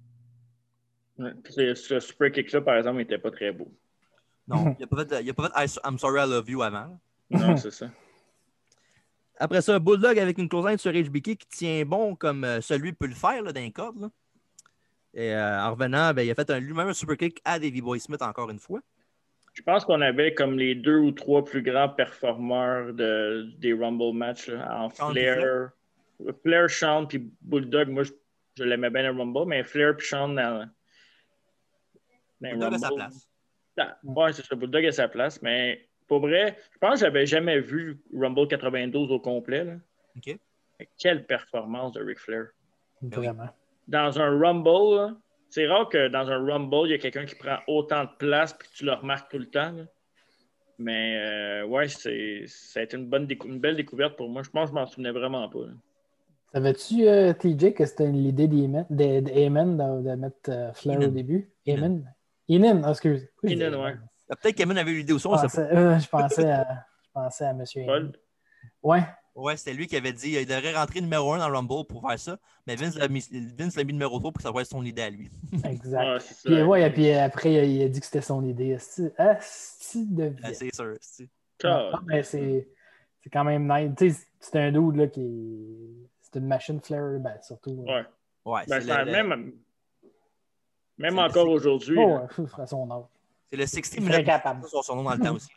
Ouais, puis c'est- ce super kick-là, par exemple, il était pas très beau.
Non, il n'a pas fait, il a pas fait I- I'm sorry I love you avant. là. <laughs>
Non, c'est ça.
Après ça, un Bulldog avec une clothesline sur HBK qui tient bon comme euh, celui peut le faire là, d'un code. là. Et euh, en revenant, ben, il a fait un- lui-même un super kick à Davey Boy Smith encore une fois.
Je pense qu'on avait comme les deux ou trois plus grands performeurs de, des Rumble matchs là, en
Shawn
Flair. Flair, Shawn, puis Bulldog. Moi, je, je l'aimais bien le Rumble, mais Flair puis Shawn dans, dans le
Bulldog à sa
Rumble.
place.
Ah, Ouais, c'est ça. Bulldog à sa place. Mais pour vrai, je pense que j'avais jamais vu Rumble 92 au complet. là.
OK.
Mais Quelle performance de Ric Flair.
Vraiment.
Dans un Rumble, là, c'est rare que dans un Rumble, il y a quelqu'un qui prend autant de place puis que tu le remarques tout le temps. là. Mais euh, ouais, c'est, ça a été une, bonne décou- une belle découverte pour moi. Je pense que je m'en souvenais vraiment pas. là.
Savais-tu, euh, TJ, que c'était l'idée d'Amen de, de, Heyman de, de mettre euh, Flair au
Heenan.
début? Eamon? Eamon, excuse. Pourquoi je dis
Heenan,
Heyman?
ouais.
Ah, Peut-être qu'Emin avait eu l'idée aussi.
Je
on sait pas.
pensais, euh, je, pensais à, je pensais à M. Heyman.
Paul?
Ouais,
Ouais, c'était lui qui avait dit qu'il devrait rentrer numéro 1 dans le Rumble pour faire ça. Mais Vince l'a mis, Vince l'a mis numéro 3 pour que ça soit son idée à lui.
exact.
Ah, c'est ça.
Puis, ouais, et puis euh, après, il a dit que c'était son idée. Asti- Asti de vie.
Ah, C'est sûr. c'est-
Ah,
Non, mais ben, c'est c'est quand même nice. Tu sais, c'est un dude là, qui. C'est une machine flair, ben, surtout.
ouais.
Ouais, c'est
Ben, c'est
le, le-
même même
c'est-
encore aujourd'hui.
Oh,
là.
ouais, <laughs> pff, à son âge.
c'est le 60
Il
minutes.
serait capable.
sur son nom dans le temps aussi.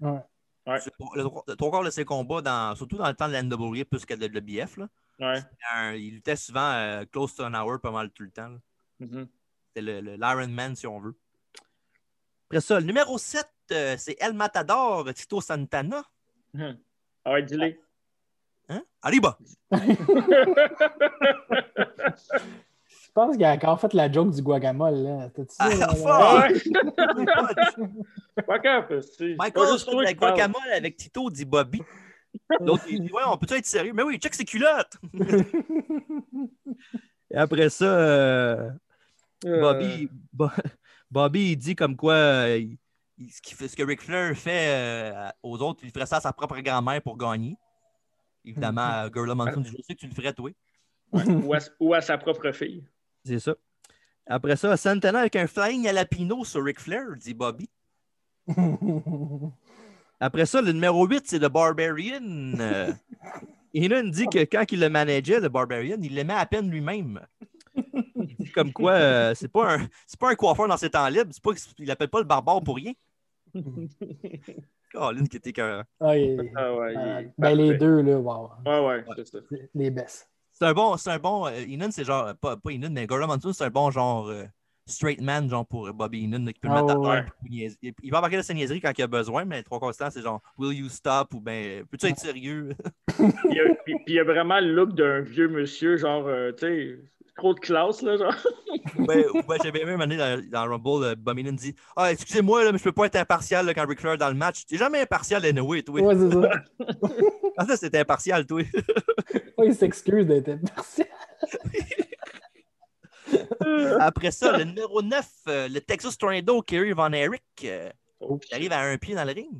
Ouais.
Ouais.
C'est pour- Le, trois- le trois quarts de ses combats, dans- surtout dans le temps de la NWA plus que de l'EBF, là,
Ouais.
un- il luttait souvent euh, close to an hour pas mal tout le temps. là.
Mhm.
C'était le- le- l'Iron Man, si on veut. Après ça, le numéro 7, euh, c'est El Matador, Tito Santana.
<laughs> Ah ouais, dis-le.
Hein?
<laughs>
Arriba!
Je pense qu'il a encore fait la joke du guacamole. Là. T'as-tu ça,
Ah,
là,
fuck!
là?
Ouais. Fuck up, c'est- c'est pas
Michael,
juste
c'est
toi
la
qui parle.
guacamole avec Tito, dit Bobby. L'autre, il dit Ouais, on peut-tu être sérieux? Mais oui, check ses culottes! Et après ça, euh,
Euh.
Bobby, Bo- <laughs> Bobby, il dit comme quoi euh, il- il- ce, qu'il fait- ce que Ric Flair fait euh, aux autres, il ferait ça à sa propre grand-mère pour gagner.
<laughs>
Évidemment, à Gorilla Monsoon, dit, je sais que tu le ferais, toi.
Ou à, ou à sa propre fille.
C'est ça. Après ça, Santana avec un flying jalapino sur Ric Flair, dit Bobby. Après ça, le numéro 8, c'est le Barbarian. Euh, Heenan dit que quand il le manageait, le Barbarian, il l'aimait à peine lui-même. Il dit comme quoi, euh, c'est pas, un- c'est pas un coiffeur dans ses temps libres, c'est pas- il l'appelle pas le barbare pour rien. Caroline qui était écœurant.
<laughs> Ah, il-
Ah ouais, il est
malade. ben,
parfait.
les deux, là, wow.
Ouais, ouais, c'est ça.
Les baisses.
C'est un bon. C'est un bon euh, Inan, c'est genre. Pas, pas Inan, mais Gordon Monsoon, c'est un bon genre euh, straight man, genre pour euh, Bobby Inan, là, qui peut le
Ah,
mettre à
ouais.
terre pour niaiser. Il- Il va embarquer de sa niaiserie quand il a besoin, mais trois constants, c'est genre Will you stop ou ben Peux-tu être sérieux? <laughs>
Puis il y a- Puis puis il y a vraiment le look d'un vieux monsieur, genre, euh, tu sais, trop de classe, là, genre.
Ou ben, ou ben, j'avais même amené dans, dans Rumble, euh, Bobby Inan dit Ah, excusez-moi, là, mais je peux pas être impartial là, quand Ric Flair est dans le match. T'es jamais impartial, anyway, toi.
Ouais, c'est
<laughs>
ça.
Ah, ça, c'était impartial, toi. <laughs>
Ouais, il s'excuse d'être impartial.
<laughs> Après ça, le numéro 9, euh, le Texas Tornado, Kerry Von Eric, euh,
Oh,
qui arrive à un pied dans le ring.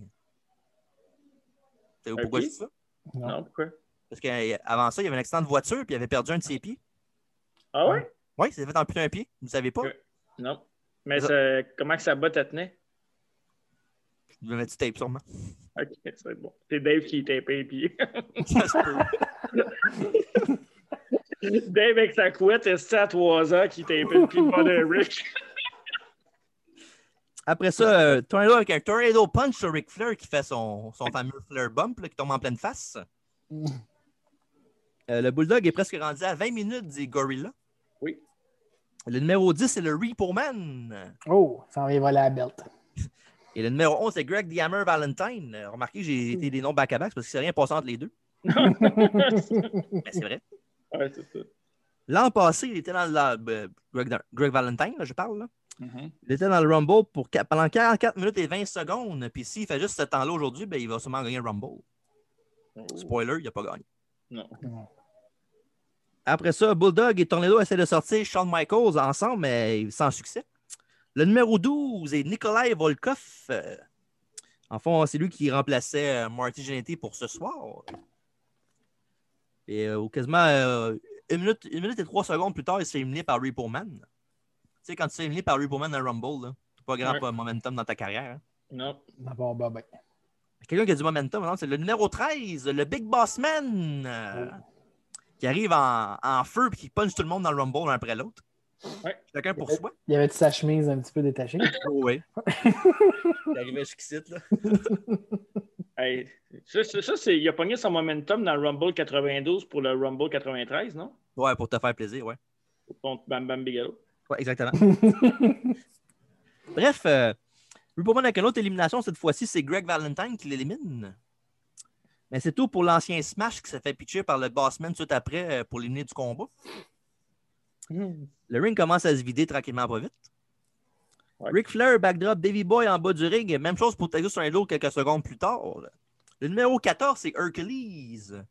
Savez-vous
Un
pourquoi je
pied?
dis ça?
Non, pourquoi?
Parce qu'avant ça, il y avait un accident de voiture, puis il avait perdu un de ses pieds.
Ah ouais?
Oui, il s'est fait amputer un pied. Vous ne savez pas?
Ouais. Non. Mais
Ça-
ça- comment que sa botte elle tenait?
Je me mets du tape sûrement.
Ok, c'est bon. C'est Dave qui tapait les pieds.
<laughs> Ça se peut.
<laughs> Dave avec sa couette, est à 3 ans qui tapait le pied devant de Rick? <laughs>
Après ça, euh, Tornado avec un Tornado Punch sur Ric Flair qui fait son, son fameux Flair Bump là, qui tombe en pleine face. Mm. Euh, le Bulldog est presque rendu à 20 minutes des Gorilla.
Oui.
Le numéro 10, c'est le Repo Man.
Oh, ça va voler la belt.
Et le numéro 11, c'est Greg The Hammer Valentine. Euh, Remarquez, que j'ai été des noms back-à-back c'est parce qu'il s'est rien passé entre les deux. Mais Ben, c'est vrai.
Ouais, c'est ça.
L'an passé, il était dans le. euh, Greg, Greg Valentine, là, je parle. là.
Mm-hmm.
Il était dans le Rumble pour, qua- pendant 44 minutes et 20 secondes. Puis s'il fait juste ce temps-là aujourd'hui, ben, il va sûrement gagner le Rumble. Spoiler, il n'a pas gagné.
Oh. Non.
Non.
Après ça, Bulldog et Tornado essaient de sortir Shawn Michaels ensemble, mais sans succès. Le numéro 12 est Nikolai Volkov. Euh, en fond, c'est lui qui remplaçait euh, Marty Jannetty pour ce soir. Et euh, au quasiment euh, une, minute, une minute et trois secondes plus tard, il s'est éliminé par Repo Man. Tu sais, quand tu t'es éliminé par Repo Man dans Rumble, là, t'as pas grand
Ouais.
pas- momentum dans ta carrière. hein.
Non.
D'abord, bah, ben.
Quelqu'un qui a du momentum, non, c'est le numéro 13, le Big Boss Man, euh,
Oh.
qui arrive en, en feu et qui punch tout le monde dans le Rumble l'un après l'autre.
Ouais. Oh,
Chacun pour soi.
Il y avait sa chemise un petit peu détachée.
Oui. <laughs> Il arrivait jusqu'ici, là.
Hey, ça, ça, ça, c'est, il a pogné son momentum dans le Rumble 92 pour le Rumble 93, non?
Ouais, pour te faire plaisir, ouais.
Contre Bam Bam Bigelow.
Ouais, exactement. Bref, euh, Ripperman avec une autre élimination, cette fois-ci, c'est Greg Valentine qui l'élimine. Mais c'est tout pour l'ancien Smash qui s'est fait pitcher par le Bossman tout de suite après euh, pour l'éliminer du combat. Le ring commence à se vider tranquillement pas vite.
Ouais.
Ric Flair backdrop Davy Boy en bas du ring. Même chose pour Texas Tornado quelques secondes plus tard. Le numéro 14, c'est Hercules.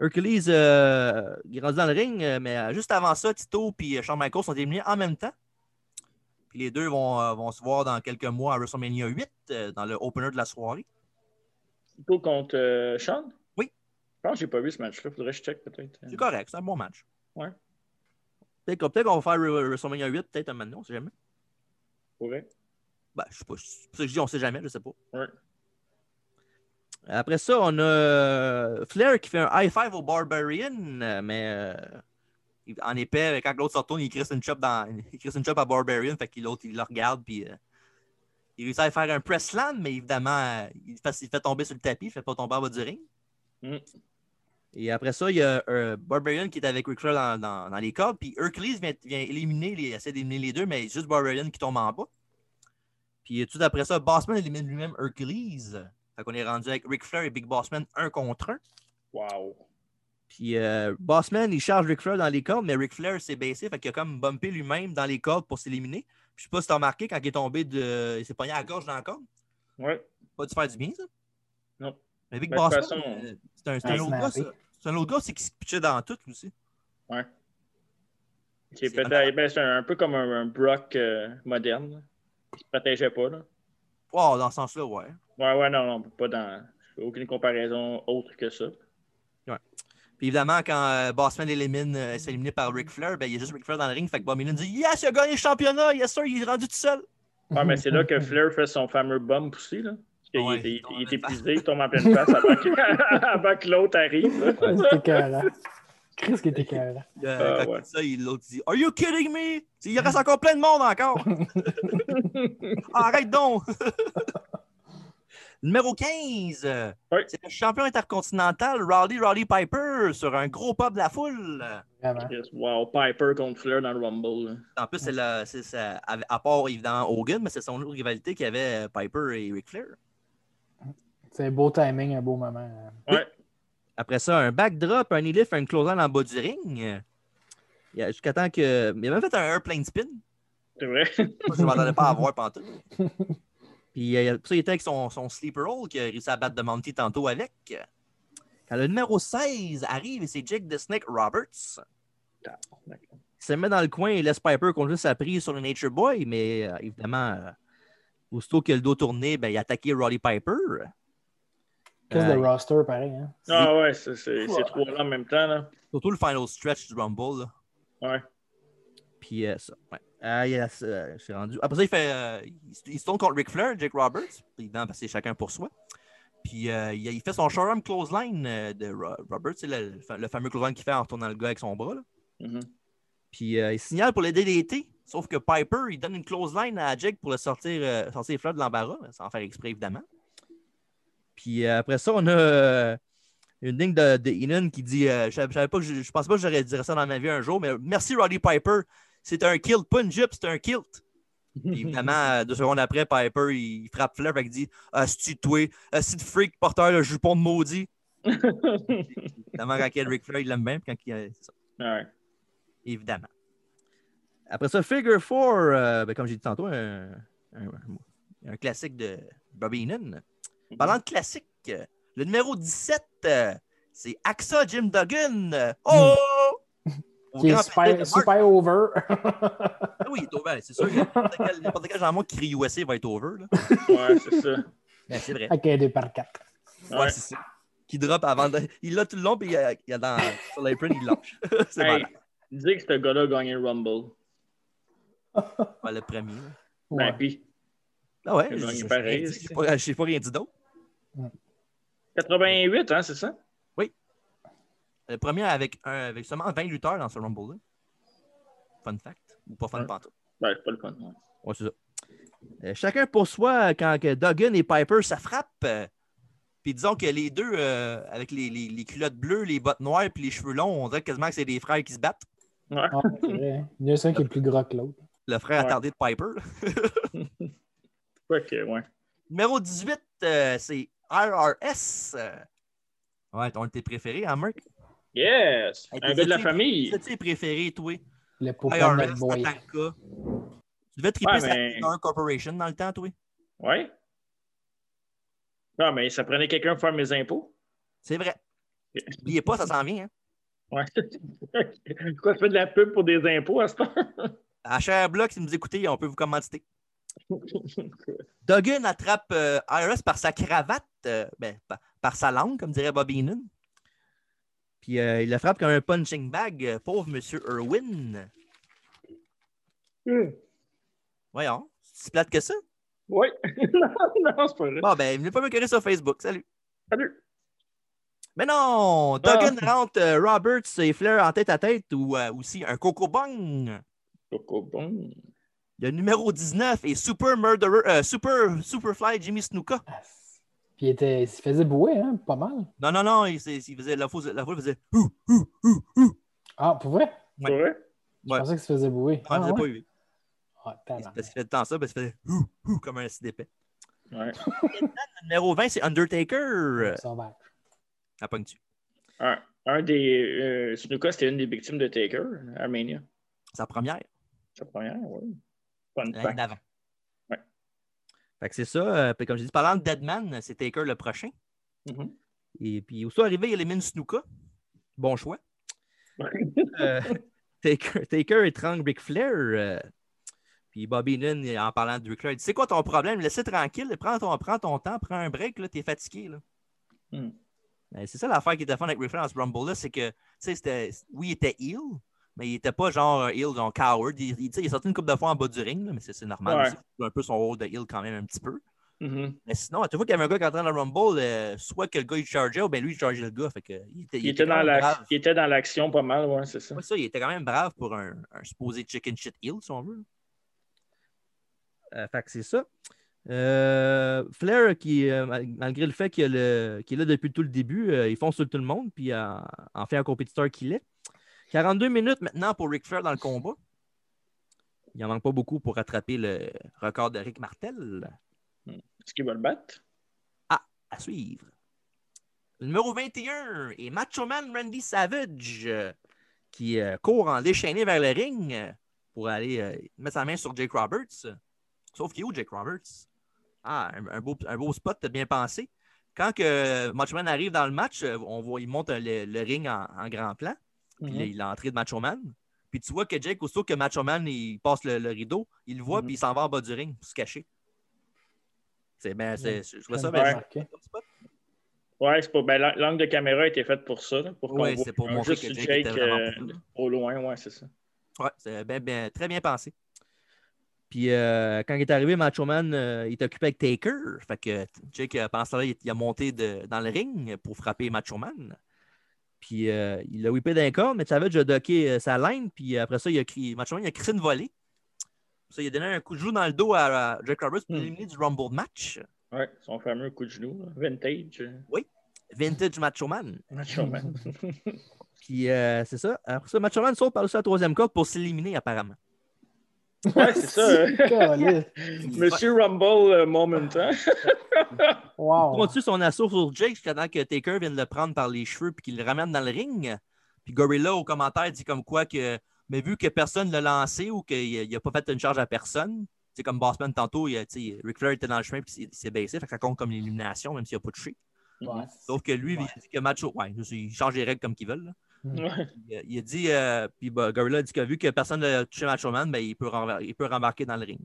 Hercules euh, il est rendu dans le ring, euh, mais euh, juste avant ça, Tito et Shawn Michaels sont éliminés en même temps. Puis les deux vont, euh, vont se voir dans quelques mois à WrestleMania 8, euh, dans le opener de la soirée.
Plutôt contre euh, Sean?
Oui.
Je pense que j'ai pas vu ce match-là. Faudrait que je check peut-être. euh,
C'est correct, c'est un bon match.
Ouais.
Peut-être qu'on peut-être qu'on va faire euh, WrestleMania 8, peut-être un moment, on sait jamais.
Pourrait.
Ben, je sais pas. C'est pour ça que je dis on sait jamais, je sais pas.
Ouais.
Après ça, on a euh, Flair qui fait un high five au Barbarian, euh, mais euh, il- en épais, quand l'autre se retourne, il crisse une chop dans. <laughs> Il crisse une chop à Barbarian, fait que l'autre il le regarde puis euh, il réussit à faire un press slam, mais évidemment, euh, il fait, il fait tomber sur le tapis, il fait pas tomber en bas du ring.
Mm.
Et après ça, il y a euh, Barbarian qui est avec Ric Flair dans, dans- dans les cordes, puis Hercules vient, vient éliminer les, essaie d'éliminer les deux, mais juste Barbarian qui tombe en bas. Puis tout après ça, Bossman élimine lui-même Hercules. Fait qu'on est rendu avec Ric Flair et Big Bossman un contre un.
Wow.
Puis euh, Bossman, il charge Ric Flair dans les cordes, mais Ric Flair s'est baissé, fait qu'il a comme bumpé lui-même dans les cordes pour s'éliminer. Puis Je sais pas si t'as remarqué, quand il est tombé, de... il s'est pogné à la gorge dans la corde.
Ouais.
Pas dû faire du bien, ça.
Non.
Mais Big
Ben, de toute
Bossman,
façon,
euh, c'est un, c'est un
il
autre
se
gars,
met à
ça. C'est un autre gars, c'est qui se pitchait dans tout aussi.
Qui est peut-être, ben, c'est un, un peu comme un, un Brock euh, moderne. là. Qui se protégeait pas, là.
Oh, dans ce sens-là, ouais.
Ouais, ouais, non, non, pas dans. Aucune comparaison autre que ça.
Puis évidemment, quand euh, Bossman élimine, euh, s'est éliminé par Ric Flair, ben, il y a juste Ric Flair dans le ring. Fait que Bob Heenan dit Yes, il a gagné le championnat, yes sir, il est rendu tout seul.
Ah, mais c'est
<laughs>
là que Flair fait son fameux bump aussi, là. Parce
Ouais,
qu'il est-
il tombe en
il est
pleine face. <laughs>
épuisé, il tombe en pleine face avant que, avant que l'autre arrive.
C'était écœurant. Chris qui était carré.
Euh,
Ah,
quand
ouais.
il dit ça, il- l'autre dit Are you kidding me? Tu sais, Il reste encore plein de monde encore. Arrête donc! Numéro 15, euh,
Ouais.
c'est le champion intercontinental Rowdy Rowdy Piper sur un gros pop de la foule.
Vraiment.
Yes, Wow, Piper contre Flair dans le Rumble. là.
En plus, c'est la- c'est sa- à à part évidemment Hogan, mais c'est son autre rivalité qu'il y avait euh, Piper et Ric Flair.
C'est un beau timing, un beau moment.
Après ça, un backdrop, un e-lift, un close-in en bas du ring. Il y a- Jusqu'à temps que. Il a même fait un airplane spin.
C'est vrai.
<laughs> Moi, je ne m'attendais pas à voir pantoute. <laughs> Puis euh, ça, il était avec son, son sleeper roll qui a réussi à battre de Monty tantôt avec. Quand le numéro 16 arrive, et c'est Jake the Snake Roberts. Il se met dans le coin et laisse Piper conduire sa prise sur le Nature Boy, mais euh, évidemment, euh, aussitôt que le dos tourné, ben, il a attaqué Roddy Piper.
Qu'est-ce
Euh,
de roster, pareil. Hein?
Ah ouais, c'est c'est- c'est trois là en même temps. Là.
Surtout le final stretch du Rumble. là.
Ouais.
Puis euh, ça. Ouais. Ah, il y a- euh, je suis rendu. Après ça, il fait. euh, il se- il se tourne contre Ric Flair, Jake Roberts. Évidemment, parce que c'est chacun pour soi. Puis euh, il, il fait son showroom close line euh, de Ro- Roberts, c'est le, le fameux close line qu'il fait en retournant le gars avec son bras. là.
Mhm.
Puis euh, il signale pour le DDT. Sauf que Piper, il donne une close line à Jake pour le sortir, euh, sortir Flair de l'embarras, là, sans faire exprès, évidemment. Puis euh, après ça, on a euh, une ligne de, de Heenan qui dit euh, je, savais- je savais pas que je, je pense pas que j'aurais dit ça dans ma vie un jour, mais merci Roddy Piper. C'est un kilt, pas une jupe, c'est un <laughs> kilt. Puis
<laughs>
évidemment, euh, deux secondes après, Piper, il, frappe Flair et il dit Ah, c'est-tu toi Ah, c'est de freak porteur le jupon de maudit. Évidemment, quand il y a Ric Flair, il l'aime bien. puis Quand il, y a-
ouais.
évidemment. Après ça, Figure 4, comme j'ai dit tantôt, un, un- un classique de Bobby Heenan.
Mhm.
Parlant de classique, euh, le numéro 17, euh, c'est AXA Jim Duggan. Euh, Oh! Au
Mhm. Qui est
grand palais de
super,
Mark. <laughs>
super over. <laughs>
Ah Oui, il est over, c'est sûr. que N'importe quel, n'importe quel genre de monde qui crie USA va être over. Là.
Ouais, c'est ça.
Ben, c'est vrai.
ok, 2 par 4.
Ouais,
Ouais.
c'est ça. Qui drop avant. de- Il l'a tout le long, puis euh, il y a dans, sur l'apron, il lâche. <laughs> c'est
Hey,
malade.
dis que ce gars-là a gagné le Rumble.
Ouais, le premier. là.
Ben, puis,
Ah ouais,
Il a
je-
gagné
je-
pareil,
je- j'ai pas- euh, j'ai pas rien dit d'autre.
88, hein, c'est ça?
Le premier avec, un, avec seulement 20 lutteurs dans ce Rumble-là. Fun fact. Ou pas fun
Ouais.
pantoute.
Ben, c'est pas le fun. ouais.
Ouais, c'est ça. Euh, chacun pour soi, euh, quand que Duggan et Piper, ça frappe. euh, Puis disons que les deux, euh, avec les, les- les culottes bleues, les bottes noires puis les cheveux longs, on dirait quasiment que c'est des frères qui se battent.
Ouais.
Ouais, c'est vrai, hein. Il y en a un qui est plus gros que l'autre.
Le frère
Ouais.
attardé de Piper.
Ok, ouais.
Numéro 18, euh, c'est RRS. euh. Ouais, ton tes préférés, hein, Mark?
Yes!
Hey,
un gars de la
t'es-
famille.
C'est tes préférés, toi?
Le popin
IRS,
Bad Boy.
Tatanka. Tu devais triper
Ouais,
sa
mais-
dans un corporation dans le temps, toi?
Ouais. Non, mais ça prenait quelqu'un pour faire mes impôts.
C'est
<laughs>
vrai.
Ok.
N'oubliez pas, ça s'en vient. Hein.
Ouais. <laughs> Quoi, tu fais de la pub pour des impôts à ce temps? <laughs>
À Sherbrooke, si vous nous écoutez, on peut vous commanditer. Duggan attrape euh, IRS par sa cravate, euh, ben, par, par sa langue, comme dirait Bobby Heenan. Puis euh, il le frappe comme un punching bag, euh, pauvre Monsieur Irwin. Voyons, c'est si plate que ça.
ouais. <laughs> non, non, c'est pas vrai.
Bon, ben, venez pas me querer sur Facebook. Salut.
Salut.
Mais non, Duggan
Ah.
rentre euh, Roberts et Flair en tête à tête ou euh, aussi un Coco Bong.
Coco bon.
Le numéro 19 est Super Murderer, euh, Super, Superfly Jimmy Snuka.
Ah, Puis il, était, il se faisait bouer, hein, pas mal.
Non, non, non, il, s'est- il faisait la foule, la foule faisait ouh, ouh, ouh, ouh.
Ah, pour vrai?
C'est vrai?
Je
Ouais.
pensais qu'il se faisait bouer.
On
Ah,
faisait
ouais?
pas huer.
Ah,
Il-
tabarnak.
Parce qu'il fait tant ça, parce qu'il faisait ouh, ouh, comme un acide épais.
Ouais.
Le numéro 20, c'est Undertaker.
Sauvage.
La pogne-tu?
Un, un des. Euh, Snuka, c'était une des victimes de Taker, Armenia.
Sa première,
Sa première, oui. Fun
l'année <laughs>
fact.
d'avant.
Ouais.
Fait que c'est ça. euh, puis comme j'ai dit, parlant de Deadman, c'est Taker le prochain.
Mhm.
Et puis, où ça arrivé, il élimine Snuka. Bon choix.
<laughs>
Euh, Taker, Taker étrangle Ric Flair. euh, puis Bobby Lynn, en parlant de Ric Flair, il dit C'est quoi ton problème Laissez tranquille, prends ton, prends ton temps, prends un break, là, t'es fatigué. Là.
Hmm.
Ben, c'est ça l'affaire qui était fun avec Ric Flair dans ce Rumble-là c'est que, tu sais, c'était- oui, il était heel, mais il était pas genre euh, heel, genre coward. Il, il- tu sais, il est sorti une couple de fois en bas du ring, là, mais c'est c'est normal.
Ouais.
aussi. C'est un peu son rôle de heel quand même, un petit peu.
Mhm.
Mais sinon, à chaque fois qu'il y avait un gars qui entrait dans le Rumble, euh, soit que le gars il chargeait, ou bien lui il chargeait le gars. Fait que, il, était,
Il, était dans
quand même
la-
brave.
il était dans l'action pas mal, ouais, c'est ça.
Ouais, ça, il était quand même brave pour un, un supposé chicken shit heel, si on veut. Euh, fait que c'est ça. Euh, Flair, qui, euh, mal- malgré le fait qu'il, a le- qu'il est là depuis tout le début, euh, il fonce sur tout le monde, puis euh, en fait un compétiteur qu'il est. 42 minutes maintenant pour Ric Flair dans le combat. Il en manque pas beaucoup pour rattraper le record de Rick Martel.
Est-ce qu'il va le battre?
À suivre. Numéro 21 est Macho Man Randy Savage euh, qui euh, court en déchaîné vers le ring euh, pour aller euh, mettre sa main sur Jake Roberts. Sauf qu'il est où Jake Roberts? Ah, un, un beau, un beau spot, t'as bien pensé. Quand que euh, Macho Man arrive dans le match, euh, on voit, il monte le, le ring en, en grand plan. Puis là,
Mhm.
il a entré de Macho Man. Puis tu vois que Jake, aussitôt que Macho Man il passe le, le rideau, il le voit,
Mhm.
puis il s'en va en bas du ring pour se cacher. C'est bien, c'est, je vois ça,
Ouais.
ben,
Ok.
comme spot.
Ouais, c'est pas. Ben, l'an- l'angle de caméra a été faite pour ça. là, pour qu'on
Oui,
voit
c'est pour
euh,
montrer
juste
que Jake,
Jake,
était vraiment
euh,
pas là.
au loin, ouais, c'est ça.
Ouais, c'est bien- bien- très bien pensé. Puis euh, quand il est arrivé, Macho Man, euh, il était occupé avec Taker. Fait que Jake, euh, pendant ce temps-là, il, il a monté de- dans le ring pour frapper Macho Man. Puis euh, il a whippé d'un corps, mais Savage a docké euh, sa ligne. Puis après ça, il a crié, Macho Man, il a crissé une volée. Ça, il a donné un coup de genou dans le dos à, à Jake Roberts pour
Hmm.
l'éliminer du Rumble match.
Ouais, son fameux coup de genou, là, vintage. euh,
Vintage Macho Man.
Macho Man.
Puis euh, c'est ça. Après ça, Macho Man saute par-dessus la troisième corde pour s'éliminer apparemment.
ouais, c'est
<laughs>
ça. euh,
Caliste.
<laughs> Monsieur Rumble euh, moment, hein?
Il
Wow.
continue son assaut sur Jake jusqu'à temps que Taker vienne le prendre par les cheveux puis qu'il le ramène dans le ring. Puis Gorilla, au commentaire, dit comme quoi que, mais vu que personne ne l'a lancé ou qu'il n'a pas fait une charge à personne, c'est comme Bossman tantôt, il, a- tu sais, Ric Flair était dans le chemin puis il s'est- il s'est baissé, fait que ça compte comme l'illumination, même s'il n'a pas touché.
Ouais.
Sauf que lui,
Ouais.
il dit que Macho, ouais, il change les règles comme qu'ils veulent. là.
<laughs> Ouais.
Il, a- il a dit, euh, puis bah, Gorilla a dit que vu que personne n'a touché Macho Man, ben, il, peut renver- il peut rembarquer dans le ring.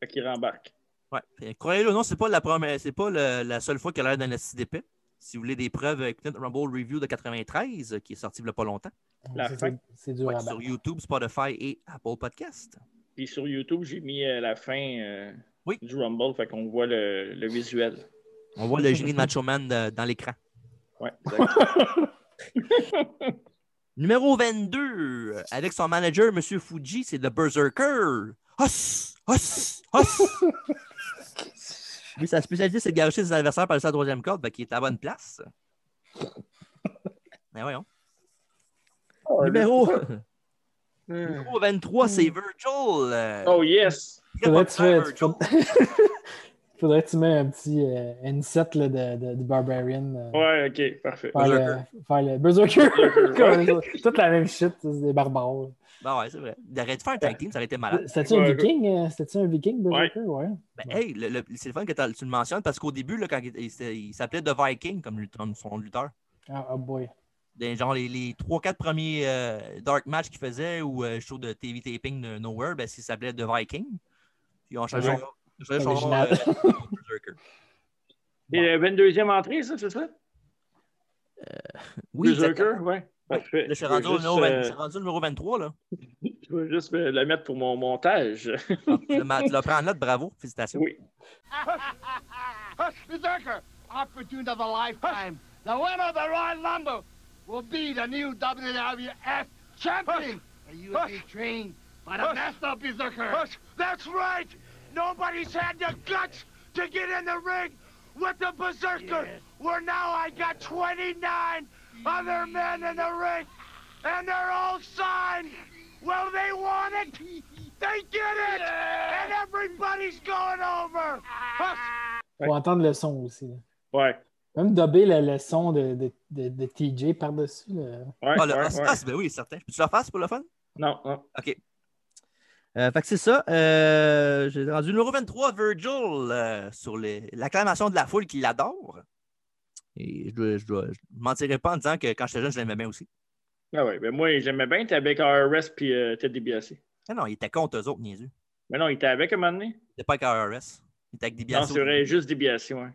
Fait qu'il rembarque.
Ouais. Fait, Croyez-le ou non, c'est pas la première, c'est pas le- la seule fois qu'elle a l'air d'un esti d'épais. Si vous voulez des preuves, euh, écoutez notre Rumble Review de 93 euh, qui est sorti il y a pas longtemps.
La
C'est-
fin.
c'est- C'est dur
Ouais,
à
sur
battre.
YouTube, Spotify et Apple Podcast.
Puis sur YouTube, j'ai mis euh, la fin euh,
Oui.
du Rumble, fait qu'on voit le, le visuel.
On voit le génie de Macho Man euh, dans l'écran.
Ouais, exact.
Numéro 22, euh, avec son manager, M. Fuji, c'est le Berserker. Hoss! Hoss! Hoss! Lui, sa spécialité, c'est de garocher ses adversaires par le troisième corde, qui est à la bonne place. Mais voyons. Numéro, <laughs> numéro
Hmm.
23, c'est Virgil. euh,
Oh yes!
très
Faudrait que tu,
populaire,
fasses- tu
Virgil.
fais- <laughs> Faudrait que tu mettes un petit euh, inset là, de, de, de Barbarian. euh,
Ouais, ok, parfait.
Faire le, faire le Berserker.
Berserker,
<laughs> Comme ça. Toute la même shit, ça, c'est des barbares.
Ben ouais, c'est vrai. D'arrêter de faire un tag team, ça aurait été malade.
C'était-tu un
Ouais,
viking? euh, C'était-tu un viking, Berserker? Ouais.
Ben, hey, le- le- c'est le fun que t'as- tu le mentionnes parce qu'au début, là, quand il, il s'est- il s'appelait The Viking comme lutteur- son lutteur.
Ah, ah, boy.
Des- genre les, les 3-4 premiers euh, Dark Match qu'il faisait ou euh, show de TV taping de Nowhere, ben, il s'appelait The Viking. Puis on changeait
Ah Ouais.
son nom- on changeait son nom.
Original.
euh,
<laughs>
Berserker.
Et la 22e entrée, ça, c'est ça?
oui, exactement.
Berserker, ouais.
Ouais.
Parfait.
Là, je suis
veux
rendu, au
juste,
numéro vingt-
euh,
je suis rendu au numéro 23. Là.
je veux juste euh, la mettre pour mon montage. <laughs>
Ah, Le, ma- tu l'as pris en note, bravo, félicitations.
oui.
Berserker, opportunity of a lifetime. The winner of the Royal Rumble will be the new WWF champion. The USA trained by the master Berserker. That's right. Nobody's had the guts to get in the ring with the Berserker. Where now I got 29 other men in the ring, and they're all signed. Well, they want it. They get it. And everybody's going over.
Ouais.
Faut entendre le son aussi. là.
Ouais.
Même dober le, le son de, de, de, de TJ par-dessus. là.
Ouais,
Ah, le
ouais,
Hoss-
ouais.
Hoss, ben oui, certain. Peux-tu le faire, c'est pour le fun?
Non, non.
OK. Euh, fait que c'est ça. Euh, J'ai rendu numéro 23, Virgil, euh, sur les- l'acclamation de la foule qui l'adore. Et je dois, je dois- je mentirais pas en disant que quand j'étais jeune, je l'aimais bien aussi.
Ah ouais, ben moi, j'aimais bien, t'es avec RRS puis euh, Teddy DiBiase.
Ah non, il était contre eux autres, niaiseux.
Mais non, il était avec à un moment donné.
Il était pas avec RRS. Il était avec DiBiase.
non, c'est vrai, juste DiBiase, ouais.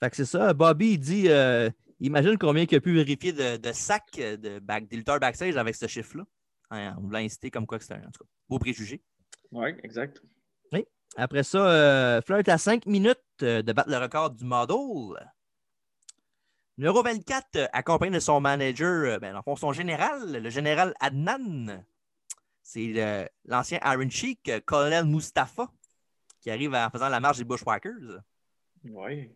Fait que c'est ça. Bobby, il dit euh, imagine combien il a pu vérifier de, de sacs euh, de back, des lutteurs backstage avec ce chiffre-là. Hein, on l'a incité comme quoi que c'était un en tout cas, beau préjugé.
Ouais, exact.
Après ça, euh, flirt à 5 minutes euh, de battre le record du model. Numéro 24, euh, accompagné de son manager, euh, ben, dans le fond, son général, le général Adnan. C'est le- l'ancien Iron Sheik, euh, Colonel Mustafa, qui arrive en faisant la marche des Bushwhackers.
Oui.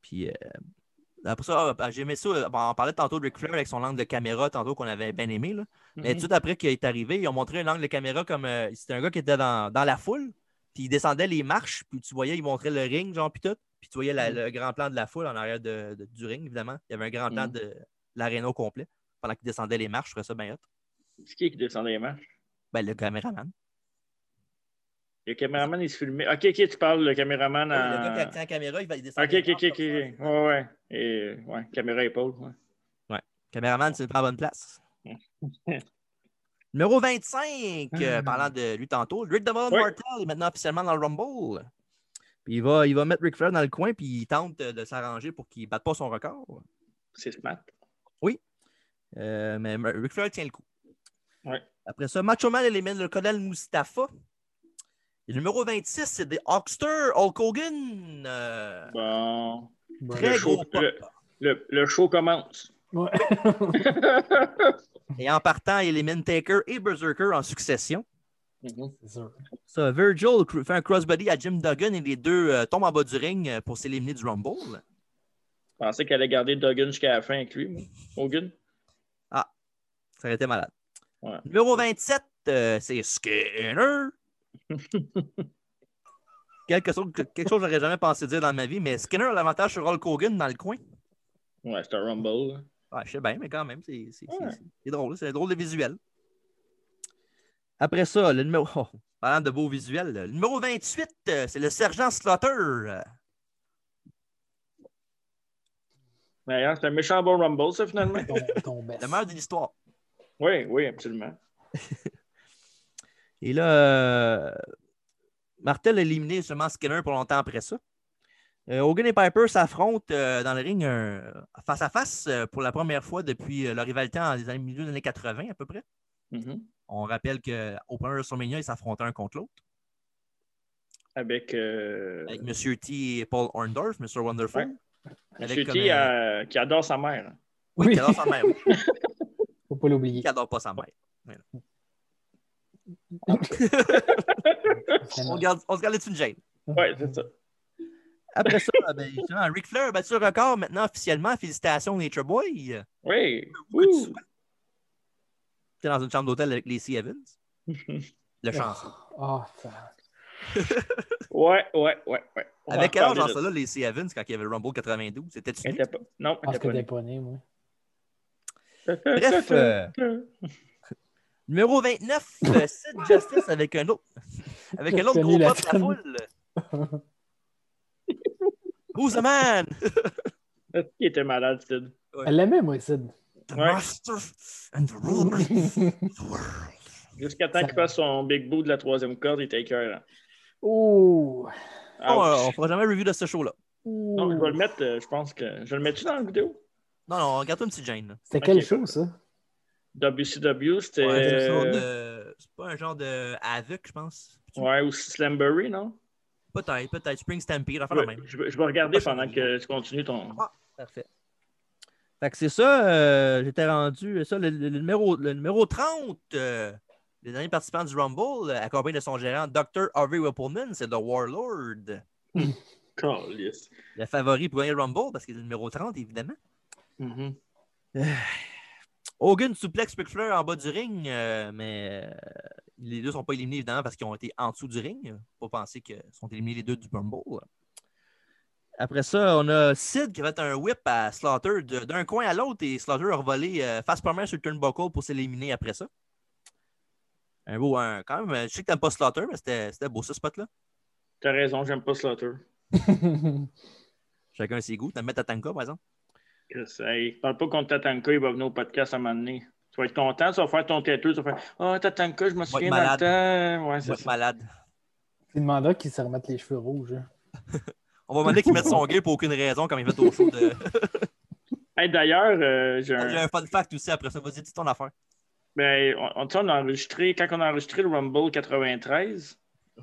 Puis euh, après ça, ah, j'aimais ça. euh, On parlait tantôt de Ric Flair avec son angle de caméra, tantôt qu'on avait bien aimé. Là. Mais
Mm-hmm.
tout après qu'il est arrivé, ils ont montré un angle de caméra comme. euh, C'était un gars qui était dans, dans la foule, puis il descendait les marches, puis tu voyais, il montrait le ring, genre, puis tout. Puis tu voyais
Mm.
la- le grand plan de la foule en arrière de, de- du ring, évidemment. Il y avait un grand plan
Mhm.
de l'aréna au complet pendant qu'il descendait les marches. Je trouvais ça bien hot.
C'est qui qui descendait les marches?
Ben, le caméraman.
Le caméraman, il se filmait. Ok, ok, tu parles, le caméraman.
Ouais, Le
en-
gars qui a la caméra, il va il descend.
Euh, Ok,
les
ok,
marches
ok, ok.
comme ça.
Ouais, ouais. Et, ouais, caméra épaule. ouais.
Caméraman, c'est pas la bonne place. Numéro 25, euh, parlant de lui tantôt, Rick Devon
Oui.
Martel est maintenant officiellement dans le Rumble. Puis il va, il va mettre Ric Flair dans le coin, puis il tente euh, de s'arranger pour qu'il ne batte pas son record.
C'est smart.
Euh, mais Mer- Ric Flair tient le coup.
Ouais.
Après ça, Macho Man élimine le colonel Mustafa. Et numéro 26, c'est des Hulkster, Hulk Hogan. Euh,
Bon.
très
Le show-
gros pop.
Le, le show commence. <laughs>
Ouais.
Et en partant, il élimine Taker et Berserker en succession.
Mhm.
C'est sûr.
Ça, Virgil cr- fait un crossbody à Jim Duggan et les deux euh, tombent en bas du ring euh, pour s'éliminer du Rumble.
Je pensais qu'elle allait garder Duggan jusqu'à la fin avec lui. moi. Hogan.
Ça aurait été malade.
Ouais.
Numéro 27, euh, c'est
<laughs>
Skinner. quelque chose que quelque chose que j'aurais jamais pensé dire dans ma vie, mais Skinner a l'avantage sur Hulk Hogan dans le coin.
Ouais, c'est un Rumble. là.
Ouais, je sais bien, mais quand même, c'est c'est- c'est-
Ouais.
c'est- c'est drôle. C'est un drôle de visuel. Après ça, le numéro. oh, parlant de beaux visuels, le numéro 28, euh, c'est le sergent Slaughter. euh,
D'ailleurs, c'est un méchant bon Rumble, ça, finalement. <laughs>
Ton, ton best.
Le meilleur de l'histoire.
oui, oui, absolument.
Et là, euh, Martel a éliminé seulement Skinner pour longtemps après ça. Euh, Hogan et Piper s'affrontent euh, dans le ring euh, face à face euh, pour la première fois depuis euh, leur rivalité en les années, milieu des années 80 à peu près.
Mhm.
On rappelle qu'au premier WrestleMania, ils s'affrontaient un contre l'autre
Avec. euh,
avec M. T et Paul Orndorff, M. Wonderful. avec
Monsieur
comme,
T,
euh,
euh, qui adore sa mère.
Oui,
Oui.
qui adore sa mère. oui,
Faut pas l'oublier.
qui adore pas sa mère. Voilà. on, regarde, on se garde une gêne.
Ouais, c'est ça.
Après ça, ben, justement, Ric Flair a battu le record maintenant officiellement. Félicitations, Nature Boy.
Oui.
Ouh.
Ouh.
T'es dans une chambre d'hôtel avec Lacey Evans. Le chanson.
Ah, ça-
<laughs> Ouais, ouais, ouais, ouais. On va
avec quel âge
reparler
dans
de
ça là, Lacey Evans, quand il y avait le Rumble 92? C'était-tu
Elle
nu?
était pas- Non,
je pense que
elle
t'es
était
pas né, moi.
pas née.
Bref,
<laughs>
euh, numéro 29, euh, Sid Justice avec un autre, avec un autre gros
Fini la
pop de la
scène.
foule. Who's the man?
Il était malade, Sid.
<laughs> Elle l'aimait, moi,
<laughs>
Sid.
The
Ouais.
master and the ruler of the world.
Jusqu'à temps
Ça-
qu'il fasse son big boot de la troisième corde, il était écœurant.
oh!
Ah,
Oh, euh, on fera jamais review de ce show-là.
non, je vais
Ouh.
le mettre, euh, je pense que. Je le mets-tu dans la vidéo?
Non, non, regarde-toi une petite Jane. là.
C'était quelle
Ok.
chose, ça? <laughs>
WCW, c'était.
Ouais, c'est un genre
euh,
de- c'est pas un genre de Havoc, je pense.
Ouais, ou Slambury, non?
Peut-être, peut-être. Spring Stampede, enfin
Ouais,
la même.
je, vais- je vais regarder pendant que tu continues ton.
Parfait. Fait que c'est ça, euh, j'étais rendu. Ça, le, le- le numéro, le numéro 30, euh, le dernier participant du Rumble, euh, accompagné de son gérant Dr. Harvey Whippleman, c'est The Warlord.
Calisse.
Le favori pour gagner le Rumble parce qu'il est le numéro 30, évidemment. Mm-hmm.
Mhm.
Hogan souplex Ric Flair en bas du ring, euh, mais euh, les deux ne sont pas éliminés, évidemment, parce qu'ils ont été en dessous du ring. Faut Pas penser qu'ils sont éliminés les deux du Rumble. Après ça, on a Sid qui va être un whip à Slaughter de- d'un coin à l'autre et Slaughter a revolé euh, face première sur le turnbuckle pour s'éliminer après ça. Un beau, un, quand même, je sais que t'aimes pas Slaughter, mais c'était c'était beau ce spot-là.
T'as raison, j'aime pas Slaughter.
Chacun ses goûts. T'aimes mettre Tatanka, par exemple.
Chris, hey, parle pas contre Tatanka, il va venir au podcast à un moment donné. Tu vas être content, tu vas faire ton têteux, tu vas faire Ah, Tatanka, je me souviens dans
malade.
le temps. Ouais, c'est
Ouais,
ça.
malade.
Il demandera qu'il se remette les cheveux rouges. hein.
On va demander qu'il mette
<laughs>
son gay pour aucune raison comme il fait au show de.
Hey, D'ailleurs, euh, j'ai
J'ai
un.
un fun fact aussi après ça. Vas-y, dis ton affaire.
Ben, on, on- tu sais, on a enregistré, quand on a enregistré le Rumble 93,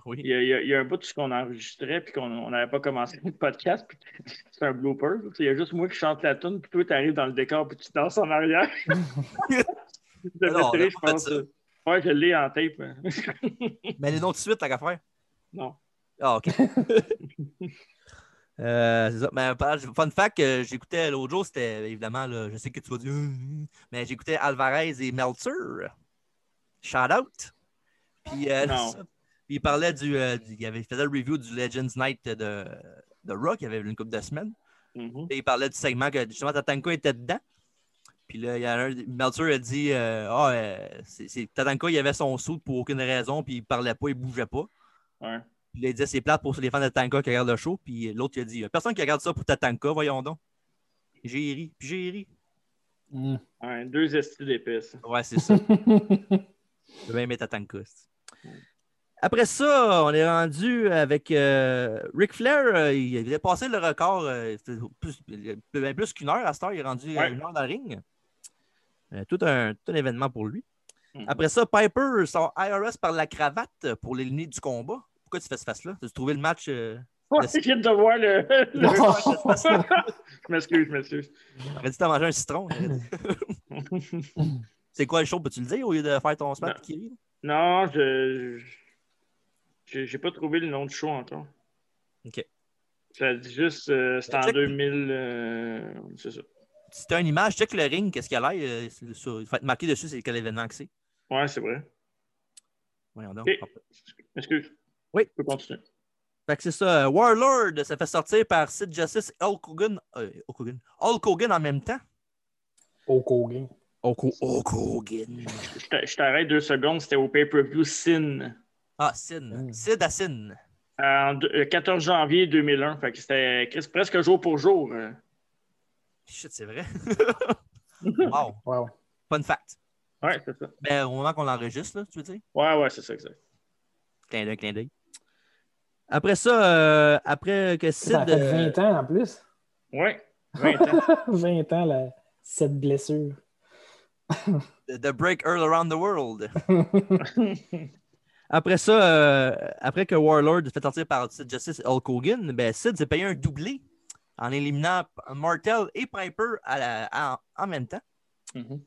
Oui.
Il y, a, il y a- il y a un bout de ce qu'on enregistrait puis qu'on on n'avait pas commencé le podcast. Puis <laughs> c'est un blooper. là. Il y a juste moi qui chante la tune puis toi, tu arrives dans le décor puis tu danses en arrière. de
Non, on
Métré,
a
je
pas fait
pense.
ça.
euh, Ouais, je l'ai en tape. hein. <laughs>
Mais les noms de suite, t'as qu'à faire.
non.
Ah, OK. Euh, c'est ça. Mais, par- fun fact que j'écoutais l'autre jour, c'était évidemment, là, je sais que tu vas dire, <laughs> Euh, mais j'écoutais Alvarez et Meltzer. Shout out. Puis, euh,
Non.
ça. Puis il parlait du, euh, du- il, avait, il faisait le review du Legends Night de, de Rock, il y avait une couple de semaines.
Mhm.
Et il parlait du segment que justement Tatanka était dedans. Puis là, il y en a un, Meltzer a dit euh, Ah, euh, c'est- c'est- Tatanka, il avait son saut pour aucune raison, puis il parlait pas, il bougeait pas.
Ouais.
Puis là, il disait c'est plate pour les fans de Tatanka qui regardent le show. Puis l'autre, il a dit Y a Personne qui regarde ça pour Tatanka, voyons donc. J'ai ri, puis j'ai ri. <laughs>
Hmm.
Ouais, deux estis d'épices.
Ouais, c'est
<laughs>
ça. Je vais aimer Tatanka. c'est. Après ça, on est rendu avec euh, Ric Flair. euh, il avait passé le record euh, c'était plus, bien plus qu'une heure à cette heure. Il est rendu euh,
Ouais.
une heure dans le ring. Euh, tout, un, tout un événement pour lui.
Mhm.
Après ça, Piper sort IRS par la cravate pour l'éliminer du combat. Pourquoi tu fais ce face-là? Tu as trouvé le match. euh,
Ouais, je viens de voir le.
Non.
le- <laughs> je m'excuse, je m'excuse.
Aurait dit t'as mangé un citron. il aurait <laughs> dit. c'est quoi le show? Peux-tu le dire au lieu de faire ton smack
Non.
qui rit?
Non, je. je- J'ai j'ai pas trouvé le nom du show encore.
Ok.
Ça dit juste, euh, c'est en
Check.
2000. euh, c'est ça.
Si t'as une image, check le ring, qu'est-ce qu'il y a là? euh, c'est sur- Il faut être marqué dessus, c'est quel événement que c'est.
Ouais, c'est vrai.
Voyons donc.
Ok. Excuse.
Oui.
Je peux continuer.
Fait que c'est ça. euh, Warlord se fait sortir par Sid Justice et Hulk Hogan, euh, Hulk Hogan. Hulk Hogan en même temps.
Hulk Hogan.
Hulk, Ho- Hulk Hogan.
Je t'a- Je t'arrête deux secondes, c'était au pay-per-view Sin. euh,
Ah, Sin.
Mm.
Sid à Sin.
En deux- le 14 janvier 2001, fait que c'était euh, Chris, presque jour pour jour. euh.
Shit, c'est <laughs> vrai. wow.
Wow.
Fun fact.
Ouais, c'est ça.
Ben, au moment qu'on l'enregistre, là, tu veux dire?
Ouais, ouais, c'est ça, exact.
Clin d'œil, clin d'œil. Après ça, euh, après que Sid.
Ça a fait
euh,
20 ans en plus.
Ouais, 20 ans.
<laughs> 20 ans, la... cette
<laughs>
blessure.
The, the Break Earl Around the World. <laughs> après ça, euh, après que Warlord se fait sortir par Sid Justice et Hulk Hogan, ben Sid s'est payé un doublé en éliminant Martel et Piper à la- à- en même temps.
Mhm.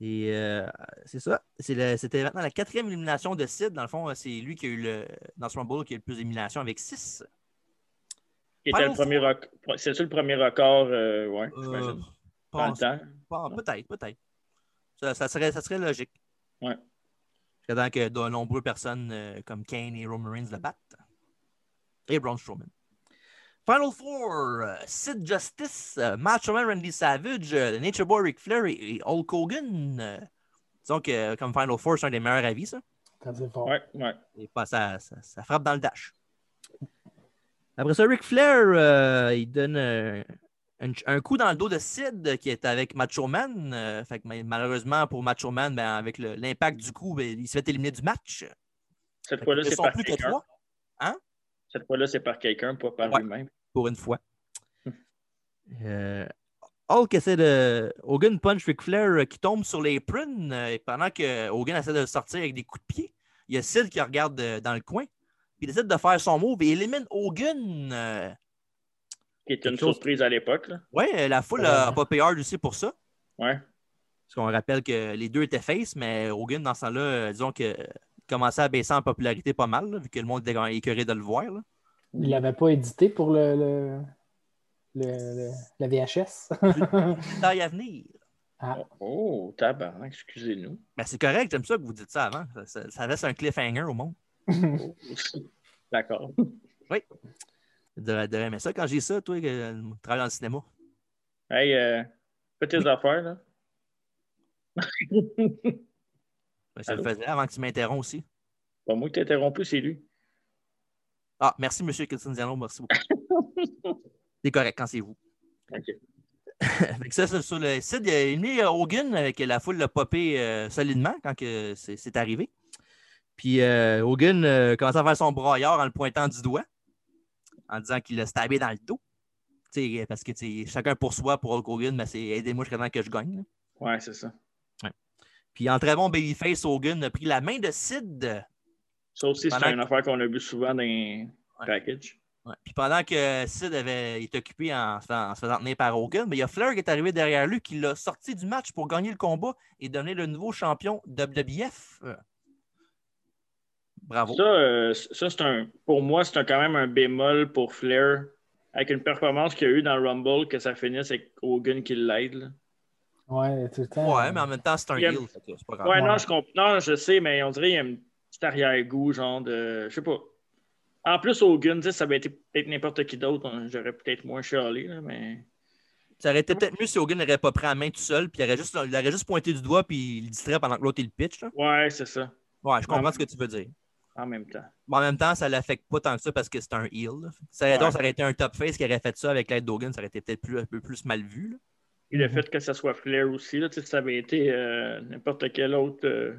Et euh, c'est ça. C'est le- C'était maintenant la quatrième élimination de Sid. Dans le fond, c'est lui qui a eu le. Dans ce Rumble, qui a eu le plus d'éliminations avec six.
Qui était le
Pense-
premier record. C'est-tu le premier record, euh, ouais,
Euh,
j'imagine, dans le
pense-
temps?
Bon,
Ouais.
peut-être, peut-être. Ça, ça serait, ça serait logique.
Ouais.
Jusqu'à temps que de nombreuses personnes euh, comme Kane et Roman Reigns le battent. Et Braun Strowman. Final Four, euh, Sid Justice, euh, Macho Man Randy Savage, euh, le Nature Boy Ric Flair et, et Hulk Hogan. euh, disons que euh, comme Final Four, c'est un des meilleurs avis, ça.
Ça, C'est fort.
Ouais, ouais.
Et pas- ça, ça- ça frappe dans le dash. Après ça, Ric Flair, euh, il donne euh, un, un coup dans le dos de Sid euh, qui est avec Macho Man. Euh, fait que ma- malheureusement pour Macho Man, ben, avec le- l'impact du coup, ben, il se fait éliminer du match.
Cette
Ils
fois-là, c'est
sont
par
plus que
quelqu'un.
trois
Cette fois-là, c'est par quelqu'un, pas par
Ouais.
lui-même.
pour une fois. Euh, Hulk essaie de. Hogan punch Ric Flair euh, qui tombe sur l'apron euh, et pendant que Hogan essaie de le sortir avec des coups de pied. Il y a Sid qui regarde euh, dans le coin. Puis il décide de faire son move et élimine Hogan. euh,
Qui était une
Quelque chose-
surprise à l'époque, là.
Oui, la foule a pas payé hard aussi pour ça.
Ouais.
Parce qu'on rappelle que les deux étaient face, mais Hogan, dans ce temps-là, euh, disons que euh, commençait à baisser en popularité pas mal, là, vu que le monde était quand même écœuré de le voir. là.
Il l'avait pas édité pour le, le, le- le- la
<laughs>
VHS.
Détail à venir. Ah.
Oh, tabarnak, excusez-nous.
Ben, c'est correct, j'aime ça que vous dites ça avant. Ça, ça- ça laisse un cliffhanger au monde.
Oh. <laughs> D'accord.
Je devrais- devrais aimer ça quand j'ai ça, toi, que euh, travaille dans le cinéma.
Hey, euh, fais tes affaires, là.
Ben, ça le
Allô?
faisait avant que tu m'interromps aussi.
Pas moi qui t'ai interrompu, c'est lui.
Ah, merci, monsieur Cristiano, merci beaucoup. c'est correct quand c'est vous.
OK.
Fait que ça, sur, sur le site, il a éliminé euh, Hogan avec la foule l'a popé euh, solidement quand que c'est c'est arrivé. Puis euh, Hogan euh, commençait à faire son broyeur en le pointant du doigt, en disant qu'il l'a stabé dans le dos. Tu sais, parce que tu sais, chacun pour soi pour Hulk Hogan, mais c'est aidez-moi jusqu'à temps que je gagne. là.
Ouais, c'est ça.
Puis en très bon babyface, Hogan a pris la main de Sid
Ça aussi, c'est
Pendant
une
que-
affaire qu'on a vu souvent dans les
Ouais.
packages.
Ouais. Puis pendant que Sid avait, il était occupé en, se faisant- en se faisant tenir par Hogan, mais il y a Flair qui est arrivé derrière lui, qui l'a sorti du match pour gagner le combat et devenir le nouveau champion WWF. Euh. Bravo.
Ça, euh, ça c'est un, pour moi, c'est un- quand même un bémol pour Flair. Avec une performance qu'il y a eu dans le Rumble, que ça finisse avec Hogan qui l'aide. là.
Ouais, tout le temps.
Ouais, mais en même temps, c'est un
Il y a-
heel. fait que C'est pas grave.
Ouais,
Ouais.
Non, je comp- non, je sais, mais on dirait qu'il y a un petit arrière-goût, genre de. Je sais pas. En plus, Hogan, tu sais, ça avait été peut-être n'importe qui d'autre. hein, J'aurais peut-être moins chialé, là, mais.
Ça aurait été peut-être mieux si Hogan n'aurait pas pris la main tout seul, puis il aurait juste, il aurait juste pointé du doigt, puis il le distrait pendant que l'autre il le pitch. là.
Ouais, c'est ça.
Ouais, je comprends
Ouais.
ce que tu veux dire.
En même temps.
Mais en même temps, ça l'affecte pas tant que ça parce que c'est un heel. là. Ça, aurait-
Ouais.
donc, ça aurait été un top face qui aurait fait ça avec l'aide d'Hogan, ça aurait été peut-être plus, un peu plus mal vu. là.
Et le
Mhm.
fait que ça soit Flair aussi, là, tu sais, ça avait été euh, n'importe quel autre. euh,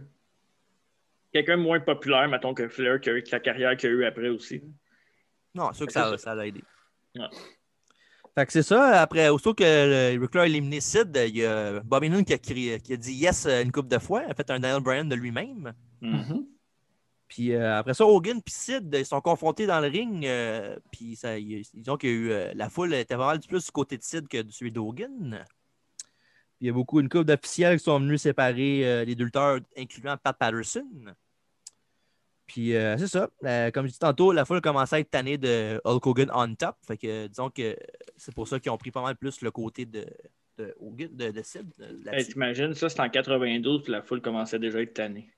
Quelqu'un de moins populaire, mettons, que Flair, qui a eu que la carrière qu'il a eu après aussi.
Non, c'est sûr que
C'est
ça,
ça.
ça l'a aidé.
Ouais.
Fait que c'est ça. Après, aussitôt que le Rickler a éliminé Sid, il y a Bobby Noon qui a, crié- qui a dit yes une couple de fois. Il a fait un Daniel Bryan de lui-même.
Mm.
Mhm.
Puis euh, après ça, Hogan puis Sid, euh, ils sont confrontés dans le ring. euh, puis ça, il- disons qu'il y a eu, euh, la foule était pas mal plus du côté de Sid que du celui d'Hogan. Puis Il y a beaucoup, une couple d'officiels qui sont venus séparer euh, les deux lutteurs, incluant Pat Patterson. Puis euh, c'est ça. Euh, comme je dis tantôt, la foule commençait à être tannée de Hulk Hogan on top. Fait que disons que c'est pour ça qu'ils ont pris pas mal plus le côté de, de Hogan, de, de Sid. euh,
Hey,
là-dessus.
T'imagines, ça, c'est en 92, puis la foule commençait déjà à être tannée.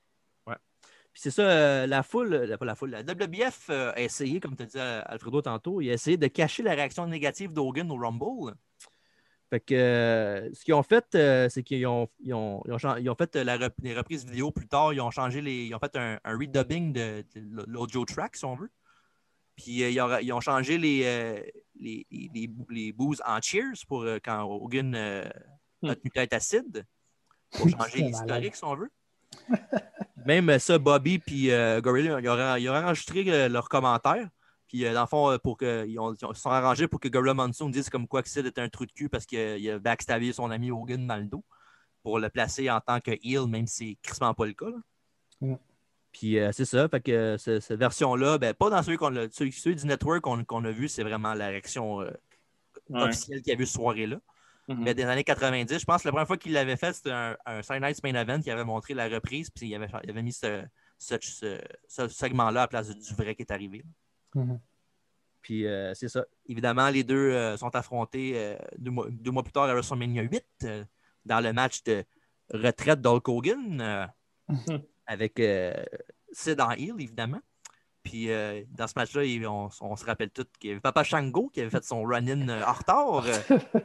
Puis c'est ça, euh, la foule, euh, pas la foule, la WBF a essayé, comme tu dit euh, Alfredo tantôt, il a essayé de cacher la réaction négative d'Hogan au Rumble. Fait que euh, ce qu'ils ont fait, euh, c'est qu'ils ont, ils ont, ils ont chan- ils ont fait euh, la rep- les reprises vidéo plus tard, ils ont changé les. Ils ont fait un, un redubbing de, de l'audio track, si on veut. Puis euh, ils, ont, ils ont changé les, euh, les, les, les, les boos en cheers pour euh, quand Hogan euh, a tenu tête acide. Pour changer
C'est
l'historique, si on veut. <laughs> Même euh, ça, Bobby puis euh, Gorilla, ils auraient, ils auraient enregistré euh, leurs commentaires. Puis, euh, dans le fond, euh, pour que, ils, ont- ils ont- se sont arrangés pour que Gorilla Monsoon dise comme quoi que Sid était un trou de cul parce qu'il a- il a backstabé son ami Hogan dans le dos pour le placer en tant que heel, même si c'est crissement pas le cas. là.
Mm.
Puis, euh, c'est ça. Fait que euh, ce- cette version-là, ben, pas dans celui, qu'on a- celui- celui du network qu'on qu'on a vu, c'est vraiment la réaction euh,
Ouais.
officielle qu'il y a eu cette soirée-là.
Mhm.
Mais des années 90, je pense que la première fois qu'il l'avait fait, c'était un, un Saturday Night's Main Event qui avait montré la reprise, puis il avait, il avait mis ce, ce, ce- ce segment-là à la place du vrai qui est arrivé.
Mhm.
Puis euh, c'est ça. Évidemment, les deux euh, sont affrontés euh, deux, mois, deux mois plus tard à WrestleMania 8 euh, dans le match de retraite d'Hulk Hogan euh,
Mhm.
avec euh, Sid en heel, évidemment. Puis euh, dans ce match-là, il- on, on se rappelle tous qu'il y avait Papa Shango qui avait fait son run-in euh, en retard. euh,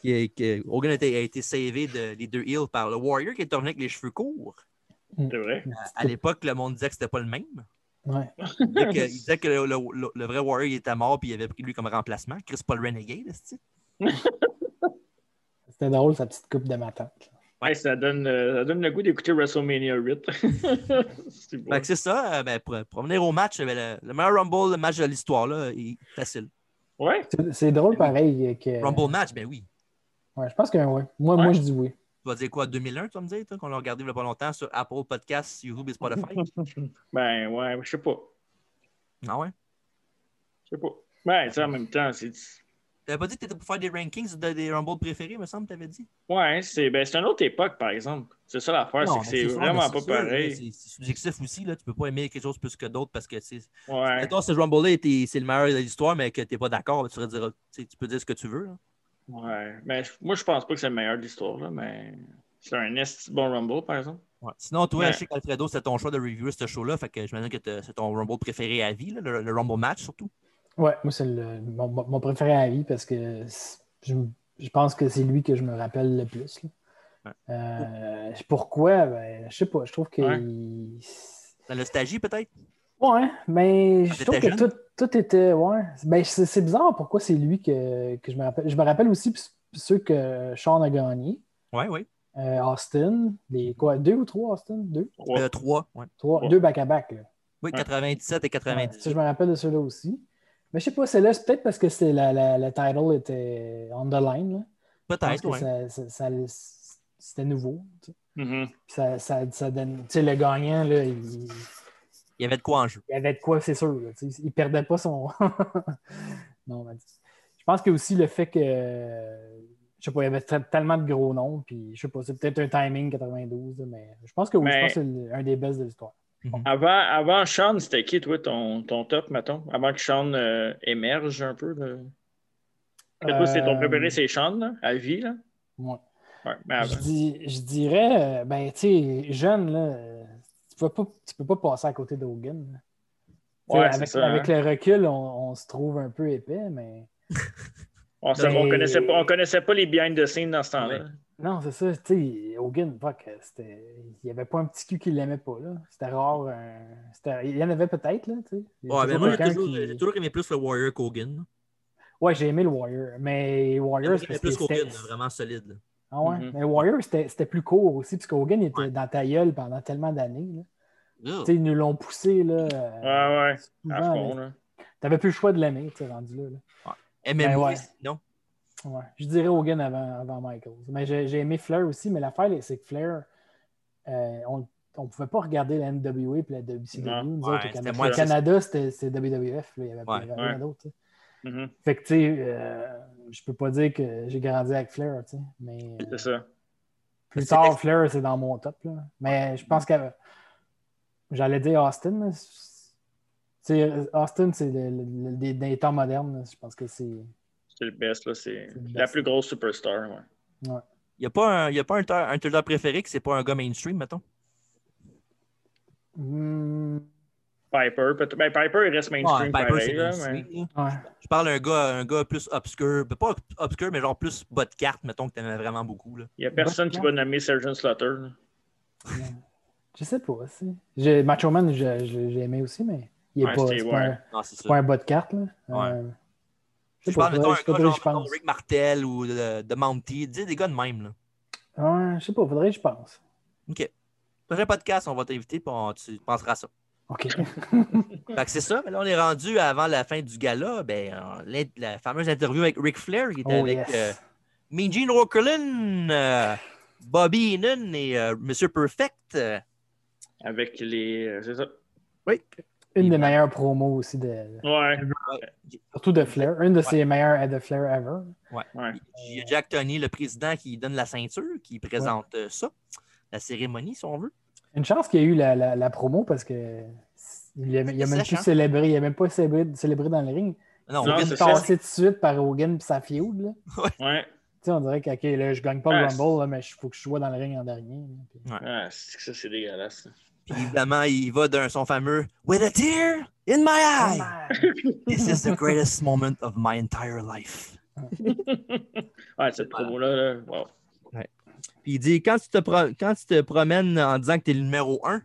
qui est- que Hogan a été, a été sauvé de, les deux heels par le Warrior qui est revenu avec les cheveux courts.
C'est vrai.
<laughs>
À l'époque, le monde disait que c'était pas le même.
Ouais.
Il disait que, il disait que le, le- le- le vrai Warrior il était mort puis il avait pris lui comme remplacement. Chris Paul Renegade, est
C'était drôle, sa petite coupe de ma tante.
Hey, ça, donne, euh, ça donne le goût d'écouter WrestleMania 8. <laughs> c'est bon.
c'est ça, euh, ben, pour, pour revenir au match, euh, ben, le, le meilleur Rumble, le match de l'histoire, là, il- facile.
Ouais, <laughs>
C'est- C'est drôle pareil que.
Rumble match, ben oui.
Ouais, je pense que oui. Moi,
Ouais.
moi je dis oui.
Tu vas dire quoi, 2001, tu vas me dire, toi, qu'on l'a regardé il y a pas longtemps sur Apple Podcasts, YouTube et
<laughs>
Spotify?
ben ouais, je sais pas.
ah ouais?
Je sais pas. Ben, tu sais, en même temps, c'est.
T'avais pas dit que t'étais pour faire des rankings de- des Rumble préférés, me semble, t'avais dit?
Ouais, c'est ben, c'est une autre époque, par exemple. C'est ça l'affaire, c'est
Non,
que
mais
c'est
sûr,
vraiment
mais
pas
c'est sûr, là,
pareil.
C'est c'est subjectif aussi, là. Tu peux pas aimer quelque chose plus que d'autres parce que, tu sais,
Ouais.
Mettons, ce Rumble-là, était- c'est le meilleur de l'histoire, mais que t'es pas d'accord, ben, tu, pourrais dire- tu sais, tu peux dire ce que tu veux. là.
ouais. Mais je- moi, je pense pas que c'est le meilleur de l'histoire, là, mais c'est un esti bon Rumble, par exemple.
Ouais. Sinon, toi,
Ouais.
je sais qu'Alfredo, c'est ton choix de reviewer ce show-là, fait que j'imagine que t'as- c'est ton Rumble préféré à vie, là, le, le Rumble match surtout.
Ouais, moi, c'est le- mon, mon- mon préféré à vie parce que c'est- je, je pense que c'est lui que je me rappelle le plus. là.
Ouais.
Euh, pourquoi? Ben, je sais pas. Je trouve que.
Ouais.
il-
La nostalgie, peut-être?
Ouais, mais
Quand
je trouve
t'étais
que
jeune?
tout, tout était. Ouais. Ben, c'est c'est bizarre pourquoi c'est lui que, que je me rappelle. Je me rappelle aussi p- ceux que Sean a gagnés.
Oui, oui.
Euh, Austin, les quoi, deux ou trois Austin? Deux?
Ouais.
3, Euh, ouais.
Trois,
Ouais.
deux back-à-back. là.
Oui,
Ouais.
97 et
Ouais,
98.
ça, je me rappelle de ceux-là aussi. Mais je sais pas, celle-là, c'est peut-être parce que c'est la, la- le title était on the line. là. Je pense
peut-être,
que
ouais.
ça- ça- ça- c'était nouveau. tu sais.
Mhm.
Puis Ça, ça- ça donne. Tu sais, le gagnant, là, il,
Il y avait de quoi en jeu.
Il y avait de quoi, c'est sûr. là, tu sais, il perdait pas son. <laughs> non, mais je pense que aussi le fait que. euh, Je sais pas, il y avait tra- tellement de gros noms, puis je sais pas, c'est peut-être un timing 92, là, mais je pense que oui, je
Mais-
pense que c'est le- un des best de l'histoire.
Avant, avant Sean, c'était qui, toi, ton, ton top, mettons? Avant que Sean euh, émerge un peu? Là. Que toi, c'est ton
Euh,
préféré, c'est Sean, là, à vie, là?
Ouais.
Ah, Ouais, mais avant.
Je, dis- je dirais, euh, ben, tu sais, jeune, là, euh, tu peux, pas, tu peux pas passer à côté d'Hogan. là. Tu sais,
Ouais, c'est
avec
ça,
avec
hein.
le recul, on, on se trouve un peu épais, mais
On, sait- on
Mais-
connaissait pas, on connaissait pas les behind the scenes dans ce temps-là.
Ouais.
non, c'est ça, tu sais, Hogan, fuck, euh, c'était, il y avait pas un petit cul qui l'aimait pas, là. C'était rare, un- c'était- il y en avait peut-être, là, tu sais. Il y a
Ouais, mais
toujours
moi, j'ai
quelqu'un
toujours,
qui-
j'ai toujours aimé plus le Warrior qu'Hogan.
Ouais, j'ai aimé le Warrior, mais
J'ai
Warrior, c'est
aimé
parce que
plus
c'était...
qu'Hogan, vraiment solide. là.
Ah ouais,
Mhm.
mais Warrior, c'était c'était plus court aussi, parce qu'Hogan était
Ouais.
dans ta gueule pendant tellement d'années, là.
Yeah.
Tu sais, ils nous l'ont poussé, là, euh,
Ah Ouais, ouais, à
souvent, là.
fond, là.
T'avais plus le choix de l'aimer, tu sais, rendu là. là.
MMA,
Ben ouais.
non?
Ouais. Je dirais Hogan avant, avant Michaels. Mais j'ai j'ai aimé Flair aussi, mais l'affaire, c'est que Flair, euh, on ne pouvait pas regarder la NWA et la WCW.
Non.
nous
Ouais,
autres, au
c'était
Canada,
moins
Au Canada, c'était c'était WWF. là. Il n'y avait, il y avait
Ouais.
rien
Ouais.
d'autre. tu sais.
Mhm,
Fait que, tu sais, euh, je peux pas dire que j'ai grandi avec Flair, tu sais. Mais euh,
C'est ça.
plus
C'est
tard,
ex-
Flair, c'est dans mon top. Là. Mais je pense que j'allais dire Austin. là. C'est- c'est- Austin, c'est le- le- le- des, des temps modernes. là. Je pense que c'est.
C'est le best, là. C'est
C'est le
la
best.
plus grosse superstar, ouais.
Il n'y a pas un, y a pas un, ter- un Tudor préféré que c'est pas un gars mainstream, mettons.
Hmm,
Piper, peut-être. Ben, Piper, il reste mainstream
Ouais, Piper,
pareil,
c'est
là, mais...
mainstream, là.
ouais.
Je parle d'un gars, un gars plus obscur, ben, pas ob- obscur, mais genre plus bas de carte, mettons, que t'aimais vraiment beaucoup. Là.
Il n'y a personne qui va nommer Sergeant Slaughter. là.
Je sais pas. c'est- J'ai- Macho Man, je- je- j'ai aimé aussi, mais il est
Ouais,
pas,
c'est-
c'est
ouais.
pas, un,
Non, c'est
c'est pas
sûr.
un bas de carte. Là.
Ouais.
Euh,
Je,
sais pas,
parle, mettons, un
faudrait-
gars
faudrait que
genre
je pense.
mettons, Rick Martel ou de, de Mounty, dis des gars de même. Là.
Ouais, je sais pas, faudrait que je pense.
OK. Prochain podcast, on va t'inviter, puis on- tu penseras à ça. <laughs>
OK.
Fait que c'est ça, mais là, on est rendu avant la fin du gala. Ben, euh, l'in- la fameuse interview avec Ric Flair, qui était
Oh,
avec
yes.
euh, Mean Gene Okerlund, euh, Bobby Heenan et euh, Monsieur Perfect. euh,
Avec les. euh, C'est ça.
Une des meilleures promos aussi, de,
Ouais.
surtout de Flair. Une de ses meilleures est de Flair ever.
Il y a Jack Tony, le président, qui donne la ceinture, qui présente euh, ça, la cérémonie, si on veut.
Une chance qu'il y ait eu la, la- la promo parce que. Il n'a
C'est
même
sèche,
plus
hein?
célébré, il n'a même pas célébré, célébré dans le ring.
Non,
Non,
Hogan-
Il
c'est
est
ça.
passé tout de suite par Hogan et sa feud. Là.
Ouais.
Tu sais, on dirait que, OK, là, je gagne pas le
Ah,
Rumble, là, mais il faut que je sois dans le ring en dernier. là, puis-
Ah, c'est que ça, c'est dégueulasse. ça.
puis évidemment, il va d'un son fameux With a tear in my eye. This is the greatest moment of my entire life.
Ouais, cette promo-là, là, wow.
Puis il dit quand tu te, pro- quand tu te promènes en disant que tu es le numéro un,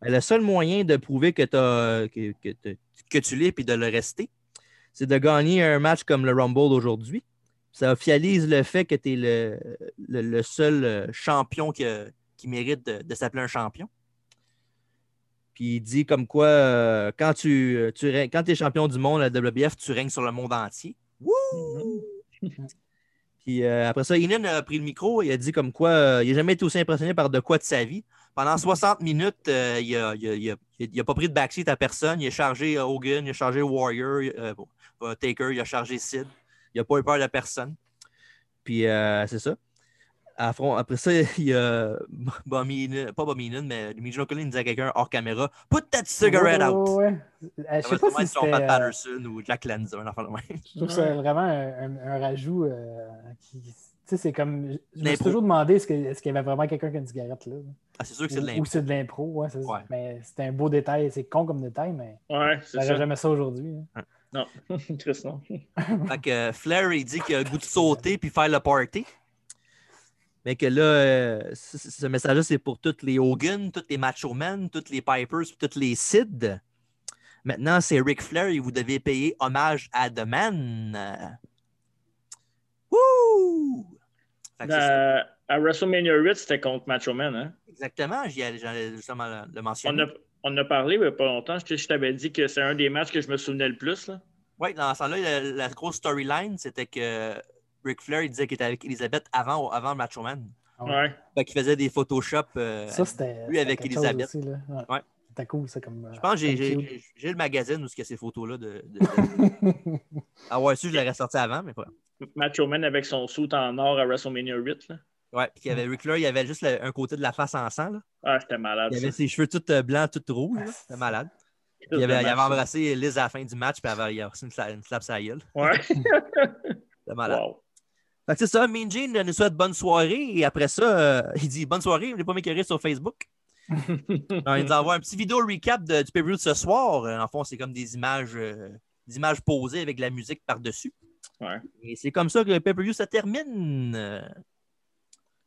ben, le seul moyen de prouver que, t'as- que, que t'as- que tu l'es puis de le rester, c'est de gagner un match comme le Rumble aujourd'hui. Ça officialise le fait que tu es le, le- le seul euh, champion qui, a- qui mérite de, de s'appeler un champion. Puis il dit comme quoi, euh, quand tu, tu règnes- quand es champion du monde à la WBF, tu règnes sur le monde entier. Wouh! Puis euh, après ça, Inan a pris le micro et a dit comme quoi euh, il n'a jamais été aussi impressionné par de quoi de sa vie. Pendant
Mm-hmm.
60 minutes, euh, il n'a pas pris de backseat à personne. Il a chargé euh, Hogan, il a chargé Warrior, euh, euh, Taker, il a chargé Sid. Il n'a pas eu peur de personne. Puis euh, c'est ça. À front- après ça, <laughs> il y a Bobby Heenan- pas Bobby Heenan, mais Dimitri Colin disait à quelqu'un hors caméra Put that cigarette
Oh, Ouais,
out!
ouais, ouais. Euh, je
Ça
sais
va
pas
sûrement
si
être sur
c'était.
Pat
euh,
Patterson ou Jack Lenz, un enfant de même. <laughs>
Je trouve que c'est vraiment un, un- un rajout euh, qui. Tu sais, c'est comme. Je, je me suis
L'impro.
toujours demandé est-ce que- est-ce qu'il y avait vraiment quelqu'un qui a une cigarette là.
Ah, c'est sûr que c'est de
Ou-
l'impact.
Ou c'est de l'impro, ouais, c'est
Ouais.
Mais c'est un beau détail, c'est con comme détail, mais
Ouais, c'est
j'aurais
ça.
jamais ça aujourd'hui. hein.
Non, <laughs> Chris, non.
Fait que euh, Flair, il dit qu'il a le goût de sauter puis faire le party. Mais que là, euh, ce, ce message-là, c'est pour tous les Hogan, tous les Macho Men, tous les Pipers, puis tous les Sid. Maintenant, c'est Ric Flair et vous devez payer hommage à The Man. Euh, Wouh! Fait que c'est ça.
Euh, à WrestleMania 8, c'était contre Macho Man. Hein?
Exactement, j'y allais- j'allais justement le, le
On,
mentionner.
a, on a parlé il n'y a pas longtemps. Je, te- je t'avais dit que c'est un des matchs que je me souvenais le plus. Là.
Oui, dans ce temps-là, la, la grosse storyline, c'était que Ric Flair, il disait qu'il était avec Elisabeth avant, avant Macho Man.
Ah ouais.
Ouais.
Fait qu'il faisait des Photoshop. euh,
Ça, c'était.
lui
c'était
avec
quelque chose
Elisabeth.
aussi, là. Ouais.
Ouais.
C'était cool, ça, comme.
Je pense que j'ai- j'ai j'ai le magazine où ce que ces photos-là de. de- de- ah ouais, sûr, je l'aurais sorti avant, mais quoi.
Macho Man avec son suit en or à WrestleMania 8. Là.
Ouais, puis il y avait Ric Flair, il y avait juste le- un côté de la face en sang. Là.
Ah, c'était malade.
Il
ça.
avait ses cheveux tout euh, blancs, tout rouges. là. C'était malade. Puis Il avait, il avait embrassé Liz à la fin du match, puis il avait, il a reçu une, sla- une slap sur la gueule.
Ouais.
C'était malade.
Wow.
Fait que c'est ça, Mean Gene nous souhaite bonne soirée, et après ça, euh, il dit bonne soirée, venez pas m'écœurer sur Facebook. Alors, il nous envoie un petit vidéo recap de- du pay-per-view de ce soir. Euh, En fond, c'est comme des images, euh, des images posées avec de la musique par-dessus.
Ouais.
Et c'est comme ça que le pay-per-view se termine. Euh,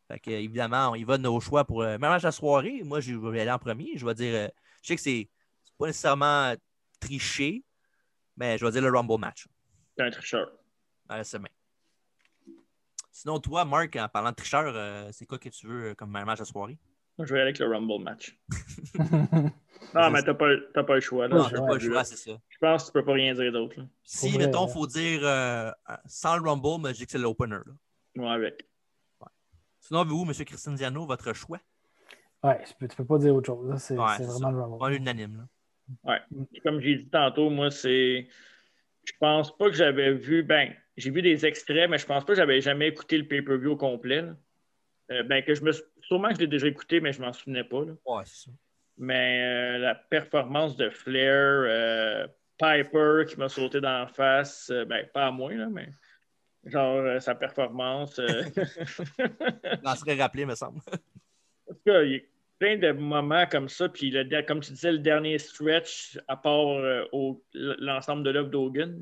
Fait que, évidemment, on y va de nos choix pour euh, mariage à soirée. Moi, je vais aller en premier. Je vais dire, euh, je sais que c'est c'est pas nécessairement triché, mais je vais dire le Rumble match.
T'es un tricheur.
dans la semaine. Sinon, toi, Marc, en parlant de tricheur, euh, c'est quoi que tu veux euh, comme mariage à soirée?
Moi, je vais aller avec le Rumble match.
Ça,
Non, mais t'as pas, t'as pas le choix. Là,
Non,
Je-
t'as pas le
je-
choix, c'est ça.
Je pense que tu peux pas rien dire d'autre. là.
Si,
Pour vrai,
mettons,
ouais.
faut dire euh, sans le Rumble, mais je dis que c'est l'opener. là.
Moi, avec.
Sinon, vous, M. Christine Ziano, votre choix?
<laughs> Ouais, tu peux, tu peux pas dire autre chose. là. C'est
Ouais,
c'est
c'est
vraiment le
Pas
Rumble.
unanime. Là.
Comme j'ai dit tantôt, moi, c'est. Je pense pas que j'avais vu. Ben, j'ai vu des extraits, mais je pense pas que j'avais jamais écouté le pay-per-view au complet. là. Euh, ben, que je me. sou- Sûrement que je l'ai déjà écouté, mais je m'en souvenais pas. là.
Ouais, c'est ça.
Mais euh, la performance de Flair, euh, Piper qui m'a sauté dans la face, euh, ben, pas à moi, là, mais genre euh, sa performance. euh,
Je m'en serais rappelé, me semble.
En tout cas, il y a plein de moments comme ça. Puis, le der- comme tu disais, le dernier stretch, à part euh, au- l'ensemble de l'œuvre d'Hogan,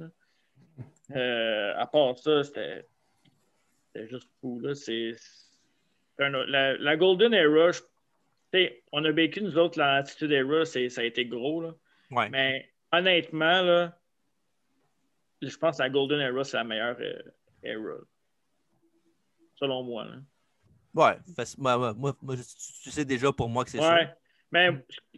là, euh, à part ça, c'était c'était juste fou. Là. C'est- c'est un autre- la, la Golden Era, je- tu sais, on a vécu, nous autres, l'Attitude Era, c'est- ça a été gros. Là.
<laughs> Ouais.
Mais honnêtement, là, je pense que la Golden Era, c'est la meilleure euh, era. Selon moi. là.
Ouais. Fait- moi, moi- moi- moi, je- tu, tu sais déjà pour moi que c'est
Ouais.
ça.
Mais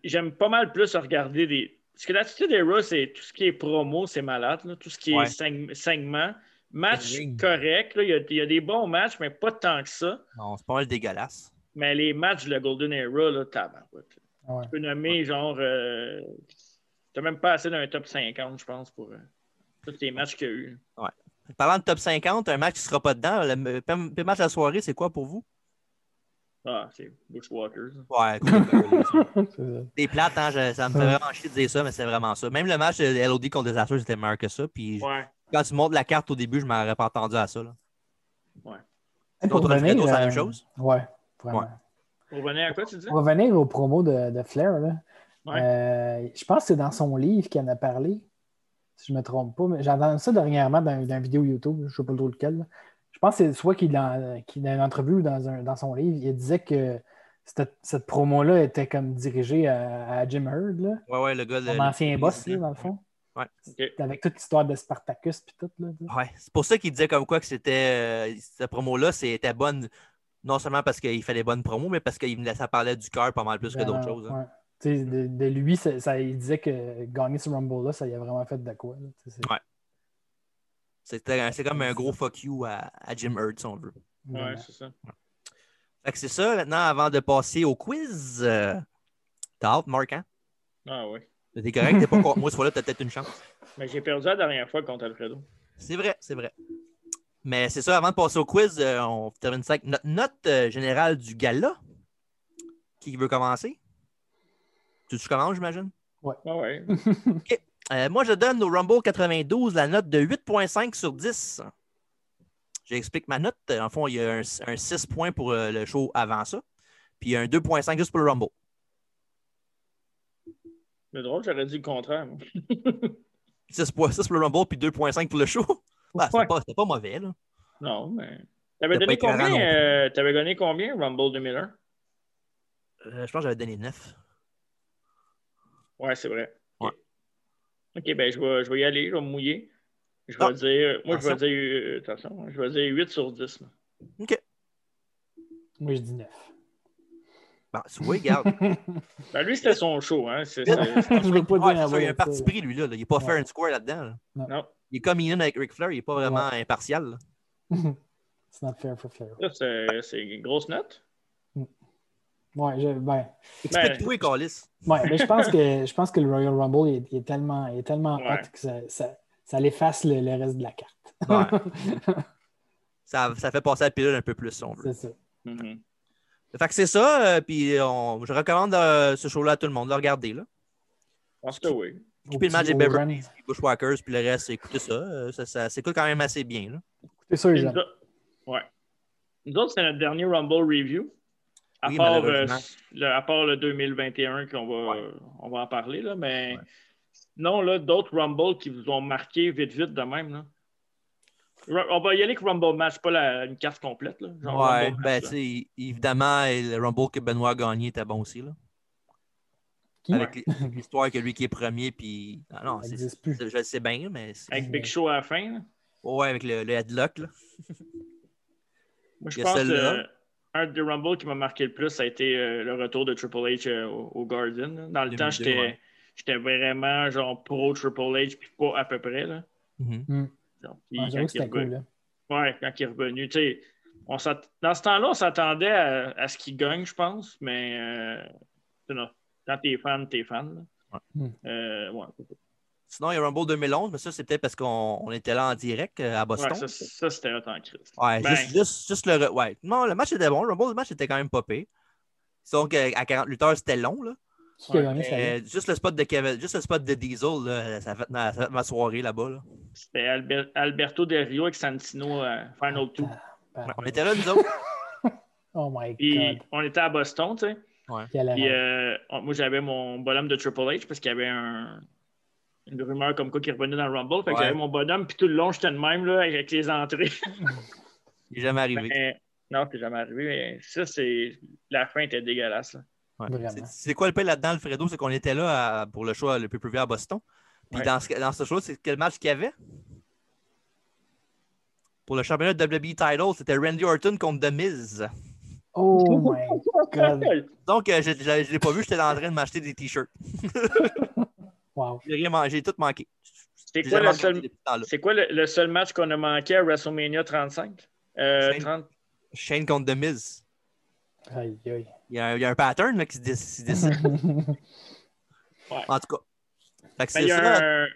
j'aime pas mal plus regarder des. Parce que l'attitude Era, c'est tout ce qui est promo, c'est malade. là. Tout ce qui
Ouais.
est seg- segment. Match
Ring.
correct. là. Il y, a, il y a des bons matchs, mais pas tant que ça.
Non, c'est pas mal dégueulasse.
Mais les matchs de la Golden Era, là, tabarouette.
Ouais.
Tu peux nommer genre. euh, T'as même pas assez d'un top 50, je pense, pour euh, tous les matchs qu'il y a eu.
Parlant de top 50, un match qui sera pas dedans, le m- p- p- match de la soirée, c'est quoi pour vous?
Ah, c'est Bushwalkers.
Ouais, <laughs> cool.
C'est ça.
Des plates, hein, je- ça me fait vraiment chier de dire ça, mais c'est vraiment ça. Même le match de LOD contre Disaster, c'était meilleur que ça. Puis je-
Ouais.
quand tu montes la carte au début, je m'en aurais pas entendu à ça. Là.
Hey,
Donc, on a fait tous la
euh,
même chose?
Ouais, vraiment.
Ouais.
Pour revenir à quoi tu dis?
Pour revenir aux promos de, de Flair, là,
Ouais.
euh, je pense que c'est dans son livre qu'il en a parlé, si je ne me trompe pas. mais J'ai entendu ça dernièrement dans, dans une vidéo YouTube, je ne sais pas trop lequel. là. Je pense que c'est soit qu'il en- qu'il- dans une entrevue ou dans, un- dans son livre, il disait que cette, cette promo-là était comme dirigée à, à Jim Hurd, là,
Ouais, ouais, le gars. le-
mon
le-
ancien
le
boss, là,
président.
dans le fond.
Ouais.
Ok.
Avec toute l'histoire de Spartacus puis tout. Là, tu sais.
Ouais, c'est pour ça qu'il disait comme quoi que c'était. euh, cette promo-là, c'était bonne, non seulement parce qu'il fait des bonnes promos, mais parce qu'il me laissait parler du cœur pas mal plus que d'autres
Vraiment,
choses. hein.
Ben, Euh, ouais. Tu sais, De, de lui, ça, ça- il disait que gagner ce Rumble-là, ça y a vraiment fait de quoi. là, tu sais, c'est-
Ouais. C'était un- C'est comme un gros fuck you à, à Jim Hurd, si on veut.
Ouais,
Vraiment.
c'est ça.
Fait que c'est ça. Maintenant, avant de passer au quiz, euh, t'as hâte, Marc, hein?
Ah oui.
T'es correct, t'es pas contre
<laughs>
moi, ce fois-là, t'as peut-être une chance.
Mais j'ai perdu la dernière fois contre Alfredo.
C'est vrai, c'est vrai. Mais c'est ça, avant de passer au quiz, euh, on termine ça avec notre note euh, générale du gala. Qui veut commencer? Tu, tu commences, j'imagine?
Ah ouais.
<laughs>
Euh, moi, je donne au Rumble 92 la note de 8.5 sur 10. J'explique ma note. En fond, il y a un, un 6 points pour euh, le show avant ça. Puis un 2.5 juste pour le Rumble.
C'est drôle, j'aurais dit le contraire. moi. <laughs>
6, points- 6 pour le Rumble, puis 2.5 pour le show. <laughs> Ouais, c'est
Ouais.
pas, c'est pas mauvais, là.
Non, mais.
T'as pas
T'avais donné
été rarant non plus.
combien, euh, t'avais donné combien, Rumble 2001?
Euh, je pense que j'avais donné 9.
Ouais, c'est vrai.
Ouais.
OK, ben je vais, je vais y aller, je vais me mouiller. Je vais
Ah.
dire. Moi,
Attention.
je vais dire. euh, Attention, je vais dire 8 sur 10. moi.
OK.
Moi, je dis neuf.
Bon, tu vois,
<laughs>
regarde.
Ben, lui, c'était son show, hein.
<laughs>
c'est- c'est-
je veux pas
Ouais,
dire
Ah, c'est ça, il y a un
mot,
parti
ça.
pris, lui, là. là. Il n'est pas
Ouais.
fair and square là-dedans. là.
non.
Il est comme Ian avec Ric Flair, il n'est pas vraiment impartial. là.
It's not fair for Flair.
Ça, c'est c'est une grosse note.
Ouais, je, ben,
Explique-toi, Calis.
ouais, mais je pense que je pense que le Royal Rumble il est, il est tellement, il est tellement
Ouais.
hot que ça, ça, ça l'efface le, le reste de la carte.
ça, ça fait passer la pilule un peu plus, si on veut.
<laughs> C'est ça.
Mhm.
Fait que c'est ça, euh, puis on- je recommande euh, ce show-là à tout le monde, le regarder. Là.
Je pense que oui.
Au
le match
petit-
des
au
Beverly
jeune.
Les Bushwhackers, puis le reste, écoutez ça. euh, ça, ça s'écoute quand même assez bien. Là.
C'est sûr,
Nous
jeune.
autres- Ouais. Nous autres, c'est notre dernier Rumble review. À,
Oui,
part, euh,
malheureusement.
le, à part le 2021 qu'on va, euh, on va en parler, là, mais non, là, d'autres Rumble qui vous ont marqué vite, vite de même. Là. Ru- On va y aller avec Rumble Match, pas la, une carte complète. Là, genre
Ouais,
Rumble
ben,
match,
tu
là.
sais, évidemment, le Rumble que Benoît a gagné était bon aussi. Là.
Qui?
<laughs> Avec les- l'histoire que lui qui est premier, puis. Ah non,
Ça
c'est-
n'existe plus.
c'est- je le sais bien, mais. c'est-
Avec Big Show à la fin. là.
Ouais, avec le, le headlock, là.
Moi,
Il
je
y a
pense que
celle-là.
euh, un des Rumble qui m'a marqué le plus, ça a été euh, le retour de Triple H euh, au, au Garden. là. Dans le
2002,
temps, j'étais
ouais.
j'étais vraiment genre pro Triple H, puis pas à peu près. Là.
Mhm.
Genre, puis
Ouais,
quand,
Ah, J'avoue que
il est
c'était cool.
revenu,
Là.
ouais, quand il est revenu, tu sais, on s'att- dans ce temps-là, on s'attendait à, à ce qu'il gagne, je pense, mais euh, tu sais, quand t'es fan, t'es fan. là.
Ouais.
Euh, ouais.
Sinon, il y a Rumble 2011, mais ça, c'est peut-être parce qu'on on était là en direct euh, à
Ouais,
Boston.
ça, ça, c'était hot en Christ.
Ouais,
Ben,
juste, juste, juste le. re- Ouais. Non, le match était bon. Le Rumble, le match était quand même pas pire. Donc, euh, à 48 heures, c'était long. Là.
Qui a
Ouais,
gagné,
Euh,
ça?
juste le spot de Kevin, juste le spot de Diesel, là, ça, a fait, ma- ça a fait ma soirée là-bas. Là.
C'était Albert- Alberto Del Rio avec Santino euh, Final 2.
Ah,
Ouais, on était là, nous autres.
Oh my
Puis
god.
on était à Boston, tu sais.
Quelle
Puis
erreur.
euh, on- moi, j'avais mon bonhomme de Triple H parce qu'il y avait un- une rumeur comme quoi qui revenait dans le Rumble. Fait que
Ouais.
j'avais mon bonhomme, puis tout le long, j'étais le même là, avec les entrées.
Il est jamais arrivé.
Mais Ben, non, c'est jamais arrivé. Mais ça, c'est. La fin était dégueulasse. là.
Ouais.
Vraiment.
C'est- C'est quoi le pire là-dedans, Alfredo? C'est qu'on était là à- pour le choix le plus privé à Boston. Puis
Ouais.
dans, ce, dans ce show, c'est quel match qu'il y avait? Pour le championnat de WWE title, c'était Randy Orton contre The Miz. <laughs>
Oh my god.
Donc, euh, je ne l'ai pas vu, j'étais en train de m'acheter des t-shirts.
Wow.
J'ai rien mangé, j'ai tout manqué.
C'est
J'ai
quoi,
jamais
le
regardé
seul...
depuis ce temps-là.
c'est quoi le, le seul match qu'on a manqué à WrestleMania 35? Euh,
Shane.
30...
Shane contre The Miz.
Aïe, aïe. Euh,
Il y a un, il y a un pattern là, qui se dé-
Mhm.
se
<laughs>
dessine. En tout cas. Fait que
Mais
c'est
Ben, il y a
ça. Oh.
un-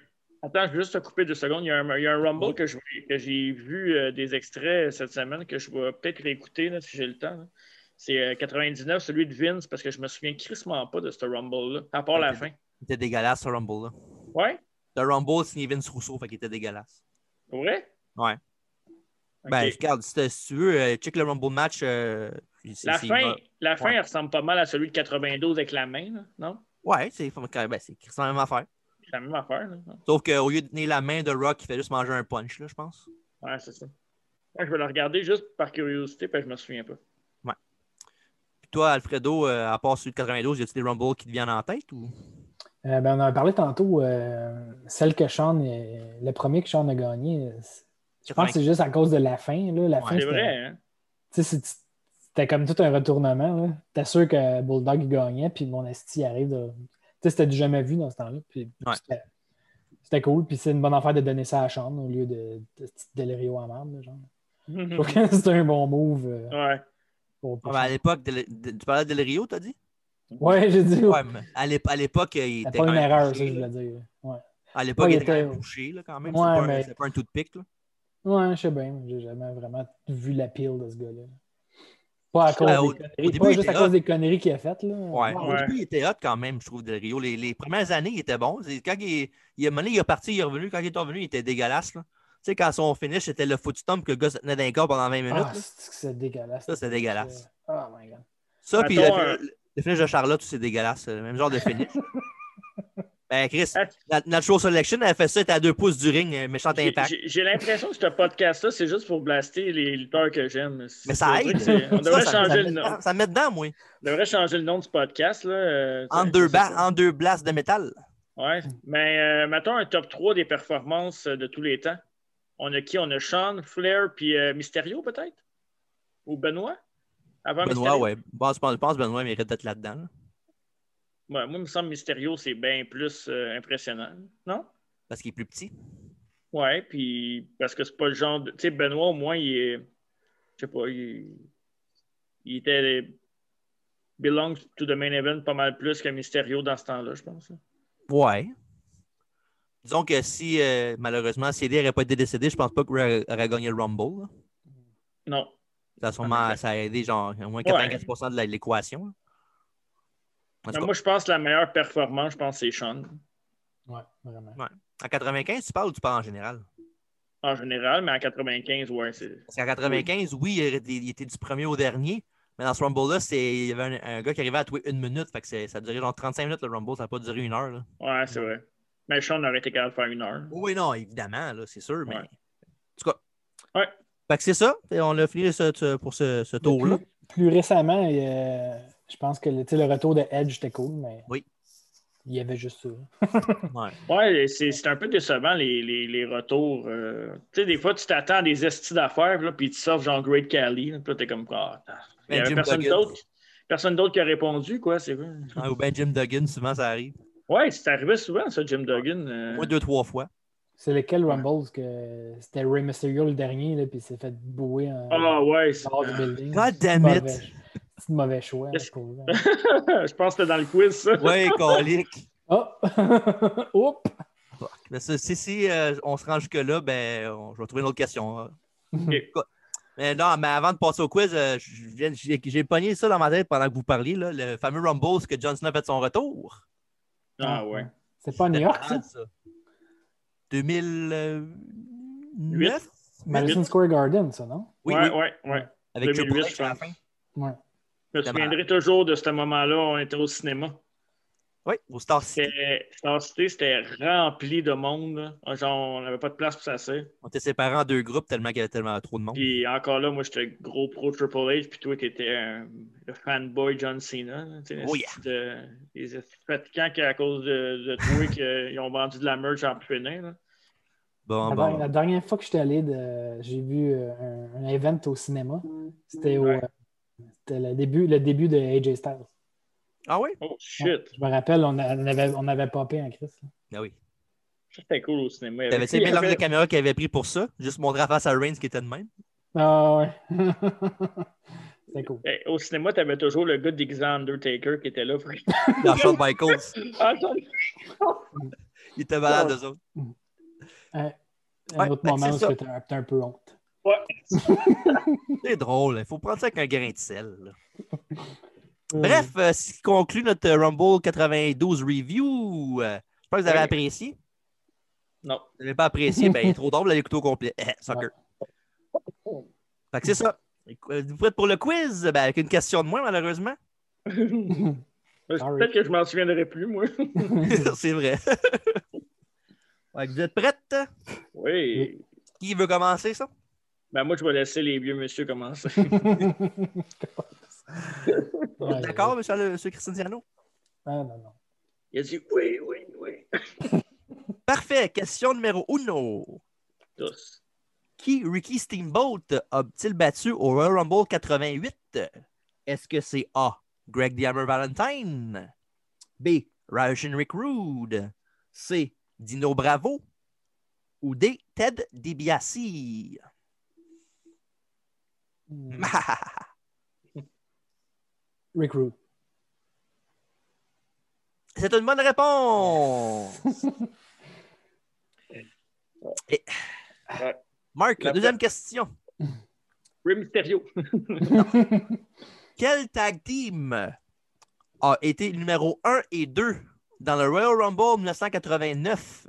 Attends, je vais juste te couper deux secondes. Il y a un, il y a un Rumble que je- que j'ai vu euh, des extraits cette semaine que je vais peut-être réécouter là, si j'ai le temps. là. C'est euh, 99, celui de Vince, parce que je me souviens crissement pas de ce Rumble-là, à part la fin.
C'était dégueulasse, ce Rumble-là.
Ouais?
Le Rumble, signé Vince Rousseau, fait qu'il était dégueulasse.
Pour Vrai?
Ouais.
Ok.
Ben, regarde, si, t'as- si tu veux, euh, check le Rumble match. euh, c'est-
la
c'est-
fin, la fin
Ouais.
elle ressemble pas mal à celui de 92 avec la main, là, non?
Ouais, c'est ben, c'est c'est la même affaire.
C'est la même affaire. Là.
Sauf qu'au lieu de tenir la main de Rock, il fait juste manger un punch, là, je pense.
Ouais, c'est ça. Ouais, je vais le regarder juste par curiosité, parce que je me souviens pas.
Puis toi, Alfredo, euh, à part celui de 92, y a-tu des Rumbles qui te viennent en tête ou
Euh, ben, on en a parlé tantôt. euh, celle que Sean, euh, le premier que Sean a gagné, euh, c'est- je pense que c'est juste à cause de la fin. Là. La fin
C'est
c'était-
vrai,
<laughs>
hein?
tu sais, c'est- C'était comme tout un retournement. là. T'es sûr que Bulldog il gagnait, puis mon esti il arrive. De... Tu sais, c'était du jamais vu dans ce temps-là. puis
Ouais.
c'était- C'était cool, puis c'est une bonne affaire de donner ça à Sean au lieu de, de, de Delirio à merde. là, genre.
Mm-hmm.
Je trouve que <laughs> C'était un bon move. euh,
ouais.
pour,
Ah, ben,
pour
à
Sean.
l'époque, Del- de- tu parlais de Del Rio, t'as dit
ouais, j'ai dit.
Ouais, mais à l'ép- à l'époque, il
C'était
était.
pas
quand
une
même
erreur, ça,
touché,
je
là.
voulais dire. Ouais,
À l'époque,
Ouais,
il
il
était quand
était-
même touché, là, quand même.
Ouais,
c'est pas, un-
mais-
c'est pas un tout de pic, là.
ouais je sais bien. J'ai jamais vraiment vu la pile de ce gars-là. Pas à cause
Ah, au- au
des conneries.
début,
pas
il
juste
était
à
hot.
cause des conneries qu'il a faites. Là.
Ouais.
Ouais.
Au
Ouais.
début, il était hot quand même, je trouve, Del Rio. Les, les premières années, il était bon. C'est Quand il, il, à un moment donné, il est parti, il est revenu. Quand il est revenu, il était dégueulasse. là. Tu sais, quand son finish, c'était le foot stomp que le gars se tenait d'un corps pendant 20 minutes. là.
Ah, c'est c'est dégueulasse.
Ça, c'est dégueulasse.
Oh my god.
Ça, puis
Mettons,
le,
euh,
le finish de Charlotte, c'est dégueulasse. Le même genre de
<laughs>
finish. ben, Chris, Na- Natural Selection, elle fait ça, elle était à deux pouces du ring, euh, méchant
J'ai-
impact.
J'ai j'ai l'impression que ce podcast-là, c'est juste pour blaster les lutteurs que j'aime. C'est-
Mais ça
c'est-
aide.
c'est-
Ça,
On devrait,
ça- ça
changer
met
le nom.
dedans- ça me met dedans, moi.
on devrait changer le nom du podcast. Là. euh,
En
c'est-
deux,
c'est
ba-
ça.
en deux blasts de métal.
Ouais. Mais euh, mettons un top 3 des performances euh, de tous les temps. On a qui On a Sean, Flair, puis euh, Mysterio, peut-être Ou Benoît Avant
Benoît,
Mysterio?
ouais. Bon, je pense je pense que Benoît mérite d'être là-dedans. là.
Ouais, moi, il me semble Mysterio, c'est bien plus euh, impressionnant. Non
Parce qu'il est plus petit.
Ouais, puis parce que c'est pas le genre de. Tu sais, Benoît, au moins, il est. Je sais pas, il. Il était. belongs to the main event pas mal plus que Mysterio dans ce temps-là, je pense. là.
Ouais. Disons que si, euh, malheureusement, CD n'aurait pas été décédé, je pense pas qu'il aurait, aurait gagné le Rumble. là.
Non.
Ça, a sûrement- ça a aidé genre au moins
Ah, Ouais.
84% de la- l'équation. là. En tout
Mais
cas,
Ben, moi, je pense que la meilleure performance, je pense, c'est Sean.
Ouais, vraiment.
en 95, tu parles ou tu parles en général?
En général, mais en 95, ouais, c'est.
Parce qu'en 95, oui, il, aurait été- il était du premier au dernier, mais dans ce Rumble-là, c'est- il y avait un, un gars qui arrivait à trouver une minute. Fait que c'est- ça a duré genre 35 minutes le Rumble, ça n'a pas duré une heure. là.
Ouais, c'est vrai. Mais Sean aurait été capable de faire une heure.
Oui, non, évidemment, là, c'est sûr, mais.
Ouais.
En tout cas.
Ouais.
Fait que c'est ça. Et On a fini ce- ce- pour ce, ce tour-là.
Plus, plus récemment, il y a- je pense que le, tu sais, le retour de Edge était cool, mais
Oui.
il y avait juste ça.
<laughs> Ouais.
Ouais, c'est c'est un peu décevant, les, les, les retours. euh. Tu sais, des fois, tu t'attends à des estis d'affaires, là, puis tu sors genre Great Cali. Là, puis là, t'es comme quoi. il y
Ben,
avait
Jim
personne
Duggan.
d'autre. Personne d'autre qui a répondu, quoi, c'est vrai.
Ouais, ou bien Jim Duggan, souvent ça arrive.
Ouais, c'est arrivé souvent, ça, Jim Duggan. euh.
Moi, deux, trois fois.
C'est lequel Rumble que c'était Ray Mysterio le dernier, là, puis il s'est fait bouer en
Ah, ouais. c'est-
dehors du building.
God
C'est
damn
mauvais-
it!
C'est de mauvais choix. hein.
Qu'est-ce-
pour vrai.
Ah.
<laughs> je pense que c'était dans le quiz, ça.
Ouais, colique.
Oh! <laughs> Oups!
Fuck. Mais ça, si si euh, on se rend jusque-là, ben, on- je vais trouver une autre question. hein. Mais non, mais avant de passer au quiz, euh, je viens- j'ai j'ai pogné ça dans ma tête pendant que vous parliez, là, le fameux Rumble, ce que John Cena a fait son retour.
Ah, ouais.
C'est pas New York, ça?
C'était malade, ça. euh, 2009?
Madison
Huit.
Square Garden, ça, non?
Oui,
ouais,
oui,
ouais, ouais.
avec Triple
2008,
H
je
à la
pense.
fin.
Ouais.
Je me
C'était
souviendrai toujours de ce moment-là, on était au cinéma.
Oui, au Star City.
C'était- Star City, c'était rempli de monde. là. Ah, Genre, on n'avait pas de place pour s'asseoir.
On était séparés en deux groupes tellement qu'il y avait tellement trop de monde.
Puis encore là, moi, j'étais gros pro Triple H, puis toi, t'étais un- le fanboy John Cena. là. Tu sais,
Oh, yeah.
de, les esti de fatigants qui, à cause de, de toi, qu'ils ont vendu de la merch en plus finir, là.
Bon,
ah
La,
ben,
bon.
la dernière fois que j'étais allé, de- j'ai vu euh, un, un event au cinéma. C'était au
Ouais.
euh, c'était le début, le début de AJ Styles.
Ah oui?
Oh, shit!
Je me rappelle, on, a- on avait, on avait popé en Christ. là.
Ah oui.
Ça, C'était cool au cinéma.
T'avais
Qui
aimé l'angle de
avait-
caméra qu'il avait pris pour ça? Juste montrer la face à Reigns qui était de même?
Ah ouais. <laughs> C'était cool.
Eh, Au cinéma, t'avais toujours le gars déguisé en Undertaker qui était là.
<laughs>
pour-
Dans Shawn Michaels.
Ah, j'en-
Il était malade, eux autres.
Un
Ouais,
autre
ben,
moment
c'est
où
ça.
c'était un, t'as un peu honte.
C'est drôle. Il faut prendre ça avec un grain de sel. là. Bref, euh, ce qui conclut notre euh, Rumble 92 review. Euh, J'espère que vous avez
Ouais.
apprécié. Si
non. <laughs>
vous n'avez pas apprécié, ben, il est trop tard, vous l'avez écouté au complet. Eh, soccer. Fait que c'est ça. Écou- euh, Vous prêtes pour le quiz? Ben, avec une question de moins,
<laughs>
malheureusement.
Sorry.
Peut-être que je m'en souviendrai plus, moi. <laughs>
c'est vrai. <laughs> Fait que vous êtes prête?
Oui.
Qui veut commencer ça?
Ben, moi, je vais laisser les vieux monsieur commencer.
<laughs>
<laughs>
Ouais,
<laughs> D'accord, monsieur, le- monsieur Cristiano?
ouais. Ah, non, non.
Il a dit oui, oui, oui.
Parfait. Question numéro uno.
Tous.
Qui Ricky Steamboat a-t-il battu au Royal Rumble 88? Est-ce que c'est A. Greg the Hammer Valentine? B. Ryan Rick Rude? C. Dino Bravo? Ou D. Ted DiBiase? <laughs>
Hmm.
Ah,
Rick <laughs> Rude.
c'est une bonne réponse! Et-
Ouais.
Marc,
La-
deuxième question.
Rey Mysterio.
Quel tag team a été numéro 1 et 2 dans le Royal Rumble 1989?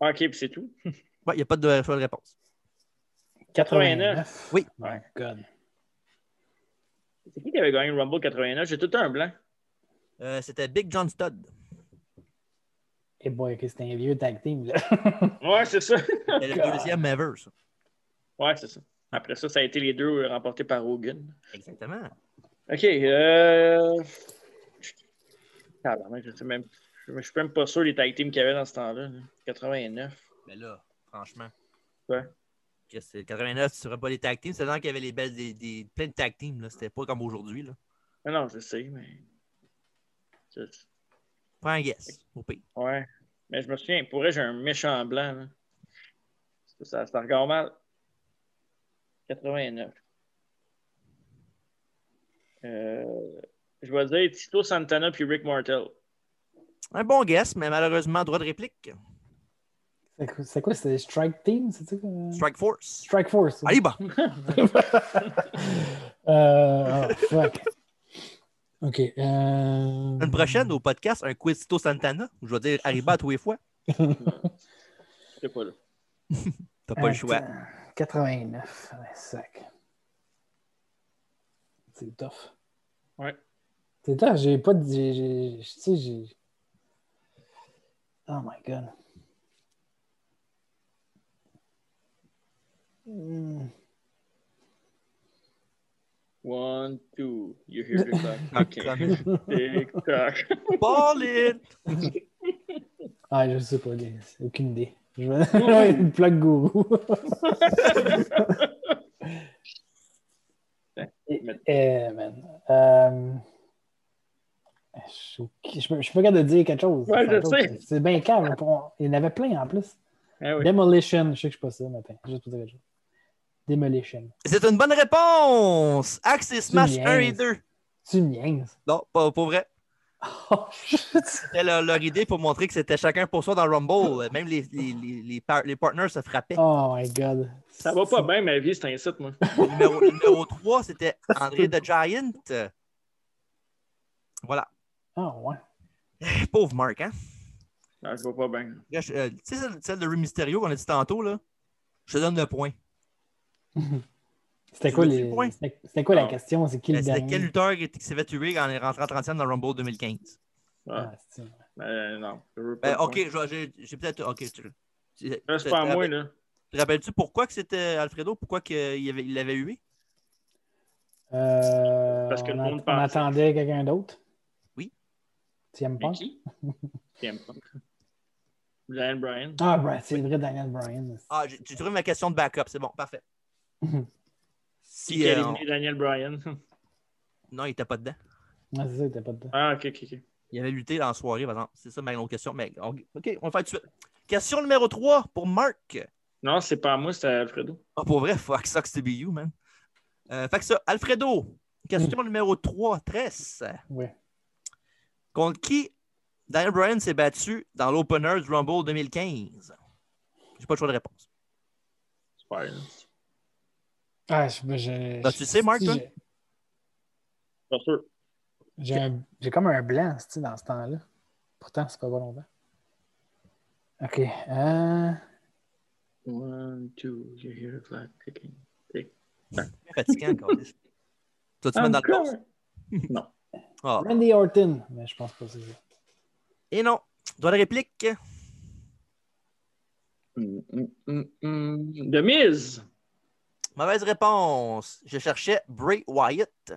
OK, puis c'est tout.
Il n'y a pas de choix de réponse.
89.
Oui.
My God.
C'est qui qui avait gagné le Rumble 89? J'ai tout un blanc.
Euh, C'était Big John Studd.
Et Eh boy, que c'était un vieux tag team. Là. <laughs>
Ouais, c'est ça. <laughs>
C'était le
God.
deuxième ever, ça.
Ouais, c'est ça. Après ça, ça a été les deux euh, remportés par Hogan.
Exactement.
OK. Euh... Tabarnak, je sais même... Je suis même pas sûr des tag teams qu'il y avait dans ce temps-là. là. 89.
Mais là, franchement.
Ouais.
que c'est- 89, tu ne serais pas les tag teams. C'est dans qu'il y avait les belles, des, des- plein de tag teams. là. C'était pas comme aujourd'hui. là.
Non, Ah non, je sais, mais... Je-
Prends un guess, au pire.
Ouais. Mais je me souviens, pour vrai, j'ai un méchant blanc. là. Ça, ça, ça regarde mal. 89. Euh, je vais dire Tito Santana puis Rick Martel.
Un bon guess, mais malheureusement, droit de réplique.
C'est quoi- C'est quoi? C'est Strike Team? C'est ça? euh,
Strike Force.
Strike Force. ça.
Allez, bah!
<laughs> euh, oh, fuck. OK. euh,
Une prochaine au podcast, un quiz Tito Santana. où Je vais dire Arriba à tous les fois.
C'est pas là.
T'as pas le
attends,
choix.
89. Ouais, sac. C'est tough.
Ouais.
C'est tough. J'ai pas de... j'ai- j'ai- Tu sais, j'ai... Oh my God. Hmm.
One, two. You hear the
<laughs>
clock.
Clock.
Okay. <laughs> Tic tac.
Ball it!
Ah, je sais pas, les- aucune idée. Je
<laughs>
<laughs> vais une plaque gourou. Eh, man. Euh, Je suis au- je peux- je suis pas capable de dire quelque chose.
Ouais, je sais.
C'est bien calme. on- Il y en avait plein en plus.
Ah oui.
Demolition, je sais que je suis pas ça, mais attends, juste pour dire quelque chose. Demolition.
C'est une bonne réponse! Axe et Smash
Tu
1 et
niaises.
2.
Tu niaises. <laughs>
Non, pas pour vrai.
Oh, shit.
C'était leur, leur idée pour montrer que c'était chacun pour soi dans Rumble. Même les, les, les, les, par- les partners se frappaient.
Oh my god.
Ça va pas bien, ma vie, c'est un site, moi.
Le numéro, le numéro 3, c'était André the Giant. Euh, Voilà.
Ah ouais.
Pauvre Marc, hein?
Non, je vais pas bien.
Là, je- euh, Tu sais, celle, celle de Rue Mysterio qu'on a dit tantôt, là? Je te donne le point.
C'était
Tu
quoi,
veux-tu
les...
le point?
c'était- c'était quoi la
Non.
question? C'est qui
Ben,
le
C'était
dernier?
quel lutteur qui qui s'est fait tuer en rentrant 30e dans Rumble 2015?
Ah,
Ah, c'est-
ben, non. Je veux pas
Ben,
de
ok,
point.
je- j'ai j'ai peut-être. Ok, tu. tu-
Là,
te-
c'est pas à
te
moi,
rappelles-
là.
Te rappelles-tu pourquoi que c'était Alfredo? Pourquoi que il avait- il l'avait eu?
Euh,
Parce que
on
le
att-
monde
on
pensait.
attendait quelqu'un d'autre.
Oui.
CM
Mais
Punk.
qui? CM Punk. Brian Bryan.
Ah, Brad, c'est vrai, Daniel Bryan.
Ah, j'ai- tu trouves ma question de backup, c'est bon, parfait.
Mhm.
si,
Qui a
euh,
éliminé Daniel Bryan? <laughs>
on- Non, il était pas dedans.
Ouais, c'est ça, t'as pas de temps.
Ah, ok, ok, ok.
Il avait lutté dans la soirée, par exemple. C'est ça ma grande question. Mais on- OK, on va faire tout de suite. Question numéro 3 pour Marc.
Non, c'est pas à moi, c'est à Alfredo.
Ah, pour vrai, fuck sucks to be you, man. Euh, fait que ça, Alfredo, question numéro 3, 13.
Ouais.
Contre qui Daniel Bryan s'est battu dans l'Openers Rumble 2015? J'ai pas le choix de réponse.
Super. là.
Ah, je, je-
Bah, tu sais, Mark,
si,
toi?
j'ai-
Pas sûr.
J'ai un- j'ai comme un blanc, tu sais, dans ce temps-là. Pourtant, c'est pas bon longtemps. OK. euh,
One, two, you hear the clock ticking.
Fatigant, quand même. Toi, tu mets dans le
Encore?
poste.
Non.
Ah.
Randy Orton. Mais je pense pas que c'est ça.
Et non, doit la réplique.
Mm, mm, mm, mm. The Miz.
Mauvaise réponse. Je cherchais Bray Wyatt.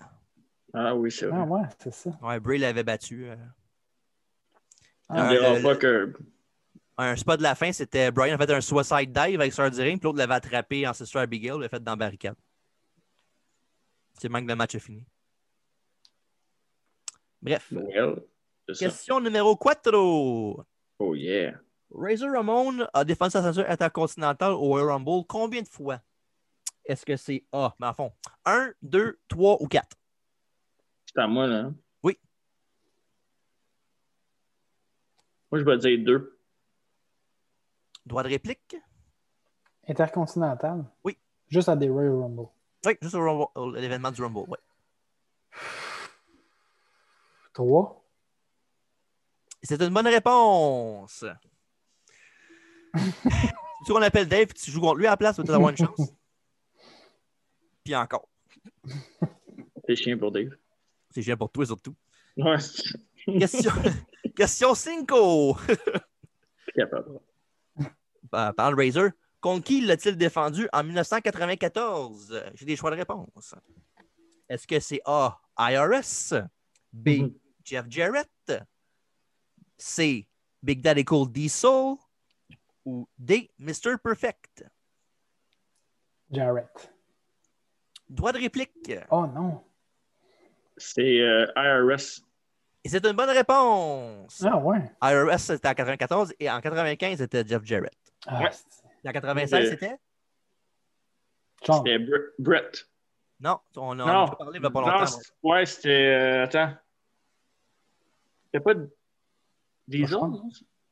Ah oui, c'est
Ah
vrai.
ouais, c'est ça.
Ouais, Bray l'avait battu. euh.
On
Ah,
Euh,
verra
le-
pas que.
Un spot de la fin, c'était Brian a fait un suicide dive avec Sir Ring, puis l'autre l'avait attrapé en Sister Abigail, l'a fait dans la barricade. C'est manque que le match est fini. Bref.
Well, Ben, c'est ça.
Question numéro 4.
Oh yeah.
Razor Ramon a défendu sa ceinture intercontinentale au Royal Rumble combien de fois? Est-ce que c'est A, mais à fond? 1, 2, 3 ou 4?
C'est à moi, là.
Oui.
Moi, je vais dire deux.
Droit de réplique?
Intercontinental.
Oui.
Juste à des Royal Rumble.
Oui, juste au Rumble- au- à l'événement du Rumble. oui.
Trois.
C'est une bonne réponse. tu qu'on appelle Dave et tu joues contre lui à la place, tu vas avoir une chance. Puis encore.
C'est chien pour Dave. <laughs>
C'est génial pour toi surtout.
Ouais, c'est
Question, <laughs> question 5.
capable.
Par Euh, parle Razor. Contre qui l'a-t-il défendu en 1994? J'ai des choix de réponse. Est-ce que c'est A. IRS? B.
Mhm.
Jeff Jarrett? C. Big Daddy Cool Diesel? Ou D. Mr. Perfect?
Jarrett.
Droit de réplique.
Oh non.
C'est euh, IRS.
Et c'est une bonne réponse.
Ah ouais.
IRS, c'était en 94 et en 95, c'était Jeff Jarrett.
Ah,
Ouais.
c'est-
Et en 96,
Euh,
c'était
Charles.
C'était Br- Brett.
Non, on en
Non.
a déjà parlé il n'y a pas
Non,
longtemps.
c'est- ouais, c'était. euh, attends. C'était pas de- des
Je
autres? non?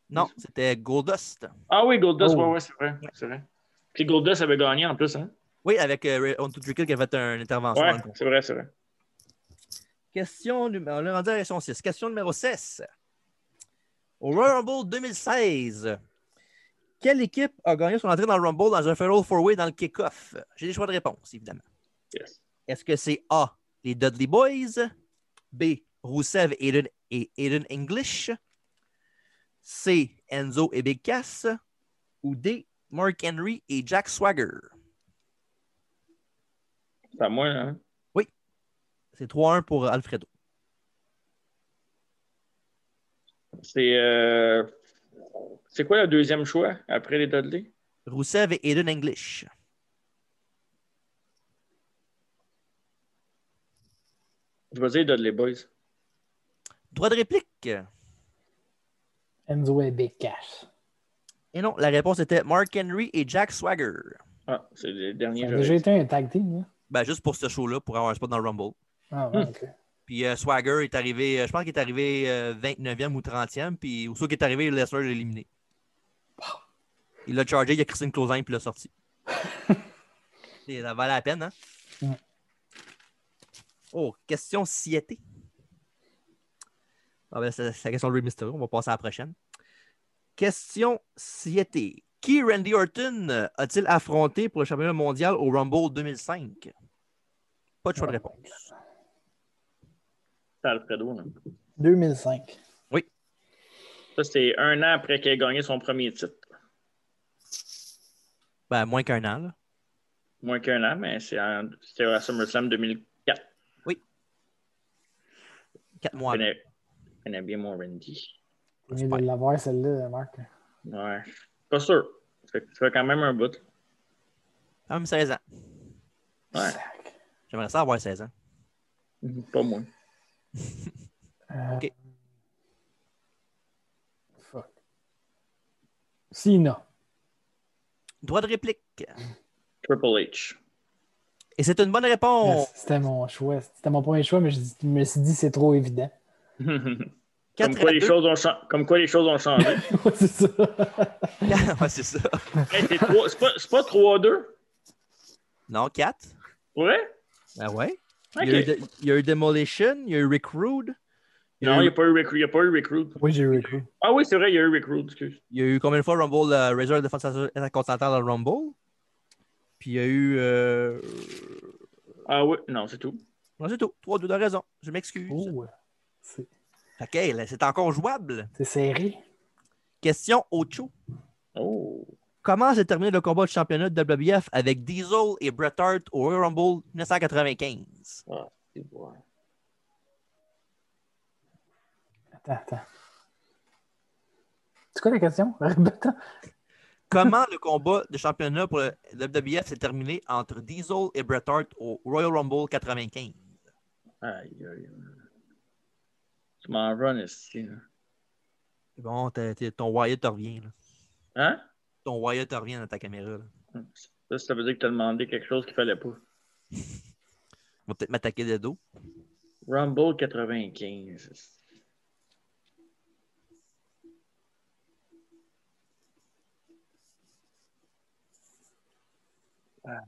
Non, c'était Goldust.
Ah oui, Goldust,
Oh.
ouais, ouais, c'est vrai. C'est vrai. Puis Goldust avait gagné en plus, hein?
Oui, avec euh, Ray- On To Trickle qui a fait un- une intervention.
Ouais,
dans le concours.
c'est vrai, c'est vrai.
Question numéro... On est rendu à la question 6. Question numéro 6. Au Royal Rumble 2016, quelle équipe a gagné son entrée dans le Rumble dans un Federal Four-Way dans le kick-off? J'ai des choix de réponse, évidemment.
Yes.
Est-ce que c'est A, les Dudley Boys, B, Rousseff et Aiden, et Aiden English, C, Enzo et Big Cass, ou D, Mark Henry et Jack Swagger?
C'est à moi, hein?
C'est 3-1 pour Alfredo.
C'est. euh, C'est quoi le deuxième choix après les Dudley?
Rousseff et Aiden English.
Je vais dire Dudley Boys.
Droit de réplique?
Enzo et Big Cash.
Et non, la réponse était Mark Henry et Jack Swagger.
Ah, c'est le
Ça
dernier.
a Ben,
j'aurais
déjà
dit.
été un tag team. hein?
Ben, juste pour ce show-là, pour avoir un spot dans le Rumble.
Ah,
Hmm.
ouais, ok.
Puis euh, Swagger est arrivé, euh, je pense qu'il est arrivé euh, 29e ou 30e, puis au saut qu'il est arrivé, Lesnar l'a éliminé. Il l'a chargé, il a Christine Closin, puis il l'a sorti. Et ça valait la peine, hein?
Mm.
Oh, question siété. Ah ben, c'est c'est la question de Ray Mysterio, on va passer à la prochaine. Question siété. Qui Randy Orton euh, a-t-il affronté pour le championnat mondial au Rumble 2005? Pas de choix de
Ouais.
réponse.
C'est Alfredo, non?
2005.
Ça, c'était un an après qu'il ait gagné son premier titre.
Ben, moins qu'un an, là.
Moins qu'un an, mais c'est en- c'était à SummerSlam 2004.
Quatre
Je
mois.
connais- je connais bien mon Randy.
Il vient de l'avoir, celle-là, Marc.
Ouais. Pas sûr. Ça fait, ça fait quand même un bout.
Quand même 16 ans.
Ouais.
Sac.
J'aimerais ça avoir 16 ans. Mhm.
Pas moins.
Euh,
Ok.
Fuck. Cena.
Droit de réplique.
Triple
<laughs>
H.
Et c'est une bonne réponse.
Yes, C'était mon choix. C'était mon premier choix, mais je, dis- je me suis dit c'est trop évident. <laughs>
Comme
Quatre
quoi,
à
les
deux.
choses ont cha- Comme quoi les choses ont changé.
<laughs>
Ouais, c'est ça.
ouais, c'est ça.
Hey, c'est trois- c'est pas, c'est pas 3-2?
Non, 4.
Ouais?
Ben ouais.
Ok.
Il, y a eu de- il y a eu Demolition, il y a eu Rick Rude. Il y a
Non, il
eu-
n'y a, pas eu Rick- il y a pas eu Recruit.
Oui, j'ai recru.
Ah oui, c'est vrai, il y a eu Recruit, excuse.
il y a eu combien de fois Rumble, euh, Razor Défense Intercontinental dans le Rumble? Puis il y a eu. euh,
Ah oui, non, c'est tout.
Non, c'est tout. 3-2 de raison. Je m'excuse.
Oh, c'est
Ok, là, c'est encore jouable.
c'est serré.
Question Ocho.
Oh.
Comment s'est terminé le combat de championnat de WWF avec Diesel et Bret Hart au Royal Rumble 1995?
c'est bon.
Attends, attends. C'est quoi la question? <laughs> Répète-la.
Comment le combat de championnat pour le WWF s'est terminé entre Diesel et Bret Hart au Royal Rumble 95?
Aïe, aïe, aïe. Tu m'en run ici. là.
Bon, t'as- t'as- ton Wyatt te revient. là.
Hein?
Ton Wyatt te revient dans ta caméra. Là.
Ça, ça veut dire que tu as demandé quelque chose qu'il fallait pas.
Il va peut-être m'attaquer le dos.
Rumble 95. Ah.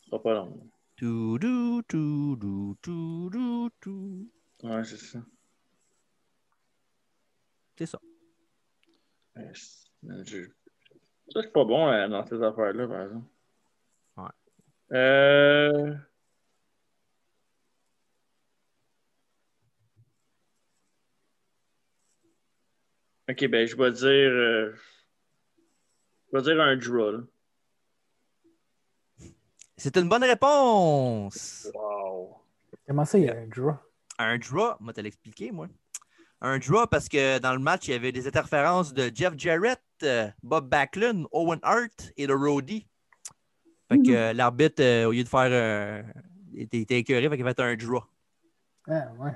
Ce sera pas long.
Tout, tout, tout, tout, tout, tout, tout.
Ouais, c'est ça.
C'est ça.
Ouais, c'est- man, je- Ça, je suis pas bon euh, dans ces affaires-là, par exemple. Ouais. Euh... Ok, ben, je vais dire. euh, Je vais dire un draw, là.
C'est une bonne réponse.
Wow.
Comment ça, il y a un draw?
Un draw, moi, t'as l'expliqué, moi. Un draw parce que dans le match, il y avait des interférences de Jeff Jarrett, euh, Bob Backlund, Owen Hart et le Roddy. Fait que euh, l'arbitre, euh, au lieu de faire. euh, il était, il était écœuré, fait qu'il a fait un draw.
Ah, ouais.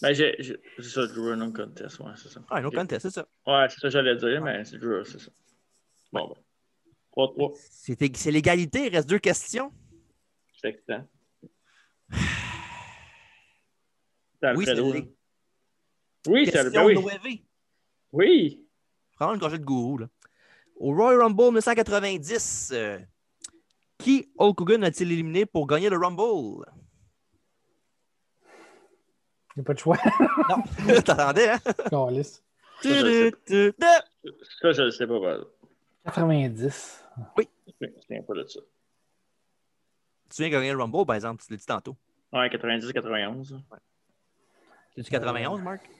Ben, j'ai, j'ai- c'est ça, draw, non contest. Ouais, c'est ça.
Ah, un
Ok.
autre contest, c'est ça.
Ouais, c'est ça que j'allais dire, mais c'est draw, c'est ça. Bon, ben. 3-3.
C'était- C'est l'égalité, il reste deux questions.
C'est excitant.
Oui, c'est
Alfredo.
l'ég-
Oui, c'est
question
Alfredo. Oui.
Noévé.
oui.
Prends une gorgée de gourou. Là. Au Royal Rumble 1990, euh, qui Hulk Hogan a-t-il éliminé pour gagner le Rumble?
Il n'y a pas de choix. <laughs>
Non, t'attendais, hein?
Câlisse.
Ça, je le sais.
Tu-tu-tu.
Ça, je le sais pas. Val.
90.
Je me souviens pas de ça.
Tu viens de gagner le Rumble, par exemple, tu l'as dit tantôt.
Ouais, 90-91.
C'est du 91, Marc? Euh,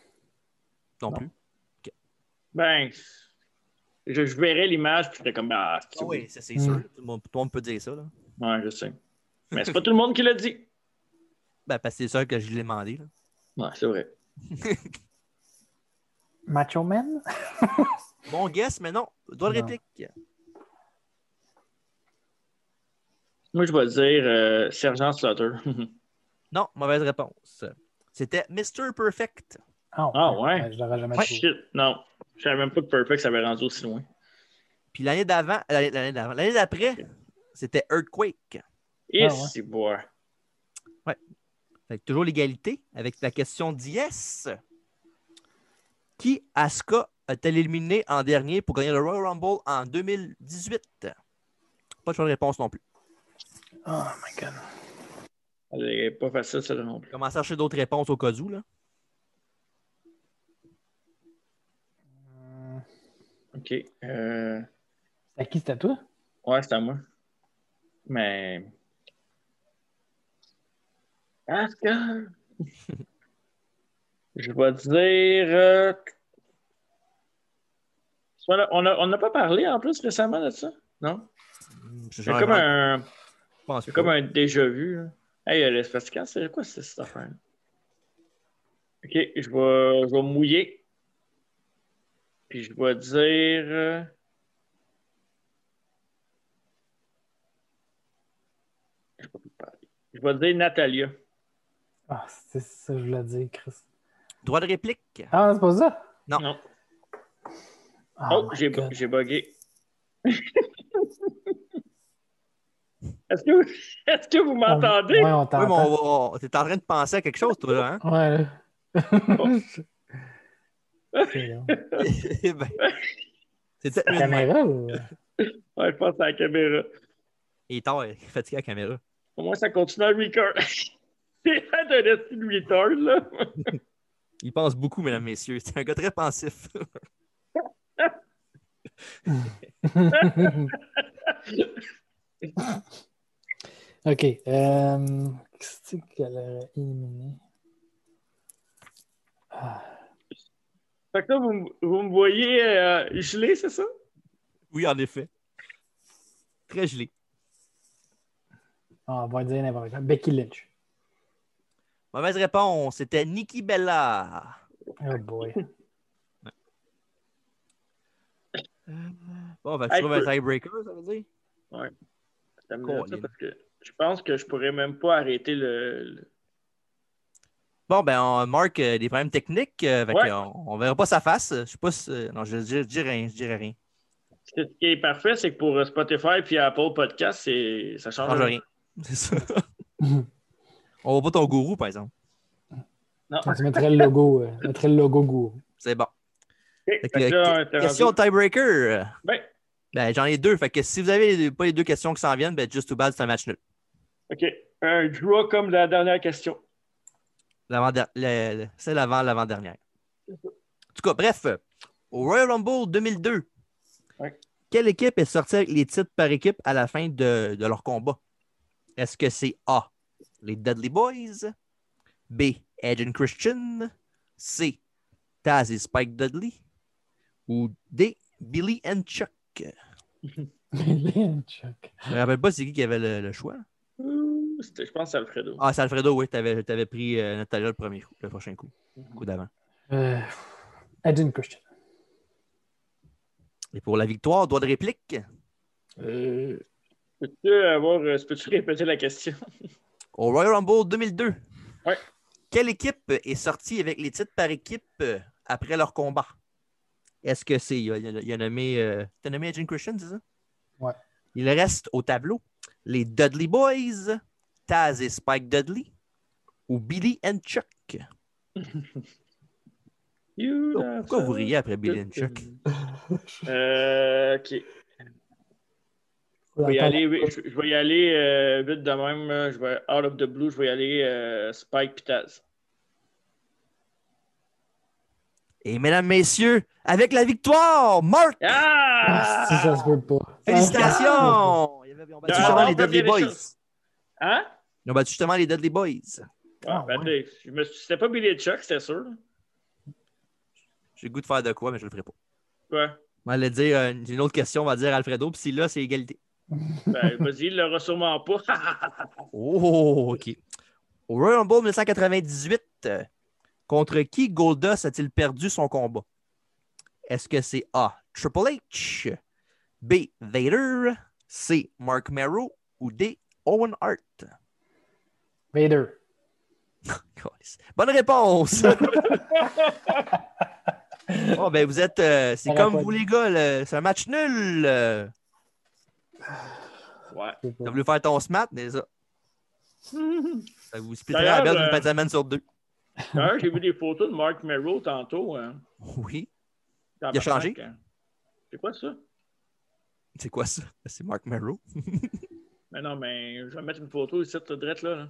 Non, plus.
Ben, je, je verrais l'image, puis j'étais comme, ah, c'est-
Ah oui, ça, c'est
Mm.
sûr. Tout le monde tout le monde peut dire ça. Là.
Ouais, je sais. Mais c'est pas tout le monde qui l'a dit.
Ben, parce que c'est sûr que je l'ai demandé. là.
Ouais, c'est vrai.
Macho Man?
Bon guess, mais non. Doigt de
Non.
réplique.
Moi, je vais dire euh, Sergent Slaughter.
Non, mauvaise réponse. C'était Mr. Perfect.
Ah
Ah, ouais.
Je l'aurais jamais trouvé.
Shit, non. Je savais même pas que Perfect ça avait rendu aussi loin.
Puis l'année d'avant, euh, l'année l'année d'avant, l'année d'après, c'était Earthquake.
Et
ouais.
c'est boire.
Fait que toujours l'égalité avec la question d'Ies. Qui Asuka a-t-elle éliminé en dernier pour gagner le Royal Rumble en 2018? Pas de choix de réponse non plus.
Oh my god.
Elle est pas facile, celle-là non plus.
Commencez à chercher d'autres réponses au cas où. Là.
Hum,
OK. Euh,
C'est à qui c'était à toi?
Ouais, c'est à moi. Mais. Asuka! Je vais dire. euh, soit là- On n'a on n'a pas parlé en plus récemment de ça? Non?
Je-
Hmm, C'est
je-
comme
je
un.
pense
C'est
pas.
comme un déjà vu. là. Hey, euh, le Vatican, c'est quoi c'est, cette affaire? Ok, je vais, je vais mouiller. Puis je vais dire. euh, Je vais pas parler. Je vais dire Natalia.
Ah, c'est ça que je voulais dire, Chris.
Droit de réplique.
Ah, c'est pas ça?
Non.
Non.
Ah,
Oh,
my
j'ai, bu-
God.
j'ai bugué. <laughs> est-ce, que vous, est-ce que vous m'entendez?
Ouais, on
Oui, mais
t'entend.
on va- on- t'es en train de penser à quelque chose, toi, là, hein?
Ouais.
<laughs>
C'est là.
<laughs> Eh ben, <laughs> c'est peut-être
La
mieux de même.
caméra ou... <laughs>
Ouais, je pense à la caméra.
Il est tard, il est fatigué à la caméra.
Au moins, ça continue à 8 heures. <laughs> C'est fait d'un esti de 8 heures, là.
Il pense beaucoup, mesdames, messieurs. C'est un gars très pensif. <laughs>
OK. Euh... Qu'est-ce qu'elle aurait éliminé? Ah,
Fait que là, vous, m- vous me voyez euh, gelé, c'est ça?
oui, en effet. Très gelé.
Ah, on va dire n'importe quoi. Becky Lynch.
Mauvaise réponse, c'était Nikki Bella.
Oh boy.
Bon, va que tu
Hey,
trouves un
peu-
tiebreaker, ça veut dire?
Ça me donne ça
Colin.
parce que je pense que je pourrais même pas arrêter le. le-
Bon, ben, on marque euh, des problèmes techniques. euh, fait
Ouais.
que, euh, on, on verra pas sa face. Je sais pas si. euh, non, je, je, je dis rien. Je dirai rien.
Ce qui est parfait, c'est que pour euh, Spotify puis Apple Podcast, c'est... ça
Je
change
change rien. <laughs> C'est ça. Ah, on voit pas ton gourou, par exemple.
Non.
tu mettrais le logo, euh, mettrais le logo gourou.
C'est bon.
Ok,
Fait que,
fait que là, on
que-
était
question
rendu-
tiebreaker.
Ben,
Ben, j'en ai deux. Fait que si vous avez les- pas les deux questions qui s'en viennent, ben, just too bad, c'est un match nul.
OK. Un draw comme la dernière question.
L'avant-der- le- le- Celle avant l'avant-dernière. En tout cas, bref, euh, au Royal Rumble 2002,
Ouais.
quelle équipe est sortie avec les titres par équipe à la fin de, de leur combat? Est-ce que c'est A, les Dudley Boys, B, Edge and Christian, C, Taz et Spike Dudley, ou D, Billy and Chuck?
Lynch.
Je me rappelle pas c'est qui qui avait le, le choix.
Ouh, c'était- je pense que c'est Alfredo.
Ah, c'est Alfredo, oui, t'avais avais pris euh, Natalia le premier coup, le prochain coup, le coup d'avant.
Euh... Edwin Christian.
Et pour la victoire, droit de réplique.
Euh, Peux-tu avoir. euh, Peux-tu répéter la question? <laughs>
Au Royal Rumble 2002.
Ouais.
Quelle équipe est sortie avec les titres par équipe euh, après leur combat? Est-ce que c'est. Il a, il a- il a nommé. euh, T'as nommé Edge and Christian, c'est ça?
Ouais.
Il reste au tableau les Dudley Boys, Taz et Spike Dudley ou Billy and Chuck.
You
Oh, Pourquoi
love
pourquoi vous riez après Billy and Chuck?
Euh, ok. Je vais y aller, oui, je, je vais y aller euh, vite de même. euh, Je vais, out of the blue, je vais y aller euh, Spike Pitaz.
Et mesdames, messieurs, avec la victoire, Mark!
Ah!
Ah, si ça se peut pas.
Félicitations! Ils ont battu
Ah,
justement
bon,
les Dudley
première
Boys.
chose. Hein?
Ils ont battu justement les Dudley Boys.
Ah,
Ah,
ben,
ouais.
t'es- je me suis- C'était pas Billy and Chuck, c'était sûr.
J'ai le goût de faire de quoi, mais je le ferai pas.
Ouais.
On va aller dire euh, une autre question, on va dire Alfredo, puis si là, c'est égalité.
<laughs>
Ben, vas-y, il l'aura sûrement pas. <laughs>
Oh, OK. Au Royal Rumble 1998, euh, contre qui Goldust a-t-il perdu son combat? Est-ce que c'est A. Triple H, B. Vader, C. Mark Merrow ou D. Owen Hart? <laughs>
Vader.
Calisse. Bonne réponse! bon, ben vous êtes. euh, c'est
Ça
comme
aurait pas
vous, les gars, le- c'est un match nul. euh.
ouais.
je sais pas.
T'as voulu faire ton smart, mais ça. ça vous splitterait à
D'ailleurs,
perdre
euh,
une fin de semaine sur deux.
D'ailleurs, j'ai vu des photos de Mark Merrow tantôt. hein.
<laughs> Oui.
Dans
Il a
ma
changé?
sac, hein. C'est quoi ça?
C'est quoi ça? C'est Mark Merrow.
Mais non, mais je vais mettre une photo ici, cette drette là. Là,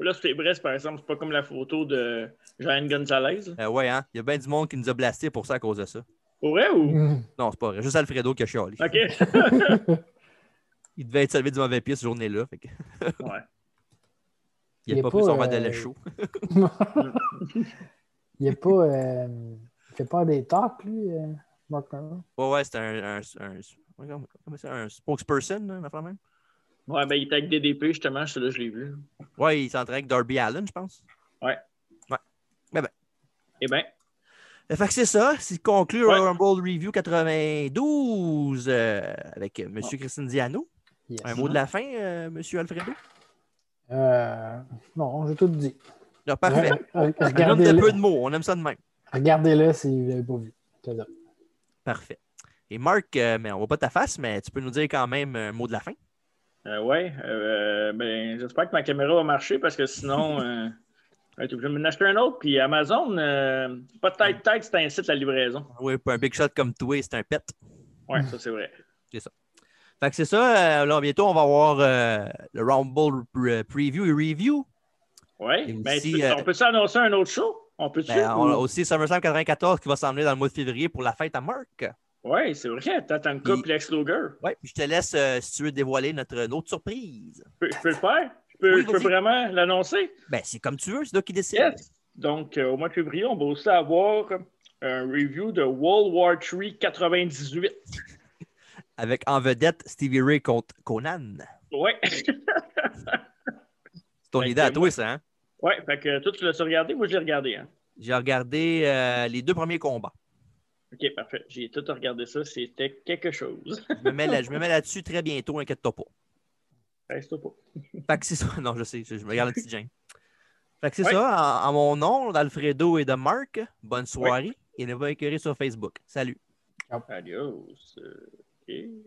là c'était Brest, par exemple, c'est pas comme la photo de Jeanne Gonzalez. là.
Euh, ouais, hein? Il y a bien du monde qui nous a blasté pour ça à cause de ça.
Pour vrai ou?
Mm.
Non, c'est pas vrai. Juste Alfredo qui a chialé.
Ok. <laughs>
Il devait être sauvé du mauvais pied cette journée-là. fait que- <laughs>
ouais.
Il
Il
n'a
est
pas
pas,
pris son
euh,
mandat chaud.
Il est pas. euh, il fait pas des talks, lui, euh, Mark Merrill.
<laughs> Ouais, ouais, c'est un, un, un- comment- comment ça, un spokesperson, là, une affaire de même.
Ouais, ben il était avec DDP, justement, celui-là, je l'ai vu.
Ouais, il s'entraîne avec Darby Allen, je pense.
Eh bien,
Euh, Fait que c'est ça. C'est conclu le
Ouais.
Royal Rumble Review 92 euh, avec euh, M.
Ah.
Christine Diano.
Yes.
Un mot de la fin, euh, M. Alfredo?
Euh, non, j'ai tout dit.
Non, parfait.
Re- re-
Un homme de peu de
Regardez-le,
mots. On aime ça de même.
regardez-le si vous l'avez pas vu. C'est ça.
Parfait. Et Marc, euh, mais on voit pas ta face, mais tu peux nous dire quand même un mot de la fin.
euh, ouais, euh, ben, j'espère que ma caméra va marcher parce que
<laughs>
sinon, euh, je vais être obligé de m'en acheter un autre. Puis Amazon, euh, pas de tête tête, c'est un site la livraison.
Oui, pour un big shot comme toi, c'est un pet.
Ouais, ça c'est vrai.
Fait que c'est ça. euh, là, bientôt, on va avoir euh, le Rumble pre- preview et review.
Ouais.
Et
Ben,
aussi,
tu-
euh,
on peut-tu annoncer un autre show? On peut-tu?
Ben, on a
ou-
aussi SummerSlam 94 qui va s'emmener dans le mois de février pour la fête à Marc.
Ouais, c'est vrai. Tatanka
Il-
puis Lex Luger.
Oui, puis je te laisse, euh, si tu veux, dévoiler notre, notre surprise.
Je peux, je peux le faire? Je peux,
Oui,
je peux
vas-y.
vraiment l'annoncer?
Ben, c'est comme tu veux, c'est toi qui décide.
Yes! Donc, euh, au mois de février, on va aussi avoir un review de World War III 98.
Avec en vedette Stevie Ray contre Conan.
Ouais. <laughs>
C'est ton
Fait
idée à
que
toi, ça, hein?
ouais, fait que toi, tu l'as regardé, moi, je l'ai regardé. hein.
J'ai regardé euh, les deux premiers combats.
OK, parfait. J'ai tout regardé ça. C'était quelque chose. <laughs>
Je me mets là- je me mets là-dessus très bientôt, inquiète-toi pas.
Reste pas.
Fait que c'est ça. <laughs> Non, je sais, je, je me garde la petite gêne. Fait que c'est
Ouais.
ça, en, en mon nom, d'Alfredo et de Marc, bonne soirée et ne va écœurer sur Facebook. Salut.
Adios. Euh, OK.